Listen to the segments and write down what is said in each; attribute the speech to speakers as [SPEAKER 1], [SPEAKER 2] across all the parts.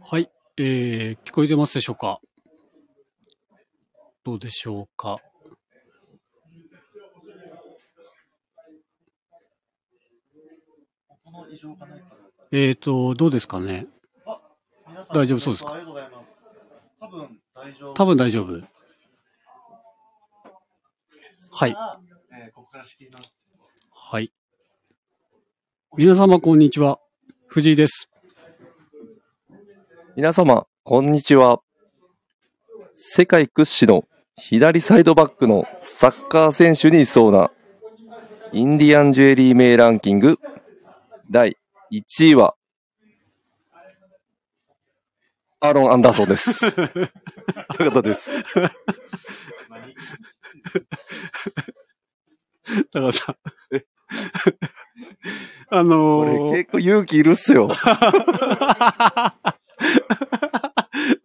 [SPEAKER 1] はい、えー、聞こえてますでしょうかどうでしょうか
[SPEAKER 2] この異常がないか
[SPEAKER 1] えーと、どうですかね
[SPEAKER 2] あ、皆さん
[SPEAKER 1] 大丈夫そうですか
[SPEAKER 2] ありがとうございます。多分大丈夫。
[SPEAKER 1] 多分大丈夫。はい。
[SPEAKER 2] えーここから仕切り直して。
[SPEAKER 1] はい。皆様、こんにちは。藤井です。
[SPEAKER 3] 皆様、こんにちは。世界屈指の左サイドバックのサッカー選手にいそうなインディアンジュエリー名ランキング第1位はアーロン・アンダーソンです。ということで
[SPEAKER 1] だ
[SPEAKER 3] す。
[SPEAKER 1] からさ、 あの
[SPEAKER 3] これ
[SPEAKER 1] ー、
[SPEAKER 3] 結構勇気いるっすよ。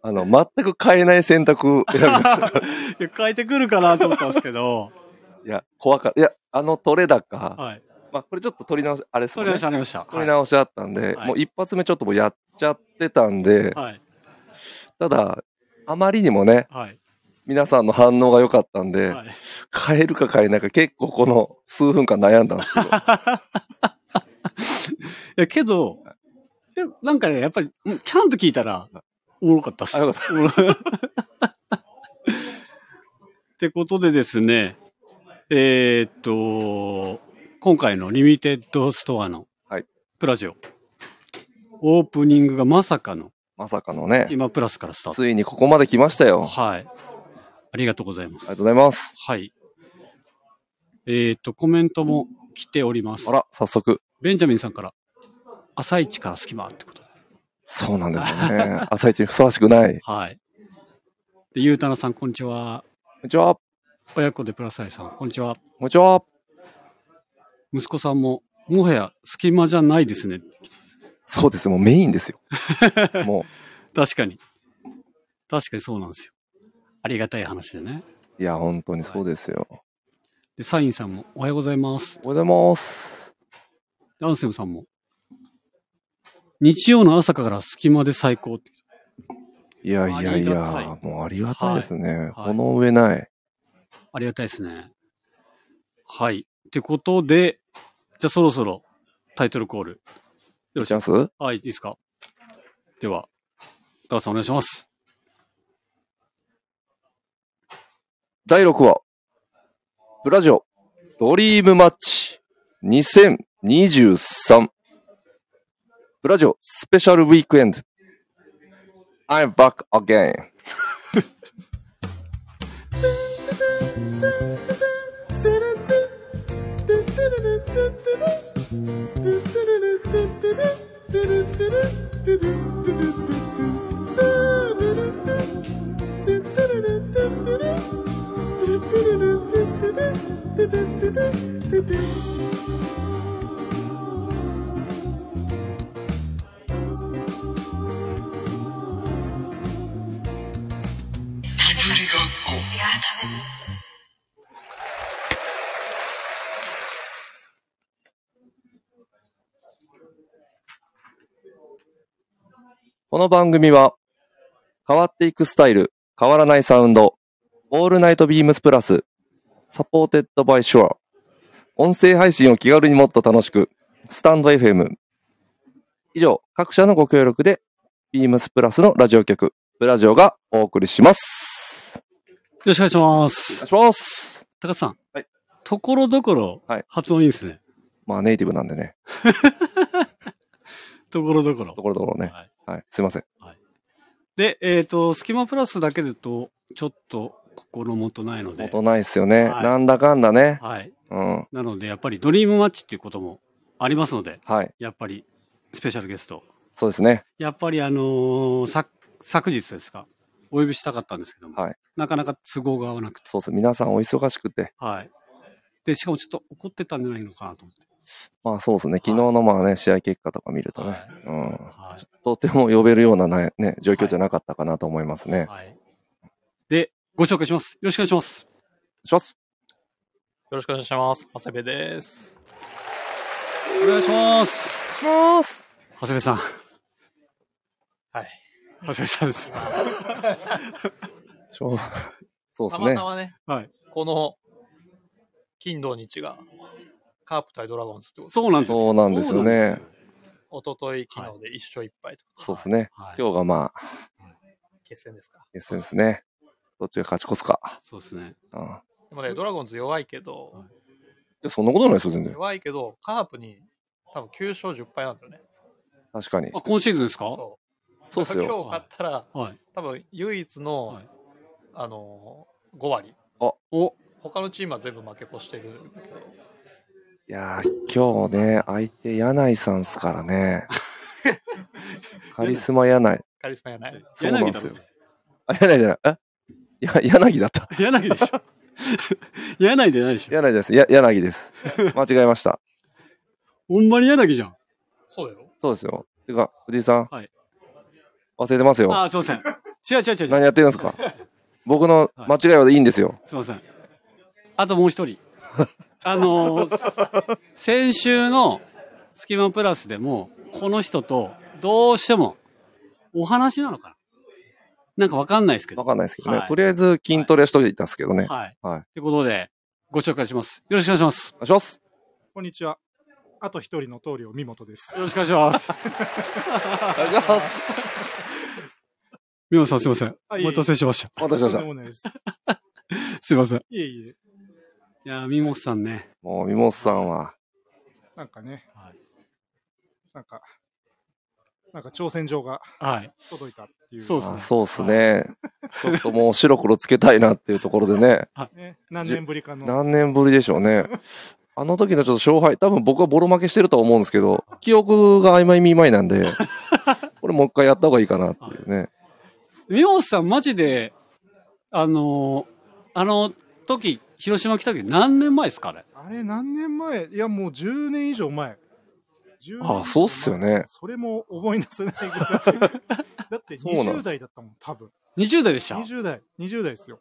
[SPEAKER 3] あの、全く変えない選択選びました。
[SPEAKER 1] いや変えてくるかなと思ったんですけど、
[SPEAKER 3] いや、怖かった。いや、あの取れ高。
[SPEAKER 1] はい。
[SPEAKER 3] まあ、これちょっと取り直し、あれです
[SPEAKER 1] そ
[SPEAKER 3] も
[SPEAKER 1] れ
[SPEAKER 3] んね
[SPEAKER 1] はしゃありました。
[SPEAKER 3] 取
[SPEAKER 1] は
[SPEAKER 3] り
[SPEAKER 1] い。
[SPEAKER 3] 直しあったんで、
[SPEAKER 1] はい
[SPEAKER 3] もう一発目ちょっともうやっちゃってたんで、
[SPEAKER 1] はい。
[SPEAKER 3] ただ、あまりにもね、
[SPEAKER 1] はい。
[SPEAKER 3] 皆さんの反応が良かったんで、
[SPEAKER 1] はい
[SPEAKER 3] 変えるか変えないか結構この数分間悩んだん ですけど、
[SPEAKER 1] いや、けど、いやなんかね、やっぱり、うんちゃんと聞いたら、おもろかったっす。
[SPEAKER 3] あよ
[SPEAKER 1] ってことでですね、えーっと、今回のリミテッドストアの
[SPEAKER 3] はい
[SPEAKER 1] プラジオ、オープニングがまさかの
[SPEAKER 3] まさかのね、
[SPEAKER 1] 今プラスからスター
[SPEAKER 3] ついにここまで来ました
[SPEAKER 1] ト。
[SPEAKER 3] よ。
[SPEAKER 1] はい。ありがとうございま
[SPEAKER 3] あり
[SPEAKER 1] す。
[SPEAKER 3] がとうございます。
[SPEAKER 1] はい。えーっと、コメントも来ております
[SPEAKER 3] あ。ら、早速。
[SPEAKER 1] ベンジャミンさんから、朝一から隙間ってことで。
[SPEAKER 3] そうなんですよ ね。朝一にふさわしくない。こ
[SPEAKER 1] はい。で、ゆうたなさん、こんにちは。
[SPEAKER 3] んにちは。こ
[SPEAKER 1] 親子でプラスアイさん、こんにちは。
[SPEAKER 3] んにちは。
[SPEAKER 1] 息子さんも、もはや隙間じゃないですね。
[SPEAKER 3] そうですね。もうメインですよ。も
[SPEAKER 1] 確かに。確かにそうなんですよ。ありがたい話でね。
[SPEAKER 3] う、いや、本当にそうですよ。おはよ
[SPEAKER 1] で、サインさんも、おはようございます。
[SPEAKER 3] うございます。
[SPEAKER 1] でアンセムさんも、日曜の朝から隙間で最高って。
[SPEAKER 3] いやいやい
[SPEAKER 1] ありが
[SPEAKER 3] や、もうありがたいですね。
[SPEAKER 1] はい
[SPEAKER 3] この上ない。
[SPEAKER 1] ありがたいですね。はい。ってことで、じゃあそろそろタイトルコール。よろし
[SPEAKER 3] チ
[SPEAKER 1] い
[SPEAKER 3] ャ
[SPEAKER 1] で
[SPEAKER 3] ン
[SPEAKER 1] す
[SPEAKER 3] ス
[SPEAKER 1] かはい、いいですかでは、ダーさんお願いします。
[SPEAKER 3] 第6話、ブラジオ、ドリームマッチ2023。ブラジオ、スペシャルウィークエンド。I'm back again. この番組は、変わっていくスタイル、変わらないサウンド、オールナイトビームスプラス、サポーテッドバイショア、音声配信を気軽にもっと楽しく、スタンド FM。以上、各社のご協力で、ビームスプラスのラジオ局、ブラジオがお送りします。
[SPEAKER 1] よろしくお願いしま
[SPEAKER 3] お願い
[SPEAKER 1] す。
[SPEAKER 3] します。
[SPEAKER 1] 高田さん。
[SPEAKER 3] はい
[SPEAKER 1] ところどころ
[SPEAKER 3] はい、
[SPEAKER 1] 発音いいですね。
[SPEAKER 3] まあ、ネイティブなんでね、
[SPEAKER 1] ところどころ
[SPEAKER 3] と。ころどころね。
[SPEAKER 1] はい
[SPEAKER 3] はい、すいません。
[SPEAKER 1] で、えっ、と、スキマプラスだけでと、ちょっと心もとないので。
[SPEAKER 3] 元ないっすよね。
[SPEAKER 1] はい
[SPEAKER 3] なんだかんだね。
[SPEAKER 1] はい。
[SPEAKER 3] うん。
[SPEAKER 1] なので、やっぱりドリームマッチっていうこともありますので、
[SPEAKER 3] はい、
[SPEAKER 1] やっぱりスペシャルゲスト。
[SPEAKER 3] そうですね。
[SPEAKER 1] やっぱりあのー昨昨日ですか、お呼びしたかったんですけども、
[SPEAKER 3] はい
[SPEAKER 1] なかなか都合が合わなくて、
[SPEAKER 3] そうです。皆さんお忙しくて。
[SPEAKER 1] はい。で、しかもちょっと怒ってたんじゃないのかなと思って。
[SPEAKER 3] まあそうですね。昨日のまあね、試合結果とか見るとね、うん。
[SPEAKER 1] はい。
[SPEAKER 3] とても呼べるようななね、状況じゃなかったかなと思いますね。
[SPEAKER 1] はい。ご紹介します。よろしくお願いします。
[SPEAKER 3] します。
[SPEAKER 4] よろしくお願いします。長谷部です。
[SPEAKER 1] お願いします。
[SPEAKER 3] します。
[SPEAKER 1] 長谷部さん。
[SPEAKER 4] はい。
[SPEAKER 1] 長谷部さんです。
[SPEAKER 3] しょうそうで
[SPEAKER 4] た
[SPEAKER 3] す
[SPEAKER 4] ま
[SPEAKER 3] ね
[SPEAKER 4] た。まね、
[SPEAKER 1] はい。
[SPEAKER 4] この、金土日が、カープ対ドラゴンズってこと
[SPEAKER 1] そうなんです。
[SPEAKER 3] そうなんです
[SPEAKER 1] そ
[SPEAKER 3] よね
[SPEAKER 1] うなんですよ
[SPEAKER 4] おととい、昨日で一勝一敗と
[SPEAKER 3] そうですね。
[SPEAKER 1] はい。
[SPEAKER 3] 今日がまあ、
[SPEAKER 4] 決戦ですか。
[SPEAKER 3] 決戦ですね。どっちが勝ち越すか。
[SPEAKER 1] そうですね。
[SPEAKER 3] うん。
[SPEAKER 4] でもね、ドラゴンズ弱いけど、
[SPEAKER 3] いやそんなことないですよ、全然。
[SPEAKER 4] 弱いけど、カープに多分9勝10敗なんだよね。
[SPEAKER 3] 確かに。
[SPEAKER 1] あ、今シーズンですか
[SPEAKER 4] そう。
[SPEAKER 3] そうっすよ
[SPEAKER 4] だから今日勝ったら、
[SPEAKER 1] はい。
[SPEAKER 4] 多分唯一の、
[SPEAKER 1] はい
[SPEAKER 4] あのー、5割。
[SPEAKER 1] お、
[SPEAKER 4] 他のチームは全部負け越してるけど。
[SPEAKER 3] いやー、今日ね、相手、柳井さんっすから ね。カリスマ柳井。
[SPEAKER 4] カリスマやない。
[SPEAKER 3] そうなん
[SPEAKER 1] 柳
[SPEAKER 3] で
[SPEAKER 1] 田
[SPEAKER 3] す
[SPEAKER 1] で
[SPEAKER 3] よ
[SPEAKER 1] す。。
[SPEAKER 3] あ、柳井じゃない。えや柳だった。
[SPEAKER 1] 柳でしょ。 柳でないでしょ。
[SPEAKER 3] 柳井じゃないです。や柳です。間違えました。
[SPEAKER 1] ほんまに柳じゃん。
[SPEAKER 4] そうだよ。
[SPEAKER 3] そうですよ。てか、藤井さん。
[SPEAKER 1] はい
[SPEAKER 3] 忘れてますよ。
[SPEAKER 1] あ、すいません。違う違う違う違う。
[SPEAKER 3] 何やってるんですか僕の間違いはいいんですよ。
[SPEAKER 1] すいません。あともう一人。あのー先週のスキマプラスでも、この人とどうしてもお話なのかななんかわかんないですけ
[SPEAKER 3] わ
[SPEAKER 1] ど。
[SPEAKER 3] かんないですけどね。
[SPEAKER 1] はい
[SPEAKER 3] とりあえず筋トレしといたんですけどね。
[SPEAKER 1] はい。
[SPEAKER 3] はい
[SPEAKER 1] ってことで、ご紹介します。よろしくお願いします。
[SPEAKER 3] お願いします。
[SPEAKER 5] こんにちは。あと一人の棟梁、三本です。
[SPEAKER 1] よろしくお願いし ます。
[SPEAKER 3] お願いします。
[SPEAKER 1] み本さんすいません。
[SPEAKER 5] あ
[SPEAKER 1] お
[SPEAKER 5] いえいえ
[SPEAKER 1] 待たせしました。
[SPEAKER 3] お待たせしました。
[SPEAKER 5] とんでもないです。
[SPEAKER 1] すいません。い
[SPEAKER 5] いえいえ、
[SPEAKER 1] やー、みもさんね。
[SPEAKER 3] もう、ミモスさんは、
[SPEAKER 5] なんかね、
[SPEAKER 1] はい
[SPEAKER 5] なんか、なんか挑戦状が
[SPEAKER 1] はい。
[SPEAKER 5] 届いたっていう。
[SPEAKER 1] そうです
[SPEAKER 3] あ
[SPEAKER 1] ね。
[SPEAKER 3] そうっすね。ちょっともう白黒つけたいなっていうところでね。
[SPEAKER 5] ね、何年ぶりかの。
[SPEAKER 3] 何年ぶりでしょうね。あの時のちょっと勝敗、多分僕はボロ負けしてるとは思うんですけど、記憶が曖昧見舞いなんで、これもう一回やった方がいいかなっていうね。
[SPEAKER 1] みもさんマジで、あのーあの時、広島来た時何年前ですかあれ。
[SPEAKER 5] あれ、何年前いや、もう10年以上前。10年
[SPEAKER 3] ああそうっすよね
[SPEAKER 5] それも思い出せないぐらい。だって
[SPEAKER 3] そうなんで
[SPEAKER 5] 20
[SPEAKER 3] す
[SPEAKER 5] 代だったもん、多分。
[SPEAKER 1] 20代でした。
[SPEAKER 5] 20代、20代ですよ。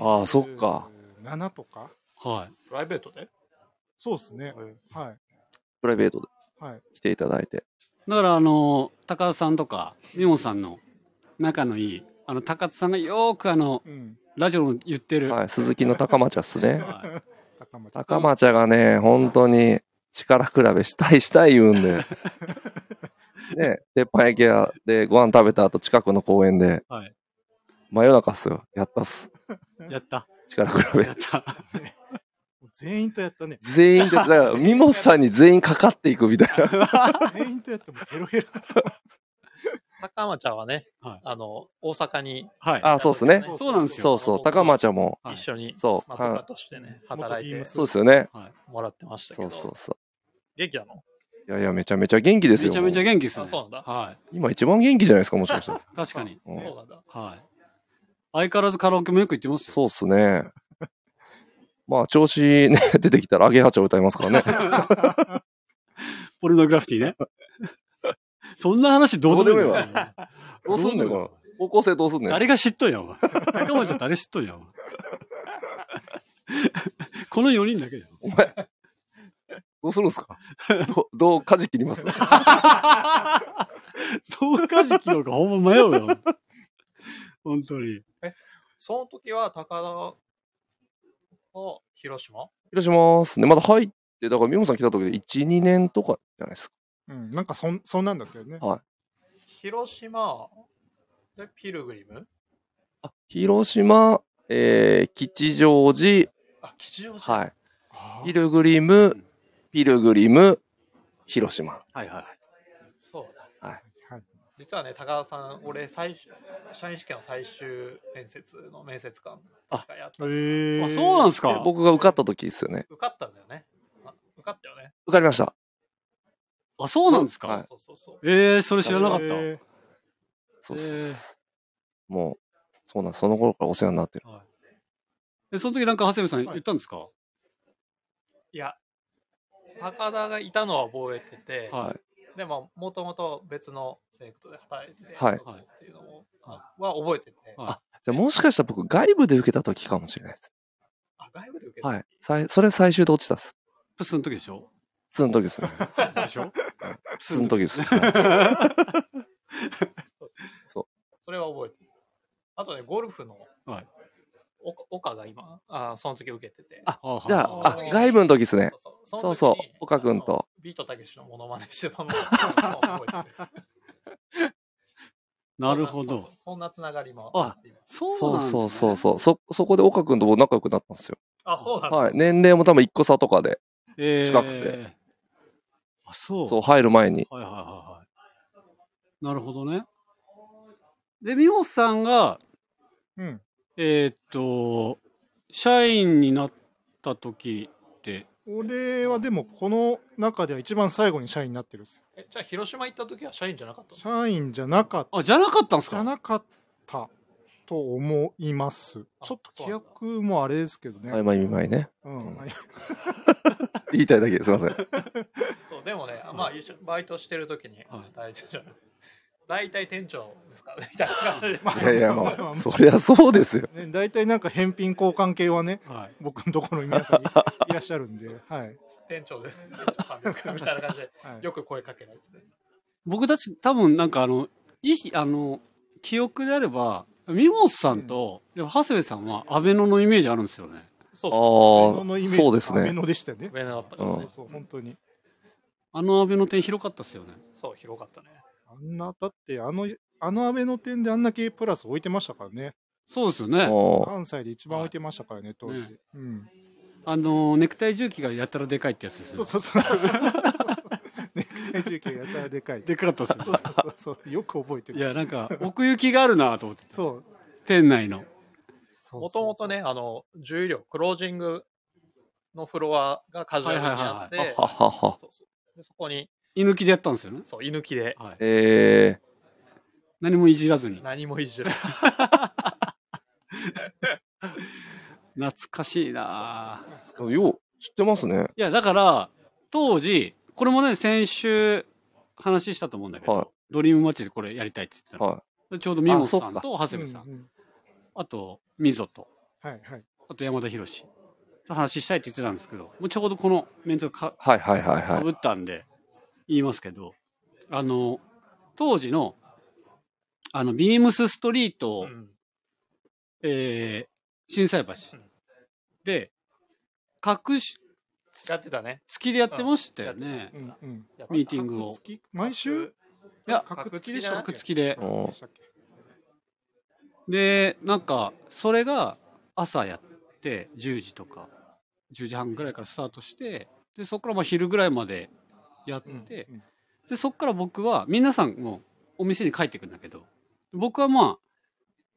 [SPEAKER 3] ああそっか。
[SPEAKER 5] 7とか
[SPEAKER 1] はい。
[SPEAKER 4] プライベートで
[SPEAKER 5] そうですね。は
[SPEAKER 3] プライベートで
[SPEAKER 5] い。はい。
[SPEAKER 3] 来ていただいて。
[SPEAKER 1] だからあの高田さんとか美門さんの仲のいいあの高田さんがよーくあの
[SPEAKER 5] うん。
[SPEAKER 1] ラジオで言ってる、
[SPEAKER 3] はい、鈴木の高町ゃっすね。
[SPEAKER 1] は
[SPEAKER 5] 高松。
[SPEAKER 3] 高町ゃがね、本当に力比べしたいしたい言うん で。ね、鉄板焼き屋でご飯食べた後近くの公園で、
[SPEAKER 1] はい
[SPEAKER 3] 真夜中っすよ。やったっす。
[SPEAKER 1] いやった
[SPEAKER 3] 力比べ。
[SPEAKER 1] や。った
[SPEAKER 5] 全員とやったね
[SPEAKER 3] 全員で、だ から、ミモさんに全員かかっていくみたいな。
[SPEAKER 5] 全員とやってもヘロヘロ。
[SPEAKER 4] 高浜ちゃんはね、
[SPEAKER 1] はい
[SPEAKER 4] あの、大阪に。
[SPEAKER 1] はい
[SPEAKER 3] あ、そうっすね。
[SPEAKER 1] そうなんですよ
[SPEAKER 3] そうそう、高町ゃも、
[SPEAKER 1] はい
[SPEAKER 4] 一緒に、
[SPEAKER 3] そう、
[SPEAKER 4] まあ、
[SPEAKER 3] かん
[SPEAKER 4] 部下としてね、働い
[SPEAKER 5] 元
[SPEAKER 4] て
[SPEAKER 5] Beams
[SPEAKER 3] そうですよね。
[SPEAKER 4] もらってましたけ
[SPEAKER 3] そ
[SPEAKER 4] ど。
[SPEAKER 3] うそうそ
[SPEAKER 4] 元気なの
[SPEAKER 3] う。いやいや、めちゃめちゃ元気ですよ。
[SPEAKER 1] めちゃめちゃ
[SPEAKER 3] も
[SPEAKER 1] 元気ですね
[SPEAKER 4] あそうなんだ
[SPEAKER 1] は
[SPEAKER 3] う今一番元気じゃないですか、もしか したら。
[SPEAKER 1] い確かに
[SPEAKER 3] うん
[SPEAKER 4] そうなんだ。
[SPEAKER 1] はい相変わらずカラオケもよく行ってますよ
[SPEAKER 3] そうっすね。まあ、調子ね、出てきたら、アゲハチョウ歌いますからね。
[SPEAKER 1] ポルノグラフィティね そんな話どうでもいい
[SPEAKER 3] どうでもい
[SPEAKER 1] わ
[SPEAKER 3] い
[SPEAKER 1] どうすんのよ
[SPEAKER 3] これ高校生どうすんねん。
[SPEAKER 1] 誰が知っとんやお前高松ちゃん誰知っとんやお前この4人だけだよ
[SPEAKER 3] お前、どうするんす かどどう舵切ります
[SPEAKER 1] 東海時期のかほんま迷うよ。本当に。
[SPEAKER 4] その時は、高田を広島
[SPEAKER 3] 広島っすね。まだ入って、だから、ミモさん来た時で1、2年とかじゃないですか。
[SPEAKER 5] うん、なんかそんそんなんだったよね。
[SPEAKER 4] 広島でピルグリム
[SPEAKER 3] 広島、えー、吉祥寺、
[SPEAKER 4] あ、吉祥寺。
[SPEAKER 3] はい。
[SPEAKER 5] あ
[SPEAKER 3] ピルグリム、ピルグリム、広島。
[SPEAKER 1] はいはい。
[SPEAKER 4] そうだ。
[SPEAKER 5] はい、
[SPEAKER 4] 実はね、高田さん、俺、最終、社員試験の最終面接の面接官がやっ
[SPEAKER 5] え
[SPEAKER 4] た。
[SPEAKER 5] ー、
[SPEAKER 1] あ、そうなん
[SPEAKER 5] す
[SPEAKER 1] すか。
[SPEAKER 3] 僕が受かった時ですよね。
[SPEAKER 4] 受かったんだよね。あ受かったよね。
[SPEAKER 3] 受かりました。
[SPEAKER 1] あ、そうなんですか。
[SPEAKER 3] はい
[SPEAKER 4] そうそうそう。
[SPEAKER 1] ええー、それ知らなかった。え
[SPEAKER 3] そうそうそう。
[SPEAKER 1] え
[SPEAKER 3] もう、そうなんその頃からお世話になってる。
[SPEAKER 1] その時なんか長谷部さん言ったんですか。
[SPEAKER 4] いや、高田がいたのは覚えてて、
[SPEAKER 1] はい
[SPEAKER 4] でも、もともと別のセレクトで働いてて、
[SPEAKER 3] はい
[SPEAKER 4] とかっていうのも、あは覚えてて、
[SPEAKER 1] はい
[SPEAKER 3] じゃあもしかしたら僕、外部で受けた時かもしれないです。
[SPEAKER 4] あ、外部で受けた。
[SPEAKER 3] はい。さいそれ最終で落ちたっす。
[SPEAKER 1] プスの時でしょ
[SPEAKER 3] 普通の時ですね。
[SPEAKER 1] でしょ
[SPEAKER 3] 普通の時 です。
[SPEAKER 4] それは覚えてる。あとね、ゴルフの、
[SPEAKER 1] はい
[SPEAKER 4] 岡岡が今、あその時受けて
[SPEAKER 3] じ
[SPEAKER 4] て。
[SPEAKER 3] ゃ
[SPEAKER 4] は
[SPEAKER 3] あ、
[SPEAKER 4] い
[SPEAKER 3] あ、外部の時ですね。
[SPEAKER 4] そう
[SPEAKER 3] そう
[SPEAKER 4] そ
[SPEAKER 3] そうう
[SPEAKER 4] の時に
[SPEAKER 3] 岡君と
[SPEAKER 4] あのビートたけしのモノマネしてたの覚えてる
[SPEAKER 1] なるほど。
[SPEAKER 4] そんなつながりも
[SPEAKER 1] あ
[SPEAKER 4] っています
[SPEAKER 1] そう
[SPEAKER 3] そ
[SPEAKER 1] な
[SPEAKER 3] うん
[SPEAKER 1] です、ね、
[SPEAKER 3] そうそうそう。そ、そこで岡君と僕仲良くなったんですよ。
[SPEAKER 4] あ、そうなんだ。
[SPEAKER 3] はい。年齢も多分1個差とかで、
[SPEAKER 1] えー
[SPEAKER 3] 近くて。
[SPEAKER 1] あ、そう。
[SPEAKER 3] そう、入る前に。
[SPEAKER 1] はいはいはいはい。なるほどね。で、美穂さんが、
[SPEAKER 5] うん。
[SPEAKER 1] えーっと、社員になった時って、
[SPEAKER 5] 俺はでもこ の中では一番最後に社員になってるっす。
[SPEAKER 4] えじゃあ、広島行った時は社員じゃなかったの
[SPEAKER 5] 社員じゃなかっ
[SPEAKER 1] あ、じゃなかったんです
[SPEAKER 5] た。じ
[SPEAKER 1] か
[SPEAKER 5] ゃなかったと思います。
[SPEAKER 4] あ
[SPEAKER 5] ちょっと
[SPEAKER 4] そう
[SPEAKER 5] 記
[SPEAKER 4] なんだ
[SPEAKER 5] 憶もあれですけどね。
[SPEAKER 3] 曖昧見舞いね。
[SPEAKER 5] うん。
[SPEAKER 3] 言いたいだけですいません。
[SPEAKER 4] そう、でもね、あまあ、一緒バイトしてる時に、
[SPEAKER 1] はい
[SPEAKER 4] 大体じゃない大体店長ですかみたいな感じで。
[SPEAKER 5] まあ
[SPEAKER 3] いやいや、
[SPEAKER 5] まあま
[SPEAKER 3] ま
[SPEAKER 5] あ
[SPEAKER 3] あ、そりゃそうですよ。
[SPEAKER 5] ね、大体なんか返品交換系はね、
[SPEAKER 1] はい。
[SPEAKER 5] 僕のところに皆さんいいらっしゃるんで、はい。
[SPEAKER 4] 店長で、店長さんですかみたいな 感じで、
[SPEAKER 5] はい、
[SPEAKER 4] よく声かけられてて。
[SPEAKER 1] 僕たち、多分なんかあの、いいあの、記憶であれば、美穂さんと、でも長谷部さんはアベノのイメージあるんですよね。
[SPEAKER 4] そ
[SPEAKER 3] あ
[SPEAKER 4] う
[SPEAKER 3] あ
[SPEAKER 4] そう。、
[SPEAKER 3] そうです
[SPEAKER 5] アメ
[SPEAKER 3] ね。
[SPEAKER 5] ノでしたよね。
[SPEAKER 4] 上野だったか
[SPEAKER 5] そ
[SPEAKER 4] ら
[SPEAKER 5] う
[SPEAKER 4] ね
[SPEAKER 5] そうそう、本当に。
[SPEAKER 1] あのアベノ店広かったっすよね。
[SPEAKER 4] そう、広かったね。
[SPEAKER 5] あんな、だってあの、あのアベノ店であんだけプラス置いてましたからね。
[SPEAKER 1] そうですよね。
[SPEAKER 3] も
[SPEAKER 5] 関西で一番置いてましたからね、当時。
[SPEAKER 1] ね
[SPEAKER 5] うん。
[SPEAKER 1] あの、ネクタイ重機がやたらでかいってやつです
[SPEAKER 5] そ
[SPEAKER 1] よ
[SPEAKER 5] う
[SPEAKER 1] ね。
[SPEAKER 5] そうそう。 ネクタイ重機がやたらでかい。
[SPEAKER 1] でかかったっすよ
[SPEAKER 5] そ
[SPEAKER 1] ね。
[SPEAKER 5] うそうそうそう。よく覚えて
[SPEAKER 1] い
[SPEAKER 5] る。
[SPEAKER 1] や、なんか、奥行きがあるなと思ってて、
[SPEAKER 5] そう。
[SPEAKER 1] 店内の。
[SPEAKER 4] もともとね、あの、重量、クロージングのフロアがカジュアルにあって、
[SPEAKER 1] は
[SPEAKER 3] う、ははは。
[SPEAKER 4] そうそうでそこに、
[SPEAKER 1] 居抜きでやったんですよね。
[SPEAKER 4] そう、居抜きで
[SPEAKER 1] はい。
[SPEAKER 3] え
[SPEAKER 1] 何もいじらずに。
[SPEAKER 4] 何もいじる。
[SPEAKER 1] 懐かしいなぁ
[SPEAKER 3] ー、よう、知ってますね。
[SPEAKER 1] いや、だから、当時、これもね、先週話したと思うんだけど、
[SPEAKER 3] はい
[SPEAKER 1] ドリームマッチでこれやりたいって言ってたの。
[SPEAKER 3] は
[SPEAKER 1] でちょうどミモさ
[SPEAKER 3] あ
[SPEAKER 1] ん
[SPEAKER 3] そっ
[SPEAKER 1] と長谷部さん、
[SPEAKER 5] うう
[SPEAKER 1] あと、ミゾと、
[SPEAKER 5] はいはい。
[SPEAKER 1] あと山田博士と話したいって言ってたんですけど、もうちょうどこのメンツがか
[SPEAKER 3] い。はいはいはいは
[SPEAKER 1] か
[SPEAKER 3] い
[SPEAKER 1] ぶ。ったんで、言いますけど、あの、当時の、あの、ビームスストリートを、
[SPEAKER 4] うん
[SPEAKER 1] えー、震災橋
[SPEAKER 4] うん
[SPEAKER 1] で、各種、
[SPEAKER 4] やってたね。
[SPEAKER 1] 月でやってましたよね。
[SPEAKER 5] うんうん。
[SPEAKER 4] やっ
[SPEAKER 1] ミーティングを
[SPEAKER 5] 格付き毎週
[SPEAKER 1] いや
[SPEAKER 5] 格付きでし
[SPEAKER 4] 格ィン
[SPEAKER 5] たっ
[SPEAKER 4] グ
[SPEAKER 5] け
[SPEAKER 1] くっつきで。
[SPEAKER 3] うん
[SPEAKER 5] そうでしたっけ
[SPEAKER 1] で、なんか、それが朝やって、10時とか、10時半ぐらいからスタートして、で、そこからまあ昼ぐらいまでやって、
[SPEAKER 4] うん
[SPEAKER 1] で、
[SPEAKER 5] うん
[SPEAKER 1] そこから僕は、皆さんもお店に帰ってくんだけど、僕はまあ、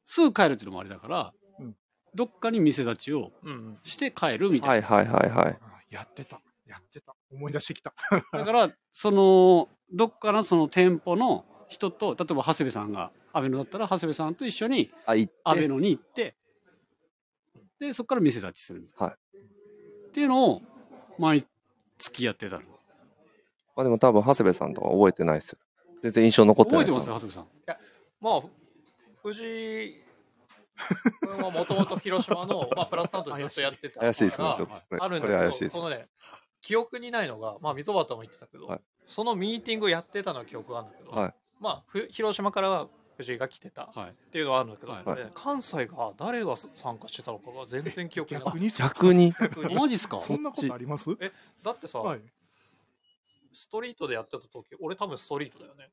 [SPEAKER 1] すぐ帰るっていうのもあれだから、
[SPEAKER 5] うん
[SPEAKER 1] どっかに店立ちを
[SPEAKER 4] うんうん。
[SPEAKER 1] して帰るみたいな。
[SPEAKER 3] はいはいはいはい。
[SPEAKER 5] あやってた。やってた。思い出して きた。
[SPEAKER 1] だから、その、どっかのその店舗の人と、例えば長谷部さんが、アベノだったら長谷部さんと一緒に
[SPEAKER 3] あ、行
[SPEAKER 1] ア
[SPEAKER 3] っ
[SPEAKER 1] ベ
[SPEAKER 3] て。
[SPEAKER 1] ノに行って、で、そこから店立ちするみたいな。
[SPEAKER 3] はい
[SPEAKER 1] っていうのを、毎月やってたの。
[SPEAKER 3] まあでも多分、長谷部さんとか覚えてないですよ。全然印象残ってな
[SPEAKER 1] 覚え
[SPEAKER 3] い
[SPEAKER 1] て
[SPEAKER 3] で
[SPEAKER 1] ますす長
[SPEAKER 3] よ。
[SPEAKER 1] 谷部さん。
[SPEAKER 4] まあ、ふ藤井君はもともと広島の、まあ、プラス担当でずっとやってたか
[SPEAKER 3] 怪
[SPEAKER 4] ら。
[SPEAKER 3] しいですね、ちょっと。
[SPEAKER 4] あるん
[SPEAKER 3] こ
[SPEAKER 4] だ
[SPEAKER 3] れ怪しい
[SPEAKER 4] け
[SPEAKER 3] で
[SPEAKER 4] ど、
[SPEAKER 3] す
[SPEAKER 4] そ。のね、記憶にないのが、まあ、溝端も言ってたけど、
[SPEAKER 3] はい
[SPEAKER 4] そのミーティングをやってたのは記憶があるんだけど、
[SPEAKER 3] はい
[SPEAKER 4] まあ、ふ広島からは藤井が来てたっ
[SPEAKER 1] はい。
[SPEAKER 4] ていうのはあるんだけど、
[SPEAKER 1] はい
[SPEAKER 4] これね関西が誰が参加してたのかが全然記憶にな
[SPEAKER 5] 逆
[SPEAKER 4] い。
[SPEAKER 5] にそ
[SPEAKER 3] 逆に。
[SPEAKER 4] 逆に
[SPEAKER 1] マジっすか
[SPEAKER 5] そんなことあります
[SPEAKER 4] だってさ、
[SPEAKER 5] はい。
[SPEAKER 4] ストリートでやってた時、俺多分ストリートだよね。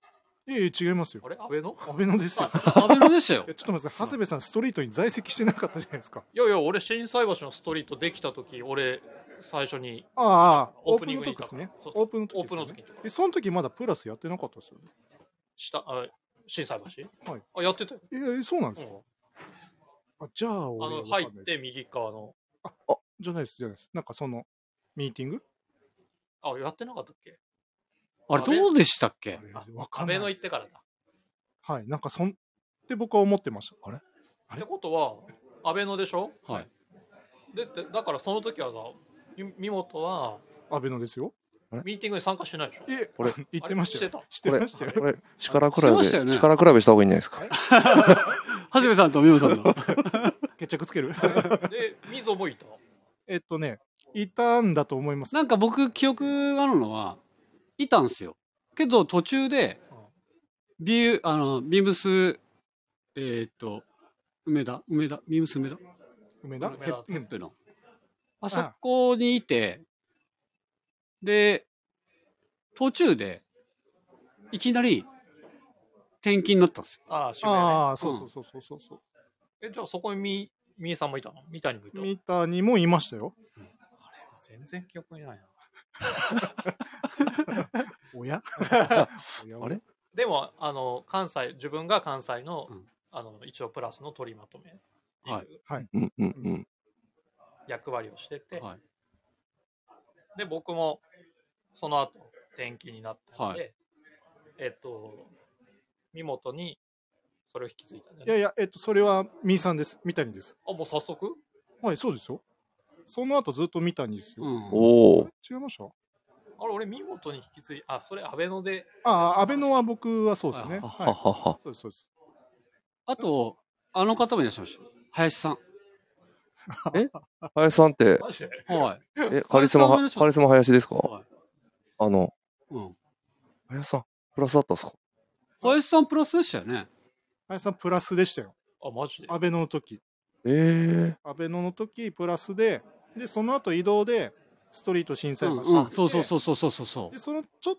[SPEAKER 5] いえいえ、違いますよ
[SPEAKER 4] あ。れ安倍の
[SPEAKER 5] アベノですよ。
[SPEAKER 1] アベノでしたよ
[SPEAKER 5] いや。ちょっと待ってください長谷部さん、ストリートに在籍してなかったじゃないですか。
[SPEAKER 4] いやいや、俺、心斎橋のストリートできた時、俺、最初に
[SPEAKER 5] ああああ、
[SPEAKER 4] オー
[SPEAKER 5] オー
[SPEAKER 4] プ
[SPEAKER 5] プ
[SPEAKER 4] ニ
[SPEAKER 5] ン
[SPEAKER 4] ン
[SPEAKER 5] の
[SPEAKER 4] グにい
[SPEAKER 5] 時
[SPEAKER 4] た
[SPEAKER 5] ですね。
[SPEAKER 4] そうそう
[SPEAKER 5] オープンの時
[SPEAKER 4] オー
[SPEAKER 5] で
[SPEAKER 4] プ
[SPEAKER 5] す
[SPEAKER 4] ンの
[SPEAKER 5] よ
[SPEAKER 4] 時
[SPEAKER 5] ね。
[SPEAKER 4] にとか
[SPEAKER 5] え、その時まだプラスやってなかったですよね。
[SPEAKER 4] した、あ心斎橋、
[SPEAKER 5] はい
[SPEAKER 4] あ、やってたよ。
[SPEAKER 5] え、そうなん
[SPEAKER 4] う
[SPEAKER 5] で
[SPEAKER 4] ん
[SPEAKER 5] すか。あじゃあ、
[SPEAKER 4] あ
[SPEAKER 5] 俺
[SPEAKER 4] の
[SPEAKER 5] わかん
[SPEAKER 4] 入
[SPEAKER 5] ないです
[SPEAKER 4] って右側の、
[SPEAKER 5] じゃないです、じゃないです。なんかその、ミーティング
[SPEAKER 4] あ、やってなかったっけ
[SPEAKER 1] あれ、どうでしたっけ
[SPEAKER 5] あれ
[SPEAKER 4] あ
[SPEAKER 5] わか
[SPEAKER 4] 安
[SPEAKER 5] ん
[SPEAKER 4] 倍
[SPEAKER 5] ない
[SPEAKER 4] の
[SPEAKER 5] で
[SPEAKER 4] 行っ
[SPEAKER 5] す。
[SPEAKER 4] てからだ。
[SPEAKER 5] はい、なんかそん、って僕は思ってました。あれ
[SPEAKER 4] ってことは、安倍のでしょ
[SPEAKER 1] はい。
[SPEAKER 4] で、でだからその時はさ、み身元は、
[SPEAKER 5] アベノですよ。
[SPEAKER 3] あれ
[SPEAKER 4] ミーティングに参加してないでしょ
[SPEAKER 5] え、
[SPEAKER 3] これ
[SPEAKER 5] 言ってましたよ。し
[SPEAKER 3] こ
[SPEAKER 5] て
[SPEAKER 3] れ、
[SPEAKER 5] ましたよ。
[SPEAKER 3] これ、力比
[SPEAKER 1] しましたよ
[SPEAKER 3] べ、
[SPEAKER 1] ね
[SPEAKER 3] 力比べした方がいいんじゃないですか。
[SPEAKER 1] はじめさんとみもさん の。
[SPEAKER 5] 決着つける
[SPEAKER 4] で、溝もいた。
[SPEAKER 5] えっとね、いたんだと思います。
[SPEAKER 1] なんか僕、記憶があるのは、いたんすよ。けど、途中で、ビュー、あの、ビームス、えーっと、梅田梅田ビームス梅田
[SPEAKER 5] 梅田
[SPEAKER 4] 梅田
[SPEAKER 5] えうん
[SPEAKER 1] ペの。あそこにいて、で、途中で、いきなり、転勤になったんですよ。
[SPEAKER 4] ああ、渋谷、ね。
[SPEAKER 5] ああ、そうそうそうそうそうそう。
[SPEAKER 4] え、じゃあそこにみ、みーさんもいたのみたにもいたの
[SPEAKER 5] 三谷もいましたよ。
[SPEAKER 4] 全然記憶にないな。
[SPEAKER 5] おやおやおや
[SPEAKER 3] あれ
[SPEAKER 4] でも、あの、関西、自分が関西の、
[SPEAKER 1] うん
[SPEAKER 4] あの、一応プラスの取りまとめ。。
[SPEAKER 1] はい
[SPEAKER 3] うんうんうん。
[SPEAKER 4] 役割をしてて、
[SPEAKER 1] はい。
[SPEAKER 4] で、僕も、その後、転勤になったんで、
[SPEAKER 1] は
[SPEAKER 4] えっと、身元に、それを引き継いだんだ
[SPEAKER 5] い
[SPEAKER 4] よ
[SPEAKER 5] や
[SPEAKER 4] ね。
[SPEAKER 5] いや、えっと、それは三さんです。三谷です。
[SPEAKER 4] あ、もう早速
[SPEAKER 5] はい、そうですよ。その後ずっと三谷ですよ。
[SPEAKER 1] うん。
[SPEAKER 3] おお。
[SPEAKER 5] 違いました
[SPEAKER 4] あれ、俺、身元に引き継い、あ、それ、安倍ので、
[SPEAKER 5] ああ、安倍のは僕はそうですね。
[SPEAKER 3] は
[SPEAKER 5] は。
[SPEAKER 3] はいはは。
[SPEAKER 5] そうです、そうです。
[SPEAKER 1] あと、あの方もいらっしゃいました。林さん。
[SPEAKER 3] 林さんって、
[SPEAKER 4] マジで
[SPEAKER 1] はい。
[SPEAKER 3] え、カリスマ
[SPEAKER 1] 林さんもいらっしゃ
[SPEAKER 3] は、
[SPEAKER 1] る
[SPEAKER 3] カリスマ林ですか
[SPEAKER 1] はい。
[SPEAKER 3] あの、
[SPEAKER 1] うん。
[SPEAKER 3] 林さん、プラスだったんですか
[SPEAKER 1] 林さんプラスでしたよね。
[SPEAKER 5] 林さん、プラスでしたよ。
[SPEAKER 4] あ、マジで
[SPEAKER 5] 安倍の時。
[SPEAKER 3] ええー。
[SPEAKER 5] 安倍のの時、プラスで、で、その後移動で、ストリート震
[SPEAKER 1] う
[SPEAKER 5] 災
[SPEAKER 1] ん
[SPEAKER 5] 橋、
[SPEAKER 1] うん。そうそうそうそうそうそう
[SPEAKER 5] で、。そのちょっ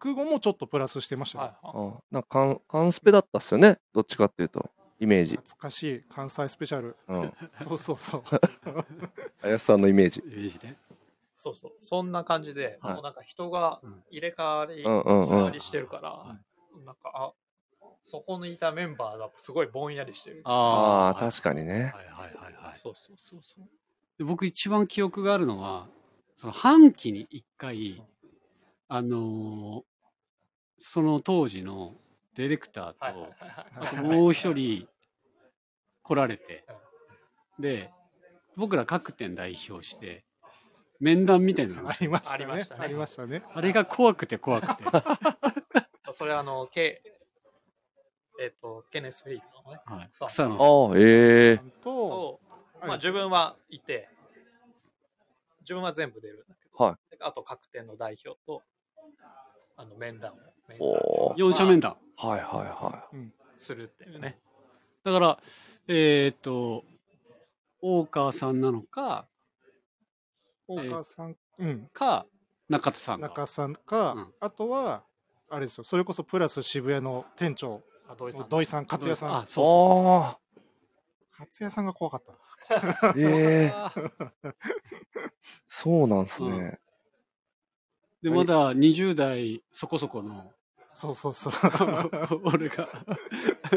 [SPEAKER 5] 空後もちょっとプラスしてましたね、
[SPEAKER 4] はいはい。
[SPEAKER 3] あなんかカン、カンスペだったっすよね。どっちかっていうと、イメージ。
[SPEAKER 5] 懐かしい関西スペシャル。
[SPEAKER 3] うん。
[SPEAKER 5] そうそうそう。
[SPEAKER 3] 林さんのイメージ。
[SPEAKER 1] イメージね。
[SPEAKER 4] そうそう。そんな感じで、
[SPEAKER 3] はい
[SPEAKER 4] もうなんか人が入れ替わり、
[SPEAKER 3] うんうん
[SPEAKER 4] 替わ
[SPEAKER 3] うん
[SPEAKER 4] り。してるから、なんか、あ、そこにいたメンバーがすごいぼんやりしてる。
[SPEAKER 3] ああ、
[SPEAKER 1] はい
[SPEAKER 3] 確かにね。
[SPEAKER 1] はいはいはいはい。
[SPEAKER 4] そうそうそうそう。
[SPEAKER 1] で僕一番記憶があるのは、その半期に一回、あのーその当時のディレクタ
[SPEAKER 4] は
[SPEAKER 1] ー
[SPEAKER 4] いはい
[SPEAKER 1] と、
[SPEAKER 4] はいはい。
[SPEAKER 1] あともう一人来られて、で、僕ら各店代表して、面談みたいなのを
[SPEAKER 5] あ
[SPEAKER 1] して
[SPEAKER 5] りました
[SPEAKER 4] ありま
[SPEAKER 5] ね
[SPEAKER 4] し。たね
[SPEAKER 5] ありましたね。
[SPEAKER 1] あれが怖くて怖 くて。
[SPEAKER 4] それあの、ケ、えっ、と、ケネス・フィールのね、
[SPEAKER 1] はい
[SPEAKER 4] 草野
[SPEAKER 1] 草
[SPEAKER 3] あ
[SPEAKER 1] 野さん。
[SPEAKER 3] あ、ええー。
[SPEAKER 5] と、
[SPEAKER 4] と、まあ自分はいて、自分は全部出るんだけど、、
[SPEAKER 3] はい
[SPEAKER 4] あと各店の代表と、あの、面談を、面談
[SPEAKER 3] おお。
[SPEAKER 1] 4社面談。
[SPEAKER 3] はいはいは
[SPEAKER 4] するっていうね。
[SPEAKER 1] だから、えーっと、大川さんなのか、
[SPEAKER 5] 大川さん、うん、
[SPEAKER 1] か、中田さん
[SPEAKER 5] 中
[SPEAKER 1] か。
[SPEAKER 5] さんか、
[SPEAKER 1] うん
[SPEAKER 5] あとは、あれですよ、それこそプラス渋谷の店長、
[SPEAKER 4] あ、土井さん。
[SPEAKER 5] 土井さん、勝也さん。
[SPEAKER 1] あ、
[SPEAKER 5] 勝
[SPEAKER 3] い。
[SPEAKER 1] そうそう
[SPEAKER 3] あ
[SPEAKER 5] 也さんが怖かった。
[SPEAKER 3] あ、ええ
[SPEAKER 1] あ ー
[SPEAKER 3] そうなんす
[SPEAKER 1] う
[SPEAKER 3] ね。
[SPEAKER 1] で、まだ20代そこそこの、
[SPEAKER 5] そうそうそう。
[SPEAKER 1] 俺が。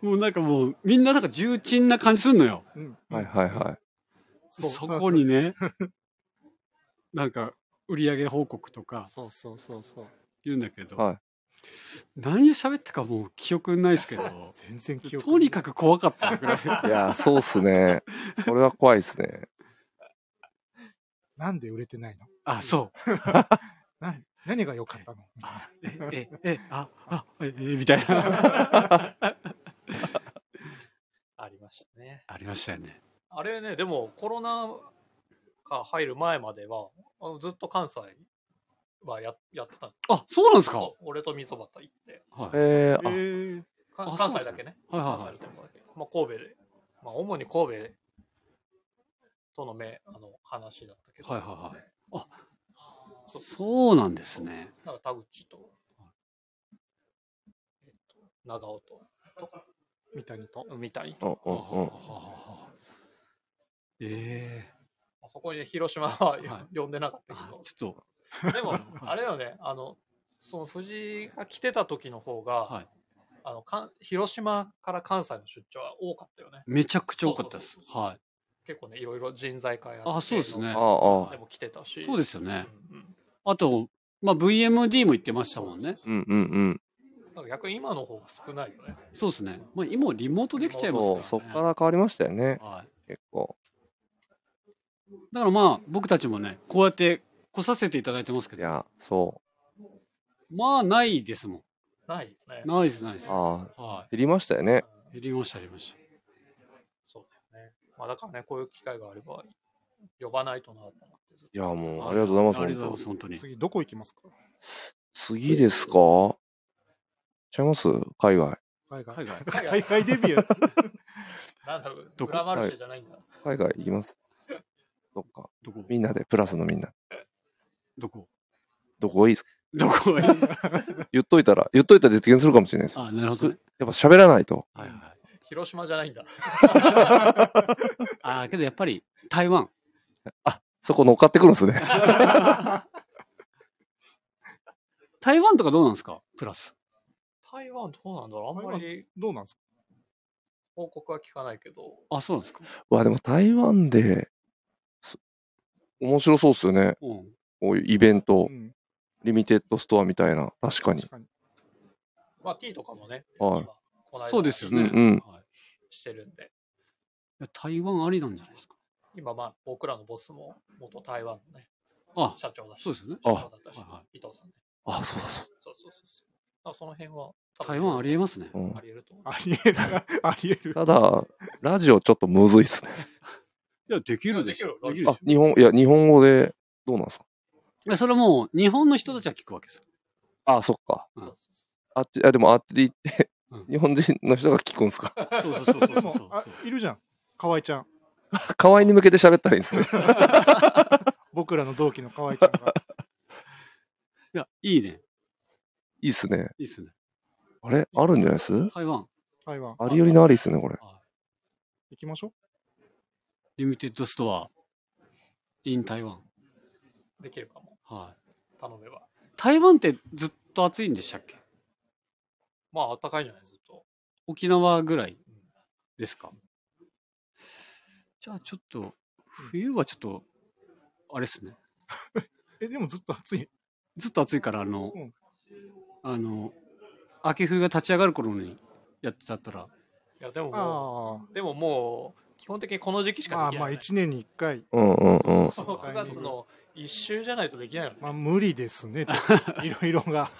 [SPEAKER 1] もうなんかもう、みんななんか重鎮な感じすんのよ。
[SPEAKER 5] うん
[SPEAKER 3] はいはいはい。
[SPEAKER 1] そこ。にね、 なんか、売上報告とか
[SPEAKER 5] そうそうそうそう。、
[SPEAKER 1] 言うんだけど、
[SPEAKER 3] はい
[SPEAKER 1] 何で喋ったかもう記憶ないですけど
[SPEAKER 5] 全然 記憶
[SPEAKER 1] とにかく怖かった。
[SPEAKER 3] いやー、そうっすね。それは怖いっすね。
[SPEAKER 5] なんで売れてないの
[SPEAKER 1] あ、そう。
[SPEAKER 5] 何何が良かったのみたいな
[SPEAKER 1] え、え、え、あ、あ、え、えみたいな。
[SPEAKER 4] ありましたね。
[SPEAKER 1] ありましたよね。
[SPEAKER 4] あれね、でもコロナ禍入る前までは、あのずっと関西はややってたんで
[SPEAKER 1] あ、そうなんです
[SPEAKER 4] す
[SPEAKER 1] か。
[SPEAKER 4] よ俺と溝端行って、
[SPEAKER 1] はい。
[SPEAKER 3] ええ
[SPEAKER 5] えー
[SPEAKER 4] か
[SPEAKER 1] あ
[SPEAKER 4] 関西だけね。
[SPEAKER 1] はい
[SPEAKER 4] 関
[SPEAKER 1] は
[SPEAKER 4] 西
[SPEAKER 1] いは
[SPEAKER 4] の
[SPEAKER 1] い。
[SPEAKER 4] とこだけ。まあ、神戸で、まあ、主に神戸との目あの話だったけど、
[SPEAKER 1] はいはいはい。あ、
[SPEAKER 4] そう
[SPEAKER 1] そうなんですね。
[SPEAKER 4] なんか田口と、えっと、長尾と、
[SPEAKER 5] 三谷と。
[SPEAKER 4] みたいに
[SPEAKER 3] あ。うんうんうん。
[SPEAKER 1] え
[SPEAKER 4] あそこに広島は
[SPEAKER 1] は
[SPEAKER 4] 呼んでなかっ
[SPEAKER 1] え
[SPEAKER 4] たけど、
[SPEAKER 1] ちょっと、
[SPEAKER 4] でも、あれだよね、あの、その藤井が来てた時の方が、
[SPEAKER 1] はい
[SPEAKER 4] あのかん広島から関西の出張は多かったよね。
[SPEAKER 1] めちゃくちゃ多かったです
[SPEAKER 4] そう。そう
[SPEAKER 1] は
[SPEAKER 4] 結構ね、いろいろ人材会
[SPEAKER 1] あそうですね
[SPEAKER 3] ああ、ああ
[SPEAKER 4] で。も来てた
[SPEAKER 1] い。
[SPEAKER 4] し。
[SPEAKER 1] そうですよね。
[SPEAKER 4] うん
[SPEAKER 1] あと、まあ、VMD も言ってましたもんね。
[SPEAKER 3] うんうんうん。
[SPEAKER 4] うんなんか逆に今の方が少ないよね。
[SPEAKER 1] そうですね。まあ、今リモートできちゃいます
[SPEAKER 3] そ
[SPEAKER 1] からね。
[SPEAKER 3] う、そっから変わりましたよね。
[SPEAKER 1] はい。
[SPEAKER 3] 結構。
[SPEAKER 1] だからまあ、僕たちもね、こうやって来させていただいてますけ
[SPEAKER 3] い
[SPEAKER 1] ど、
[SPEAKER 3] や、そ
[SPEAKER 1] まあないですもん。
[SPEAKER 4] ないね。
[SPEAKER 1] ないです、ないです。
[SPEAKER 3] う。
[SPEAKER 1] は
[SPEAKER 3] ああ、
[SPEAKER 1] い。
[SPEAKER 3] 減りましたよね。
[SPEAKER 1] 減りました、減りました。
[SPEAKER 4] そうだよね。まあだからね、こういう機会があれば、呼ばないとなと思ってずっ
[SPEAKER 3] い
[SPEAKER 4] と。
[SPEAKER 3] や、もう、ありがとうござ
[SPEAKER 1] あ
[SPEAKER 3] いま
[SPEAKER 1] り
[SPEAKER 3] す
[SPEAKER 1] がとうございま
[SPEAKER 3] 本
[SPEAKER 1] す、
[SPEAKER 3] 当。
[SPEAKER 1] 本当に。
[SPEAKER 5] 次どこ行きますか
[SPEAKER 3] 次ですかちゃいます海外。
[SPEAKER 5] 海外。
[SPEAKER 1] 海外。
[SPEAKER 4] 海
[SPEAKER 5] 海
[SPEAKER 4] 外
[SPEAKER 5] 外デビュー。
[SPEAKER 4] なんだろう、
[SPEAKER 3] どこ
[SPEAKER 4] 裏マルシェじゃないんだ。
[SPEAKER 3] 海外行きます。どっか。
[SPEAKER 1] どこ
[SPEAKER 3] みんなで、プラスのみんな。
[SPEAKER 1] どこ
[SPEAKER 3] どこがいいですか
[SPEAKER 1] どこへ
[SPEAKER 3] 言っといたら、言っといたら実現するかもしれないです。やっ
[SPEAKER 1] あ、なるほどね。
[SPEAKER 3] ぱ喋らないと。
[SPEAKER 1] はいはい。
[SPEAKER 4] 広島じゃないんだ。
[SPEAKER 1] あーけどやっぱり台湾。
[SPEAKER 3] そこ乗っかってくるんですね。
[SPEAKER 1] 台湾とかどうなんですかプラス。
[SPEAKER 4] 台湾どうなんだろうあんまり
[SPEAKER 5] どうなんですか
[SPEAKER 4] 報告は聞かないけど。
[SPEAKER 1] あ、そうなんですか
[SPEAKER 3] わ、でも台湾で、そ面白そうっすよね。
[SPEAKER 1] うん。
[SPEAKER 3] こういうイベント
[SPEAKER 5] う、ん。
[SPEAKER 3] リミテッドストアみたいな。確かに
[SPEAKER 5] 確。かに。
[SPEAKER 4] まあ T とかもね、
[SPEAKER 3] はい
[SPEAKER 4] 今この間
[SPEAKER 1] そうですよ
[SPEAKER 3] う
[SPEAKER 1] ね。
[SPEAKER 3] んうん
[SPEAKER 1] はいい
[SPEAKER 4] してるんで。
[SPEAKER 1] や台湾ありなんじゃないですか。
[SPEAKER 4] 今まあ僕らのボスも元台湾のね、
[SPEAKER 1] あ、
[SPEAKER 4] 社長だし。
[SPEAKER 1] そうですよね。
[SPEAKER 3] あ
[SPEAKER 4] 社長だったし、
[SPEAKER 1] はいは
[SPEAKER 4] 伊藤さんね。
[SPEAKER 3] あ、そうだそう
[SPEAKER 4] そうそうそうそう。だからその辺は多分
[SPEAKER 1] 台湾ありえますね。
[SPEAKER 3] だ。うん
[SPEAKER 4] ありえると思う。
[SPEAKER 5] ありえる。 ありえる。
[SPEAKER 3] ただ、ラジオちょっとむずいっすね。
[SPEAKER 1] いや、できるで
[SPEAKER 4] で
[SPEAKER 1] し
[SPEAKER 4] し
[SPEAKER 1] ょ
[SPEAKER 4] ょ。
[SPEAKER 1] できるで
[SPEAKER 3] あ
[SPEAKER 1] し、
[SPEAKER 3] 日本、いや、日本語で、どうなんですか
[SPEAKER 1] ょ。いやそれはもう日本の人たちは聞くわけですよ。
[SPEAKER 3] あ、そっか。
[SPEAKER 1] うん
[SPEAKER 4] そうそうそう
[SPEAKER 3] あっち、あ、でもあっちで行って
[SPEAKER 1] うん、
[SPEAKER 3] 日本人の人が聞くんですか
[SPEAKER 1] そうそうそう そ
[SPEAKER 5] で
[SPEAKER 1] うそうそ
[SPEAKER 5] も、あいるじゃん。河合ちゃん。
[SPEAKER 3] 河合に向けて喋ったらいいんですね。
[SPEAKER 5] 僕らの同期の河合ちゃ んが。
[SPEAKER 1] う。いや、いいね。
[SPEAKER 3] いいっすね。
[SPEAKER 1] いいっすね。
[SPEAKER 3] あれあるんじゃないです
[SPEAKER 1] 台湾、
[SPEAKER 5] 台湾。
[SPEAKER 3] ありよりのありっすね、これ。
[SPEAKER 5] 行きましょ
[SPEAKER 1] リミテッドストア、in 台湾。
[SPEAKER 4] できるかも。
[SPEAKER 1] はい。
[SPEAKER 4] 頼めば。
[SPEAKER 1] 台湾ってずっと暑いんでしたっけ
[SPEAKER 4] まあ、あったかいじゃない、ずっと。
[SPEAKER 1] 沖縄ぐらいですかじゃあちょっと、冬はちょっと、あれっすね。
[SPEAKER 5] う。え、でもずっと暑い。
[SPEAKER 1] ずっと暑いから、あの、
[SPEAKER 5] うん
[SPEAKER 1] あの、秋冬が立ち上がる頃にやってたったら、
[SPEAKER 4] いや、でもも
[SPEAKER 5] あ
[SPEAKER 4] う、でももう、基本的にこの時期しか
[SPEAKER 5] あ。まあ
[SPEAKER 4] でき
[SPEAKER 5] ま
[SPEAKER 4] な
[SPEAKER 5] あ、
[SPEAKER 4] い、ね。
[SPEAKER 5] 1年に1回。
[SPEAKER 3] うんうんうん。
[SPEAKER 1] そう
[SPEAKER 4] 9
[SPEAKER 1] か
[SPEAKER 4] 月の一周じゃないとできないよね。
[SPEAKER 5] まあ、無理です ね。ちょっといろいろが。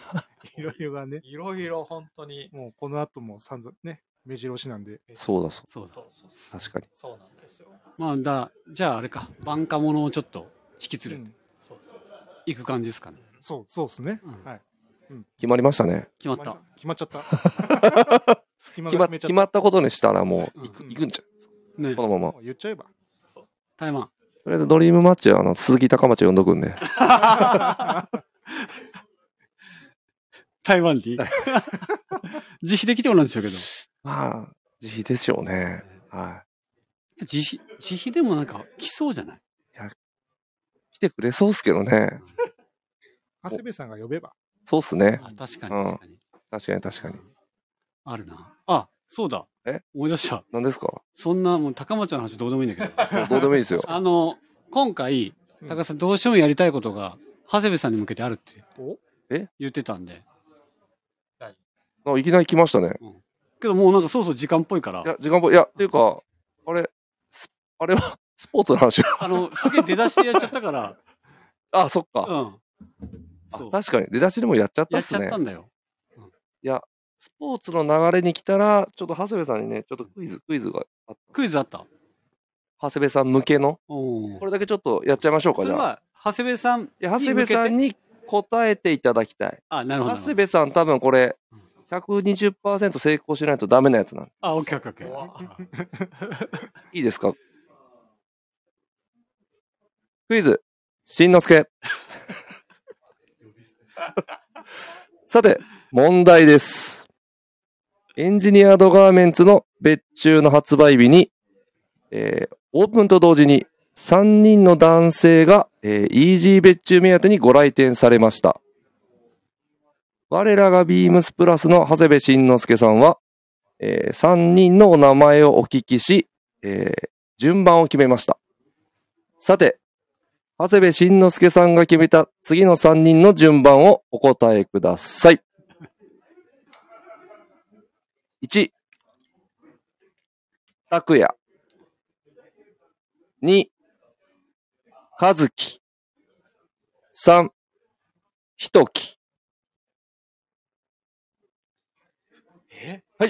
[SPEAKER 5] いろいろがね。
[SPEAKER 4] いろいろ、本当に。
[SPEAKER 5] もう、この後も散々ね。目白押しなんで。
[SPEAKER 3] そうだそ
[SPEAKER 1] そうだ
[SPEAKER 4] そうそうそう
[SPEAKER 3] う。確かに。
[SPEAKER 4] そうなんですよ。
[SPEAKER 1] まあだ、じゃああれか、晩夏物をちょっと引き
[SPEAKER 5] う
[SPEAKER 1] 連れて
[SPEAKER 5] ん
[SPEAKER 4] そうそうそう。
[SPEAKER 1] いく感じですかね。
[SPEAKER 5] そう、そうですね。
[SPEAKER 1] うん
[SPEAKER 5] はい。
[SPEAKER 3] 決まりましたね。
[SPEAKER 1] 決まった。
[SPEAKER 5] 決まっちゃった。 隙間
[SPEAKER 3] 決
[SPEAKER 5] が
[SPEAKER 3] ま
[SPEAKER 5] 埋めちゃ
[SPEAKER 3] 決
[SPEAKER 5] っ
[SPEAKER 3] まったことにしたらもう、
[SPEAKER 1] うん
[SPEAKER 3] 行く、行くんちゃ
[SPEAKER 1] ね
[SPEAKER 3] うこ、のま
[SPEAKER 5] た。
[SPEAKER 3] ま。
[SPEAKER 5] もう言っちゃえば。
[SPEAKER 1] 台湾。
[SPEAKER 3] とりあえずドリームマッチは、あの、鈴木高町呼んどくん で。
[SPEAKER 1] 台湾に 自費できてもらうんでしょうけど。
[SPEAKER 3] まあ、自費でしょうね。は
[SPEAKER 1] 自費、自費でもなんか来そうじゃない
[SPEAKER 3] い。来てくれそうっすけどね。
[SPEAKER 5] 長谷部さんが呼べば。
[SPEAKER 3] そうっすね。
[SPEAKER 1] あ確かに
[SPEAKER 3] うん
[SPEAKER 1] 確かに。
[SPEAKER 3] 確かに確かに。
[SPEAKER 1] あるな。あ、そうだ。
[SPEAKER 3] え
[SPEAKER 1] 思い出した。
[SPEAKER 3] 何ですか
[SPEAKER 1] そんな、もう高松の話どうでもいいんだけど。
[SPEAKER 3] そうどうでもいいです よ。
[SPEAKER 1] あの、今回、
[SPEAKER 5] うん
[SPEAKER 1] 高橋さんどうしてもやりたいことが、長谷部さんに向けてあるって
[SPEAKER 5] お
[SPEAKER 1] 言ってたんで。
[SPEAKER 3] あいきなり来ましたね。
[SPEAKER 1] けどもうなんかそうそう時間っぽいから
[SPEAKER 3] い、や、時間ぼ、いや、っていうか、あれ、スあれは、スポーツの話
[SPEAKER 1] あの、すげえ出だしでやっちゃったから、
[SPEAKER 3] あ、そ
[SPEAKER 1] う
[SPEAKER 3] っか。
[SPEAKER 1] ん。
[SPEAKER 3] あ
[SPEAKER 1] そう。
[SPEAKER 3] 確かに、出だしでもやっちゃった
[SPEAKER 1] や
[SPEAKER 3] っ
[SPEAKER 1] っち
[SPEAKER 3] す
[SPEAKER 1] ゃっ
[SPEAKER 3] ね
[SPEAKER 1] た。んだよ。
[SPEAKER 3] スポーツの流れに来たら、ちょっと長谷部さんにね、ちょっとクイズ、クイズがあっ
[SPEAKER 1] クイズあった。
[SPEAKER 3] 長谷部さん向けの、
[SPEAKER 1] お
[SPEAKER 3] これだけちょっとやっちゃいましょうか、
[SPEAKER 1] そ
[SPEAKER 3] じ
[SPEAKER 1] れ
[SPEAKER 3] ゃあ。
[SPEAKER 1] は、長谷部さん。
[SPEAKER 3] いや、長谷部さん
[SPEAKER 1] に向けて。
[SPEAKER 3] に答えていただきたい。
[SPEAKER 1] あ、なるほど。な
[SPEAKER 3] 長
[SPEAKER 1] るほ
[SPEAKER 3] 谷
[SPEAKER 1] ど
[SPEAKER 3] 部さん多分これ、120%成功しないとダメなやつなんで
[SPEAKER 1] あ、オッケーオッケーオッケー。
[SPEAKER 4] 怖っ
[SPEAKER 3] いいですかクイズ、しんのすけ。さて、問題です。エンジニアドガーメンツの別注の発売日に、えーオープンと同時に3人の男性が、えーイージー別注目当てにご来店されました。我らがビームスプラスの長谷部慎之介さんは、え3人のお名前をお聞きし、えー順番を決めました。さて、長谷部慎之介さんが決めた次の3人の順番をお答えください。1、拓也。2、和樹。 3、ひとき。
[SPEAKER 4] え
[SPEAKER 3] は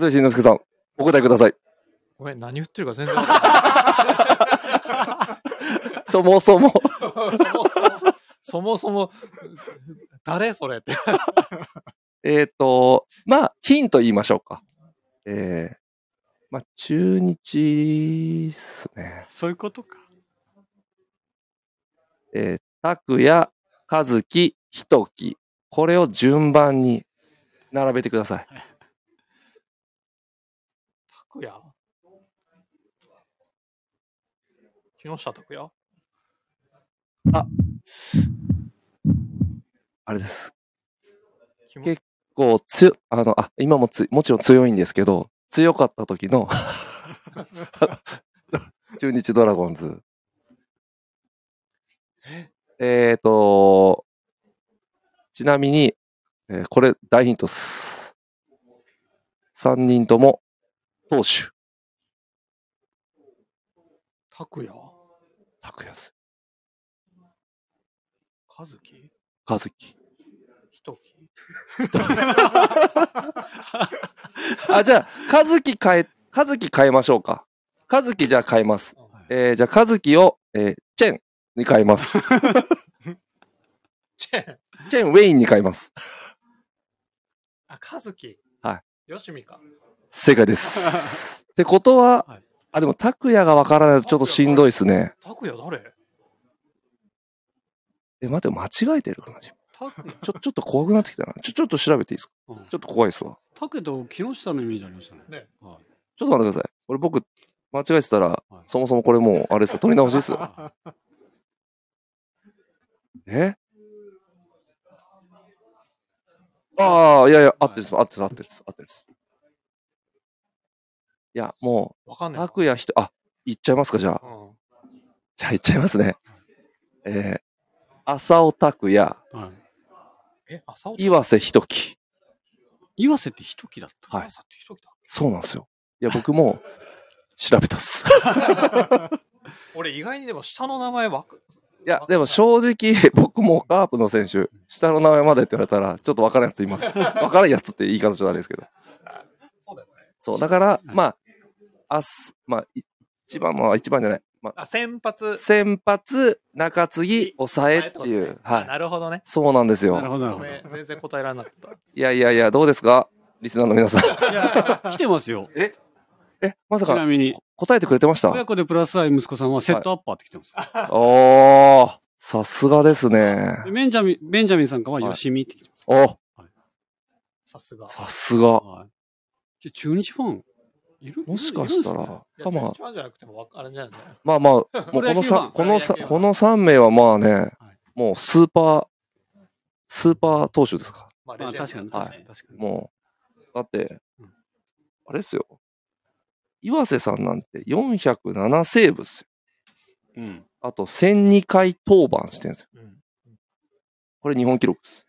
[SPEAKER 3] じめしんのすけさん、お答えください。
[SPEAKER 4] ごめん、何言ってるか全然わかんない。
[SPEAKER 3] そもそも、
[SPEAKER 4] そもそも、そもそも誰それって。
[SPEAKER 3] えっと、まあ、ヒント言いましょうか。えー、まあ、中日っすね。
[SPEAKER 1] そういうことか。
[SPEAKER 3] えー、拓也、和樹、ひとき。これを順番に並べてください。
[SPEAKER 4] 拓也木下拓也
[SPEAKER 3] あれです。
[SPEAKER 4] 木
[SPEAKER 3] けこう、つ、あの、あ、今もつ、もちろん強いんですけど、強かった時の、中日ドラゴンズ。えっ、ー、と、ちなみに、えーこれ大ヒントっす。3人とも投手。
[SPEAKER 4] 拓也
[SPEAKER 3] 拓也す。
[SPEAKER 4] 和樹
[SPEAKER 3] 和樹。
[SPEAKER 4] ひとき
[SPEAKER 3] あ、じゃあ、和樹変え、和樹変えましょうか。和樹じゃあ変えます。えーじゃあ、和樹を、えーチェンに変えます。
[SPEAKER 4] チェン
[SPEAKER 3] チェン・ウェインに変えます。
[SPEAKER 4] あ、和樹。
[SPEAKER 3] はい
[SPEAKER 4] よしみか。
[SPEAKER 3] 正解 です。ってことは、
[SPEAKER 1] はい
[SPEAKER 3] あ、でも、拓也がわからないとちょっとしんどいですね。
[SPEAKER 4] 拓也誰
[SPEAKER 3] え、待って、間違えてるかな自分
[SPEAKER 1] 拓也
[SPEAKER 3] ちょ、ちょっと怖くなってきたな。ちょ、ちょっと調べていいですか
[SPEAKER 1] うん
[SPEAKER 3] ちょっと怖いですわ。
[SPEAKER 1] 拓也と木下のイメージありましたね。
[SPEAKER 4] ね
[SPEAKER 1] はい
[SPEAKER 3] ちょっと待ってください。これ僕、間違えてたら、
[SPEAKER 1] い
[SPEAKER 3] そもそもこれもう、あれですよ、取り直しですよ。
[SPEAKER 1] あ
[SPEAKER 3] えああ、いやいや、合ってるです、合ってるです、合ってるです、合ってるです。いや、も
[SPEAKER 4] わか
[SPEAKER 3] う、
[SPEAKER 4] んないな。
[SPEAKER 3] 拓也人、あ、行っちゃいますか、じゃあ。
[SPEAKER 4] うん
[SPEAKER 3] じゃあ行っちゃいますね。えー、浅尾拓也、
[SPEAKER 1] は
[SPEAKER 4] え、朝尾
[SPEAKER 3] 岩瀬ひとき。
[SPEAKER 1] い。岩瀬って一木だった。
[SPEAKER 3] はい
[SPEAKER 4] 朝ってひときだ。
[SPEAKER 3] そうなんですよ。いや、僕 も調べたっす。
[SPEAKER 4] 俺意外にでも下の名前わか、
[SPEAKER 3] いや、でも正直、 僕もカープの選手、下の名前までって言われたら、ちょっとわからんやつい ます。わからんやつって言い方じゃないですけど。
[SPEAKER 4] そうだよね。
[SPEAKER 3] そう、だから、まあ、明日、まあ、い一番は一番じゃない。まあ、
[SPEAKER 4] あ、先発。
[SPEAKER 3] 先発、中継ぎ、抑えってい
[SPEAKER 4] 抑えって
[SPEAKER 3] う
[SPEAKER 4] こ。
[SPEAKER 3] は
[SPEAKER 4] あ
[SPEAKER 3] い。
[SPEAKER 4] なるほどね。
[SPEAKER 3] そうなんです
[SPEAKER 1] なる
[SPEAKER 3] よ。
[SPEAKER 1] ほど、なる
[SPEAKER 4] ご
[SPEAKER 1] ほど。
[SPEAKER 4] めん、全然答えられなかった。
[SPEAKER 3] いやいやいや、どうですかリスナーの皆さん。
[SPEAKER 1] いや、来てますよ。
[SPEAKER 3] え、まさ
[SPEAKER 1] ちな
[SPEAKER 3] か、
[SPEAKER 1] みに、
[SPEAKER 3] 答えてくれてました
[SPEAKER 1] 親子でプラス愛息子さんはセットアッパーって来て ます。
[SPEAKER 3] おー、さすがですね。
[SPEAKER 1] でベンジャミン、ベンジャミンさんからはよしみって来てます。
[SPEAKER 3] お、
[SPEAKER 4] さすが。
[SPEAKER 3] さすが。
[SPEAKER 1] はい。じゃあ中日ファン、いる
[SPEAKER 3] もしかした。
[SPEAKER 1] いるいるんですね
[SPEAKER 3] ら、
[SPEAKER 4] いや
[SPEAKER 3] かまあ
[SPEAKER 4] 一、番じゃなくてもわかあれじゃないんだよね。
[SPEAKER 3] ま あまあ、もうこ
[SPEAKER 1] プロ野
[SPEAKER 3] の
[SPEAKER 1] 球ファ
[SPEAKER 3] さ
[SPEAKER 1] ン
[SPEAKER 3] この
[SPEAKER 4] プ
[SPEAKER 3] さ
[SPEAKER 4] ロ野球ファン
[SPEAKER 3] この3名はまあね
[SPEAKER 1] い、
[SPEAKER 3] もうスーパー、スーパー投手ですか。
[SPEAKER 4] まあ
[SPEAKER 1] まあ
[SPEAKER 4] レジェンド
[SPEAKER 1] 確かに、
[SPEAKER 4] だ
[SPEAKER 1] 確
[SPEAKER 4] し
[SPEAKER 1] かに、確かに。
[SPEAKER 3] もう、だって
[SPEAKER 1] うん、
[SPEAKER 3] あれですよ。岩瀬さんなんて407セーブっすよ。
[SPEAKER 1] うん。
[SPEAKER 3] あと1002回登板してるんですよ。
[SPEAKER 4] うん
[SPEAKER 3] これ日本記録です。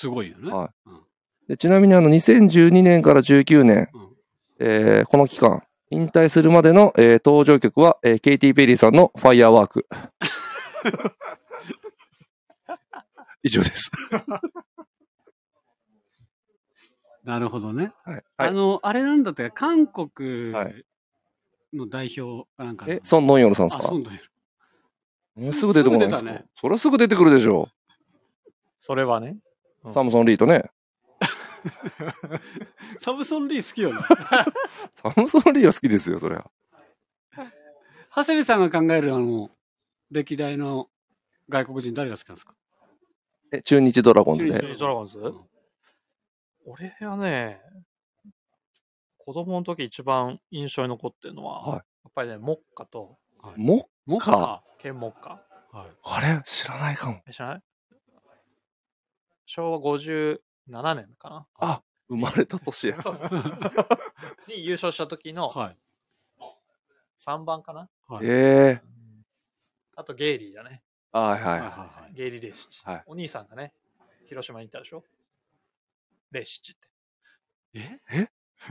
[SPEAKER 1] すごいよね。
[SPEAKER 3] はい
[SPEAKER 1] うん
[SPEAKER 3] でちなみにあの2012年から19年、
[SPEAKER 1] うん
[SPEAKER 3] えーこの期間、引退するまでの、えー登場曲は、えーケイティ・ペリーさんのファイヤーワーク。 以上です。
[SPEAKER 1] なるほどね。
[SPEAKER 3] はい。
[SPEAKER 1] あの、あれなんだって、韓国
[SPEAKER 3] はい
[SPEAKER 1] の代表かなんか。
[SPEAKER 3] え、ソン・ノンヨルさんです
[SPEAKER 1] あ、
[SPEAKER 3] か
[SPEAKER 1] そうだよ。
[SPEAKER 3] ねすぐ出てこないんです
[SPEAKER 1] すぐ
[SPEAKER 3] か、
[SPEAKER 1] 出たね
[SPEAKER 3] それはすぐ出てくるでしょ
[SPEAKER 4] それはね。
[SPEAKER 3] う。サムソン・リーとね。
[SPEAKER 1] サムソン・リー好きよ ね。
[SPEAKER 3] サムソン・リーは好きですよ、それは。
[SPEAKER 1] 長谷部さんが考える、あの、歴代の外国人誰が好きなんですか
[SPEAKER 3] え、中日ドラゴンズ
[SPEAKER 1] 中
[SPEAKER 3] で。
[SPEAKER 1] 日
[SPEAKER 4] ドラゴンズ
[SPEAKER 1] うん
[SPEAKER 4] 俺はね、子供の時一番印象に残ってるのは、
[SPEAKER 3] はい
[SPEAKER 4] やっぱりね、目下と
[SPEAKER 3] も
[SPEAKER 1] モ
[SPEAKER 3] カ。
[SPEAKER 4] 剣目下。
[SPEAKER 1] はい。
[SPEAKER 3] あれ知らないかも。
[SPEAKER 4] え知らない昭和57年かな
[SPEAKER 3] 生まれた年や。
[SPEAKER 4] に優勝した時の
[SPEAKER 1] はい。
[SPEAKER 4] 3番かな
[SPEAKER 1] はい。
[SPEAKER 3] ええ
[SPEAKER 4] あとゲイリーだね。
[SPEAKER 3] ー。はいはい
[SPEAKER 1] はい
[SPEAKER 3] は
[SPEAKER 1] はいはい
[SPEAKER 4] ゲイリー・レーシッチ。
[SPEAKER 3] はい
[SPEAKER 4] お兄さんがね、広島に行ったでしょレーシッチって。
[SPEAKER 1] え